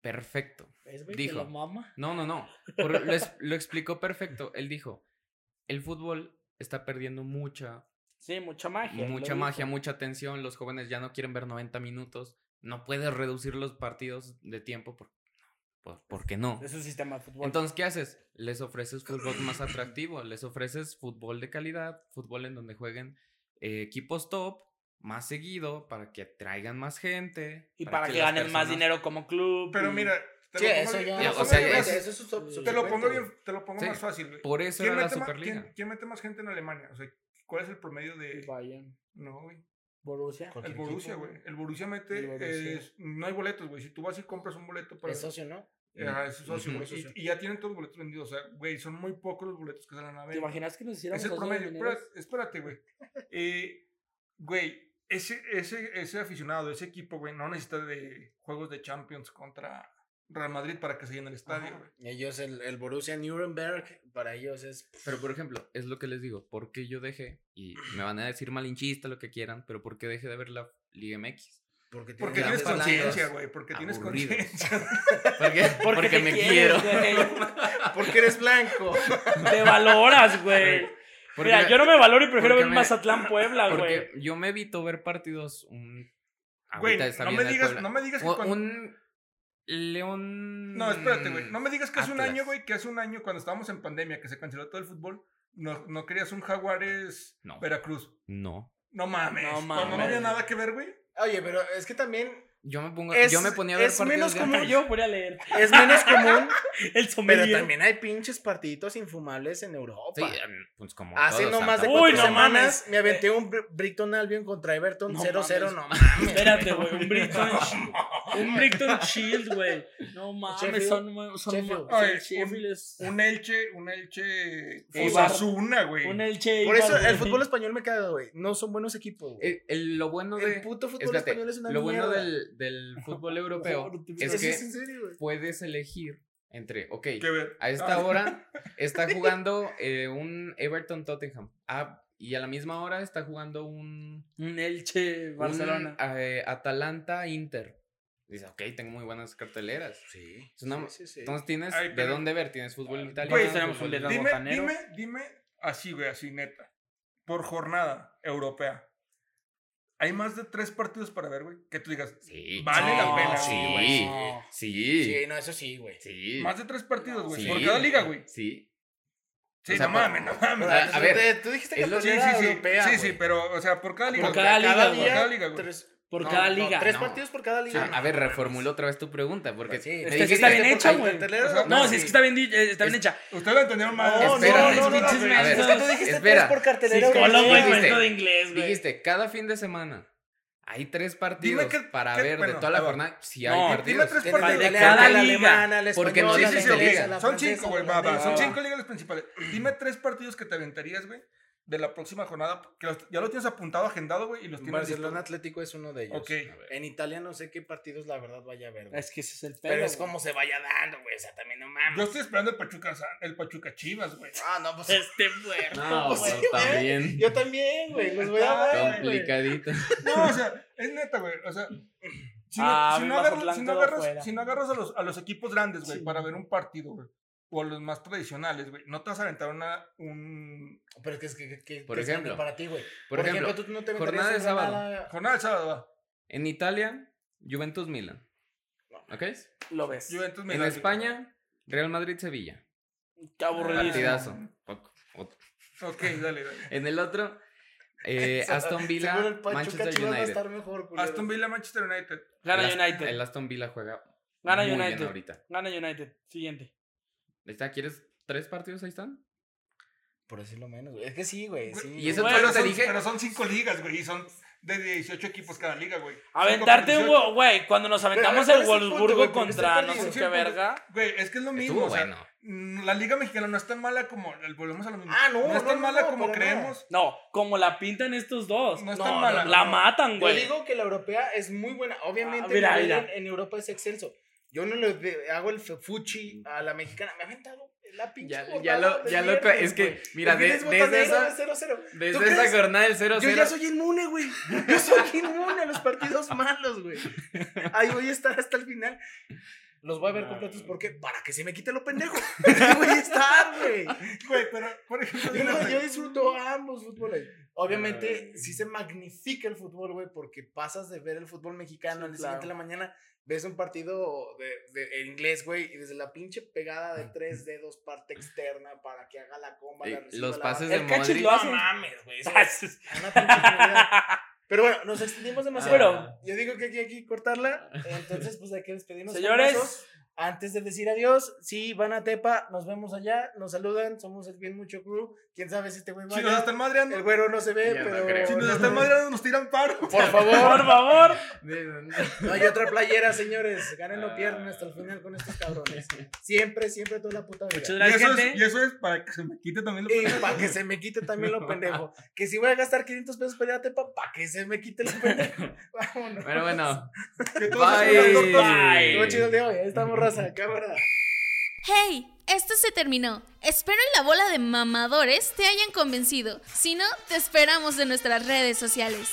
Speaker 5: perfecto.
Speaker 2: ¿Ves, güey?
Speaker 5: Dijo.
Speaker 2: Que lo mama.
Speaker 5: No, no, no. por- lo, es- lo explicó perfecto. Él dijo, el fútbol está perdiendo mucha,
Speaker 2: Sí, mucha magia.
Speaker 5: mucha
Speaker 2: lo
Speaker 5: magia,
Speaker 2: dijo.
Speaker 5: mucha tensión. Los jóvenes ya no quieren ver 90 minutos. No puedes reducir los partidos de tiempo por- por- porque no.
Speaker 2: Es un sistema de fútbol.
Speaker 5: Entonces, ¿qué haces? Les ofreces fútbol más atractivo, les ofreces fútbol de calidad, fútbol en donde jueguen eh, equipos top más seguido para que atraigan más gente.
Speaker 2: y para, que
Speaker 5: las
Speaker 2: ganen más
Speaker 5: personas-
Speaker 2: dinero como club.
Speaker 3: Pero
Speaker 2: y-
Speaker 3: mira, te
Speaker 4: Sí,
Speaker 3: lo pongo
Speaker 4: eso
Speaker 3: bien-
Speaker 4: ya.
Speaker 3: te lo
Speaker 5: o
Speaker 3: pongo
Speaker 5: sea,
Speaker 3: bien
Speaker 5: es-
Speaker 3: más-
Speaker 4: eso es un sub-
Speaker 2: te lo
Speaker 3: Te lo
Speaker 4: subcuento,
Speaker 3: pongo
Speaker 4: güey.
Speaker 3: bien, te lo pongo
Speaker 5: Sí.
Speaker 3: más fácil, güey.
Speaker 5: Por eso
Speaker 3: ¿Quién
Speaker 5: era la
Speaker 3: mete, más,
Speaker 5: Superliga.
Speaker 3: quién- quién mete más gente en Alemania? O sea, ¿cuál es el promedio de...?
Speaker 2: Bayern,
Speaker 3: No, güey.
Speaker 2: Borussia.
Speaker 4: Con-
Speaker 3: El
Speaker 4: Cualquier
Speaker 3: Borussia,
Speaker 4: equipo,
Speaker 3: güey. El Borussia mete...
Speaker 2: El Borussia.
Speaker 3: es- no hay boletos, güey. Si tú vas y compras un boleto para...
Speaker 4: Es socio, ¿no?
Speaker 5: Mm.
Speaker 3: Ajá, es socio,
Speaker 5: Ujú.
Speaker 3: güey.
Speaker 4: Socio.
Speaker 3: Eh, Y, y ya tienen todos los boletos vendidos. O sea, güey, son muy pocos los boletos que salen a
Speaker 2: ¿Te
Speaker 3: ver.
Speaker 2: imaginas que nos hicieran
Speaker 3: Es el promedio. Espérate, espérate, güey. Eh, güey, ese, ese, ese aficionado, ese equipo, güey, no necesita de juegos de Champions contra Real Madrid para que se llene el estadio,
Speaker 2: Ajá.
Speaker 3: güey.
Speaker 4: Ellos, el, el Borussia Nuremberg, para ellos es.
Speaker 5: Pero, por ejemplo, es lo que les digo, ¿por qué yo dejé? Y me van a decir malinchista, lo que quieran, pero ¿por qué dejé de ver la Liga MX?
Speaker 4: Porque,
Speaker 3: Porque
Speaker 5: Ya
Speaker 4: las
Speaker 3: tienes
Speaker 5: hablando,
Speaker 3: conciencia, güey. Porque tienes
Speaker 5: aburridos.
Speaker 3: conciencia.
Speaker 5: ¿Por qué? Porque, me quiero.
Speaker 4: Porque eres blanco.
Speaker 2: Te valoras, güey.
Speaker 5: Porque
Speaker 2: Mira,
Speaker 5: me-
Speaker 2: yo no me valoro y prefiero
Speaker 5: porque
Speaker 2: ver
Speaker 5: me-
Speaker 2: Mazatlán Puebla, güey.
Speaker 5: Porque yo me evito ver partidos. Un...
Speaker 3: Güey,
Speaker 5: ahorita está
Speaker 3: no me
Speaker 5: viendo el
Speaker 3: digas,
Speaker 5: Puebla.
Speaker 3: no me digas que
Speaker 5: O-
Speaker 3: cuando-
Speaker 5: Un León.
Speaker 3: No, espérate, güey. No me digas que hace un
Speaker 5: Atlas.
Speaker 3: año, güey, que hace un año cuando estábamos en pandemia, que se canceló todo el fútbol, no, no querías un Jaguares
Speaker 5: No.
Speaker 3: Veracruz.
Speaker 5: No.
Speaker 3: No mames.
Speaker 2: No
Speaker 3: Cuando no había
Speaker 2: mames.
Speaker 3: nada que ver, güey.
Speaker 4: Oye, pero es que también
Speaker 5: Yo me pongo.
Speaker 4: Es-
Speaker 5: yo me ponía a ver
Speaker 4: es
Speaker 5: partidos.
Speaker 4: menos
Speaker 5: de
Speaker 4: común.
Speaker 5: antes.
Speaker 2: Yo voy a leer
Speaker 4: es menos común.
Speaker 2: el
Speaker 4: pero
Speaker 2: sommelier.
Speaker 4: también hay pinches partiditos infumables en Europa.
Speaker 5: Sí, em, pues como.
Speaker 4: Hace
Speaker 5: todos,
Speaker 4: Ah,
Speaker 5: pues,
Speaker 4: no más de
Speaker 5: Santa-
Speaker 2: Uy,
Speaker 4: cuatro
Speaker 2: no
Speaker 4: semanas
Speaker 2: mames.
Speaker 4: me aventé un Br- Brighton Albion contra Everton
Speaker 2: No
Speaker 4: 0-0.
Speaker 2: mames.
Speaker 4: No mames.
Speaker 2: Espérate, güey. Un Brighton Shield. Un Brighton Shield, güey. No mames,
Speaker 4: Sheffield.
Speaker 2: son. son
Speaker 4: Sheffield.
Speaker 2: ma-
Speaker 3: Ay,
Speaker 2: el Sheffield es.
Speaker 3: Un Elche, un Elche.
Speaker 2: Eibar.
Speaker 3: Osasuna, güey.
Speaker 2: Un Elche.
Speaker 4: Por eso
Speaker 2: Eibar, güey.
Speaker 4: el fútbol español me caga, güey. No son buenos equipos. güey.
Speaker 5: El- el- lo bueno de.
Speaker 4: El puto fútbol
Speaker 5: espérate,
Speaker 4: español es una
Speaker 5: lo bueno
Speaker 4: mierda.
Speaker 5: del, del fútbol europeo
Speaker 4: Eso
Speaker 5: es
Speaker 4: es
Speaker 5: que
Speaker 4: en serio, güey.
Speaker 5: puedes elegir entre, ok,
Speaker 3: Que ver.
Speaker 5: a esta
Speaker 3: Ah.
Speaker 5: hora está jugando eh, un Everton Tottenham ah, y a la misma hora está jugando un
Speaker 2: Un Elche, Barcelona.
Speaker 5: Un, eh, Atalanta Inter. Dice, ok, tengo muy buenas carteleras.
Speaker 4: Sí.
Speaker 5: Es una-
Speaker 4: sí, sí, sí.
Speaker 5: Entonces tienes
Speaker 3: Ay,
Speaker 5: de
Speaker 3: pero-
Speaker 5: dónde ver, tienes fútbol italiano.
Speaker 2: Pues, tenemos
Speaker 5: fútbol
Speaker 2: un Verano
Speaker 5: inglés.
Speaker 3: Dime,
Speaker 2: Botanero.
Speaker 3: dime, dime, así, güey, así neta. Por jornada europea. Hay más de tres partidos para ver, güey. Que tú digas,
Speaker 5: Sí.
Speaker 3: vale
Speaker 4: No,
Speaker 3: la pena.
Speaker 5: Ah, Sí,
Speaker 3: güey.
Speaker 2: güey, sí.
Speaker 5: sí,
Speaker 4: Sí, no, eso sí, güey.
Speaker 5: sí.
Speaker 3: Más de tres partidos, güey.
Speaker 5: Sí.
Speaker 3: Por cada liga, güey.
Speaker 5: Sí.
Speaker 3: Sí,
Speaker 5: O sea,
Speaker 3: no
Speaker 5: por-
Speaker 3: mames, no mames.
Speaker 5: O sea, a ver,
Speaker 4: tú dijiste
Speaker 5: es lo-
Speaker 3: sí,
Speaker 4: cartelera
Speaker 3: sí, sí.
Speaker 4: europea,
Speaker 3: sí,
Speaker 4: güey.
Speaker 3: sí, pero, o sea, por cada liga.
Speaker 2: Por
Speaker 3: güey.
Speaker 2: cada liga,
Speaker 3: Por
Speaker 2: güey.
Speaker 3: cada liga, güey.
Speaker 4: tres-
Speaker 2: Por
Speaker 4: no,
Speaker 2: cada
Speaker 4: no,
Speaker 2: liga.
Speaker 4: tres
Speaker 5: no.
Speaker 4: partidos por cada liga.
Speaker 5: Ah, A ver, reformula otra vez tu pregunta, porque
Speaker 4: Sí. Es
Speaker 5: me
Speaker 2: Es que sí
Speaker 5: dijiste-
Speaker 2: está bien
Speaker 4: por
Speaker 2: hecha,
Speaker 4: ahí,
Speaker 2: güey.
Speaker 4: cartelera,
Speaker 3: O sea,
Speaker 2: No,
Speaker 4: no,
Speaker 2: si es
Speaker 4: sí.
Speaker 2: que está bien, di- eh, está bien
Speaker 5: Es-
Speaker 2: hecha.
Speaker 3: Ustedes lo entendieron mal.
Speaker 4: No,
Speaker 5: Espérate,
Speaker 4: no, no, no,
Speaker 2: pinches
Speaker 4: no,
Speaker 5: mensos.
Speaker 4: Es que tú dijiste
Speaker 5: Espera.
Speaker 4: tres por cartelera
Speaker 5: Sí,
Speaker 2: Como lo
Speaker 5: ¿cómo
Speaker 4: europea.
Speaker 2: güey,
Speaker 5: dijiste?
Speaker 2: esto de inglés, güey.
Speaker 5: Dijiste, cada fin de semana hay tres partidos
Speaker 3: qué-
Speaker 5: para
Speaker 3: qué-
Speaker 5: ver de
Speaker 3: bueno,
Speaker 5: toda la
Speaker 3: a ver.
Speaker 5: jornada. Si
Speaker 2: No,
Speaker 5: hay
Speaker 2: dime
Speaker 5: partidos.
Speaker 3: tres
Speaker 4: De
Speaker 3: partidos.
Speaker 4: la
Speaker 2: de
Speaker 4: italiana,
Speaker 2: cada
Speaker 4: la
Speaker 2: liga.
Speaker 4: alemana, la
Speaker 5: Porque
Speaker 4: española,
Speaker 5: no,
Speaker 3: Sí,
Speaker 4: la
Speaker 3: sí, sí,
Speaker 4: inglesa,
Speaker 3: obliga.
Speaker 4: la
Speaker 3: Son
Speaker 4: francesa,
Speaker 3: cinco, güey.
Speaker 4: la
Speaker 3: Va, va.
Speaker 4: holandesa.
Speaker 3: Son cinco ligas las principales. Dime tres partidos que te aventarías, güey. de la próxima jornada? Que los- ya lo tienes apuntado, agendado, güey, y los tienes
Speaker 4: Barcelona
Speaker 3: listo.
Speaker 4: Atlético es uno de ellos.
Speaker 3: Ok.
Speaker 5: A ver.
Speaker 4: En Italia no sé qué partidos la verdad vaya a haber, güey.
Speaker 2: Es que ese es el pedo.
Speaker 4: pero es
Speaker 2: güey.
Speaker 4: como se vaya dando, güey. O sea, también no
Speaker 3: Yo
Speaker 4: mames.
Speaker 3: estoy esperando el Pachuca, San- el Pachuca Chivas, güey.
Speaker 4: Ah, no, pues
Speaker 2: Este muerto.
Speaker 5: No,
Speaker 4: pues,
Speaker 5: pero
Speaker 4: sí, güey.
Speaker 5: también
Speaker 4: Yo también, güey. Los voy a ver, güey.
Speaker 5: complicadito.
Speaker 3: No, o sea, es neta, güey. O sea, si, no-
Speaker 2: Ah,
Speaker 3: si
Speaker 2: mi
Speaker 3: no, agarras,
Speaker 2: Mazatlán
Speaker 3: si, no
Speaker 2: quedó fuera.
Speaker 3: agarras, si no agarras a los, a los equipos grandes, güey,
Speaker 2: Sí.
Speaker 3: para ver un partido, güey, o a los más tradicionales, güey, no te vas a aventar una, un
Speaker 4: Pero es que, es que, que-
Speaker 5: Por
Speaker 4: que es
Speaker 5: ejemplo.
Speaker 4: para ti, güey.
Speaker 5: Por ejemplo,
Speaker 4: tú no te
Speaker 5: jornada
Speaker 4: meterías en
Speaker 5: de sábado.
Speaker 4: nada-
Speaker 3: jornada de sábado, va.
Speaker 5: en Italia, Juventus Milan. ¿Ok?
Speaker 2: Lo ves.
Speaker 3: Juventus,
Speaker 5: En
Speaker 3: Milan.
Speaker 5: España, Real Madrid Sevilla.
Speaker 2: Qué aburridísimo.
Speaker 5: Partidazo. Poc- ot-
Speaker 3: Ok, dale, dale.
Speaker 5: En el otro, eh,
Speaker 4: Eso,
Speaker 5: Aston Villa,
Speaker 4: Seguro el Pachuca
Speaker 5: Manchester
Speaker 4: Chivas va a
Speaker 5: United.
Speaker 4: estar mejor, culero.
Speaker 3: Aston Villa, Manchester United.
Speaker 2: Gana
Speaker 5: El Ast-
Speaker 2: United.
Speaker 5: El Aston Villa juega
Speaker 2: Gana
Speaker 5: muy
Speaker 2: United.
Speaker 5: bien ahorita.
Speaker 2: Gana United. Siguiente.
Speaker 5: Ahí está, ¿quieres tres partidos? Ahí están.
Speaker 4: Por decirlo menos, güey. Es que sí, güey. Sí,
Speaker 5: Y eso
Speaker 2: Bueno,
Speaker 5: fue
Speaker 3: pero,
Speaker 5: lo que te
Speaker 3: son,
Speaker 5: dije.
Speaker 3: pero son cinco ligas, güey, y son de 18 equipos cada liga, güey.
Speaker 2: Aventarte un
Speaker 3: Cinco
Speaker 2: gol, güey. Cuando nos
Speaker 4: ver,
Speaker 2: aventamos
Speaker 4: ¿cuál
Speaker 2: el
Speaker 4: es el punto,
Speaker 2: Wolfsburgo
Speaker 4: güey? Porque
Speaker 2: contra
Speaker 4: está
Speaker 2: no sé
Speaker 3: perdido.
Speaker 2: qué verga.
Speaker 3: Güey, es que es lo mismo.
Speaker 5: Estuvo
Speaker 3: o sea,
Speaker 5: bueno.
Speaker 3: mm, La liga mexicana no es tan mala como. Volvemos a lo mismo.
Speaker 4: Ah, no,
Speaker 3: No es
Speaker 4: no,
Speaker 3: tan
Speaker 4: no,
Speaker 3: mala
Speaker 4: no,
Speaker 3: como
Speaker 4: para
Speaker 3: creemos.
Speaker 2: No, como la pintan estos dos.
Speaker 3: No es
Speaker 4: No,
Speaker 3: tan
Speaker 4: no,
Speaker 3: mala.
Speaker 2: La
Speaker 3: no.
Speaker 2: matan,
Speaker 4: Yo
Speaker 2: güey.
Speaker 4: digo que la europea es muy buena. Obviamente,
Speaker 2: Ah, mira,
Speaker 4: el nivel
Speaker 2: mira.
Speaker 4: En, en Europa es excelso. Yo no le de- hago el fe- fuchi a la mexicana. Me ha aventado la pinche.
Speaker 5: Ya, ya
Speaker 4: jornada
Speaker 5: lo,
Speaker 4: del
Speaker 5: ya lo,
Speaker 4: viernes,
Speaker 5: es
Speaker 4: güey.
Speaker 5: que, mira,
Speaker 4: El
Speaker 5: de-
Speaker 4: viernes
Speaker 5: desde
Speaker 4: botanero de
Speaker 5: esa,
Speaker 4: 0-0. ¿Tú
Speaker 5: desde
Speaker 4: crees?
Speaker 5: esa jornada del 0-0.
Speaker 4: Yo ya soy inmune, güey. Yo soy inmune a los partidos malos, güey. Ahí voy a estar hasta el final. Los voy a ver completos porque para que se me quite lo pendejo. Ahí voy a estar, güey.
Speaker 3: Güey, pero, por ejemplo.
Speaker 4: Yo,
Speaker 3: mira,
Speaker 4: no-
Speaker 3: güey,
Speaker 4: yo disfruto ambos fútboles. Obviamente, sí se magnifica el fútbol, güey, porque pasas de ver el fútbol mexicano
Speaker 2: Sí,
Speaker 4: al día siguiente de la
Speaker 2: claro.
Speaker 4: mañana, ves un partido de, de- en inglés, güey, y desde la pinche pegada de tres dedos, parte externa, para que haga la comba, la
Speaker 5: Y
Speaker 4: reciba,
Speaker 5: los
Speaker 4: la
Speaker 5: pases
Speaker 4: baja.
Speaker 5: de
Speaker 2: El cachis
Speaker 5: Modric.
Speaker 2: lo
Speaker 4: No
Speaker 2: hacen.
Speaker 4: mames, güey. eso es una pinche genialidad. Pero bueno, nos extendimos demasiado.
Speaker 2: Bueno.
Speaker 4: Yo digo que aquí hay que cortarla, entonces pues hay que despedirnos. con besos.
Speaker 2: Señores,
Speaker 4: Antes de decir adiós, si van a Tepa, nos vemos allá, nos saludan, somos el bien mucho crew. Quién sabe si este güey
Speaker 3: Si nos
Speaker 4: vaya.
Speaker 3: están madreando.
Speaker 4: El güero no se ve,
Speaker 5: Ya no
Speaker 4: pero.
Speaker 5: creo.
Speaker 3: Si nos están madreando, nos tiran paro.
Speaker 4: Por favor,
Speaker 2: por favor.
Speaker 4: no hay otra playera, señores. Ganen o
Speaker 5: Ah.
Speaker 4: pierdan hasta el final con estos cabrones. Siempre, siempre toda la puta
Speaker 2: Muchas
Speaker 4: vida.
Speaker 3: Y
Speaker 2: gracias,
Speaker 3: eso, es,
Speaker 2: gente.
Speaker 3: y eso es para que se me quite también lo
Speaker 4: Y para que se me quite también lo pendejo. Que si voy a gastar 500 pesos para ir a Tepa, para que se me quite lo pendejo. Vámonos.
Speaker 5: Bueno, bueno.
Speaker 3: que todos
Speaker 5: Bye.
Speaker 3: son las notas.
Speaker 4: Estuvo chido el de hoy. Ahí estamos, raza. Cámara.
Speaker 1: ¡Hey! Esto se terminó. Espero y la bola de mamadores te hayan convencido. Si no, te esperamos en nuestras redes sociales.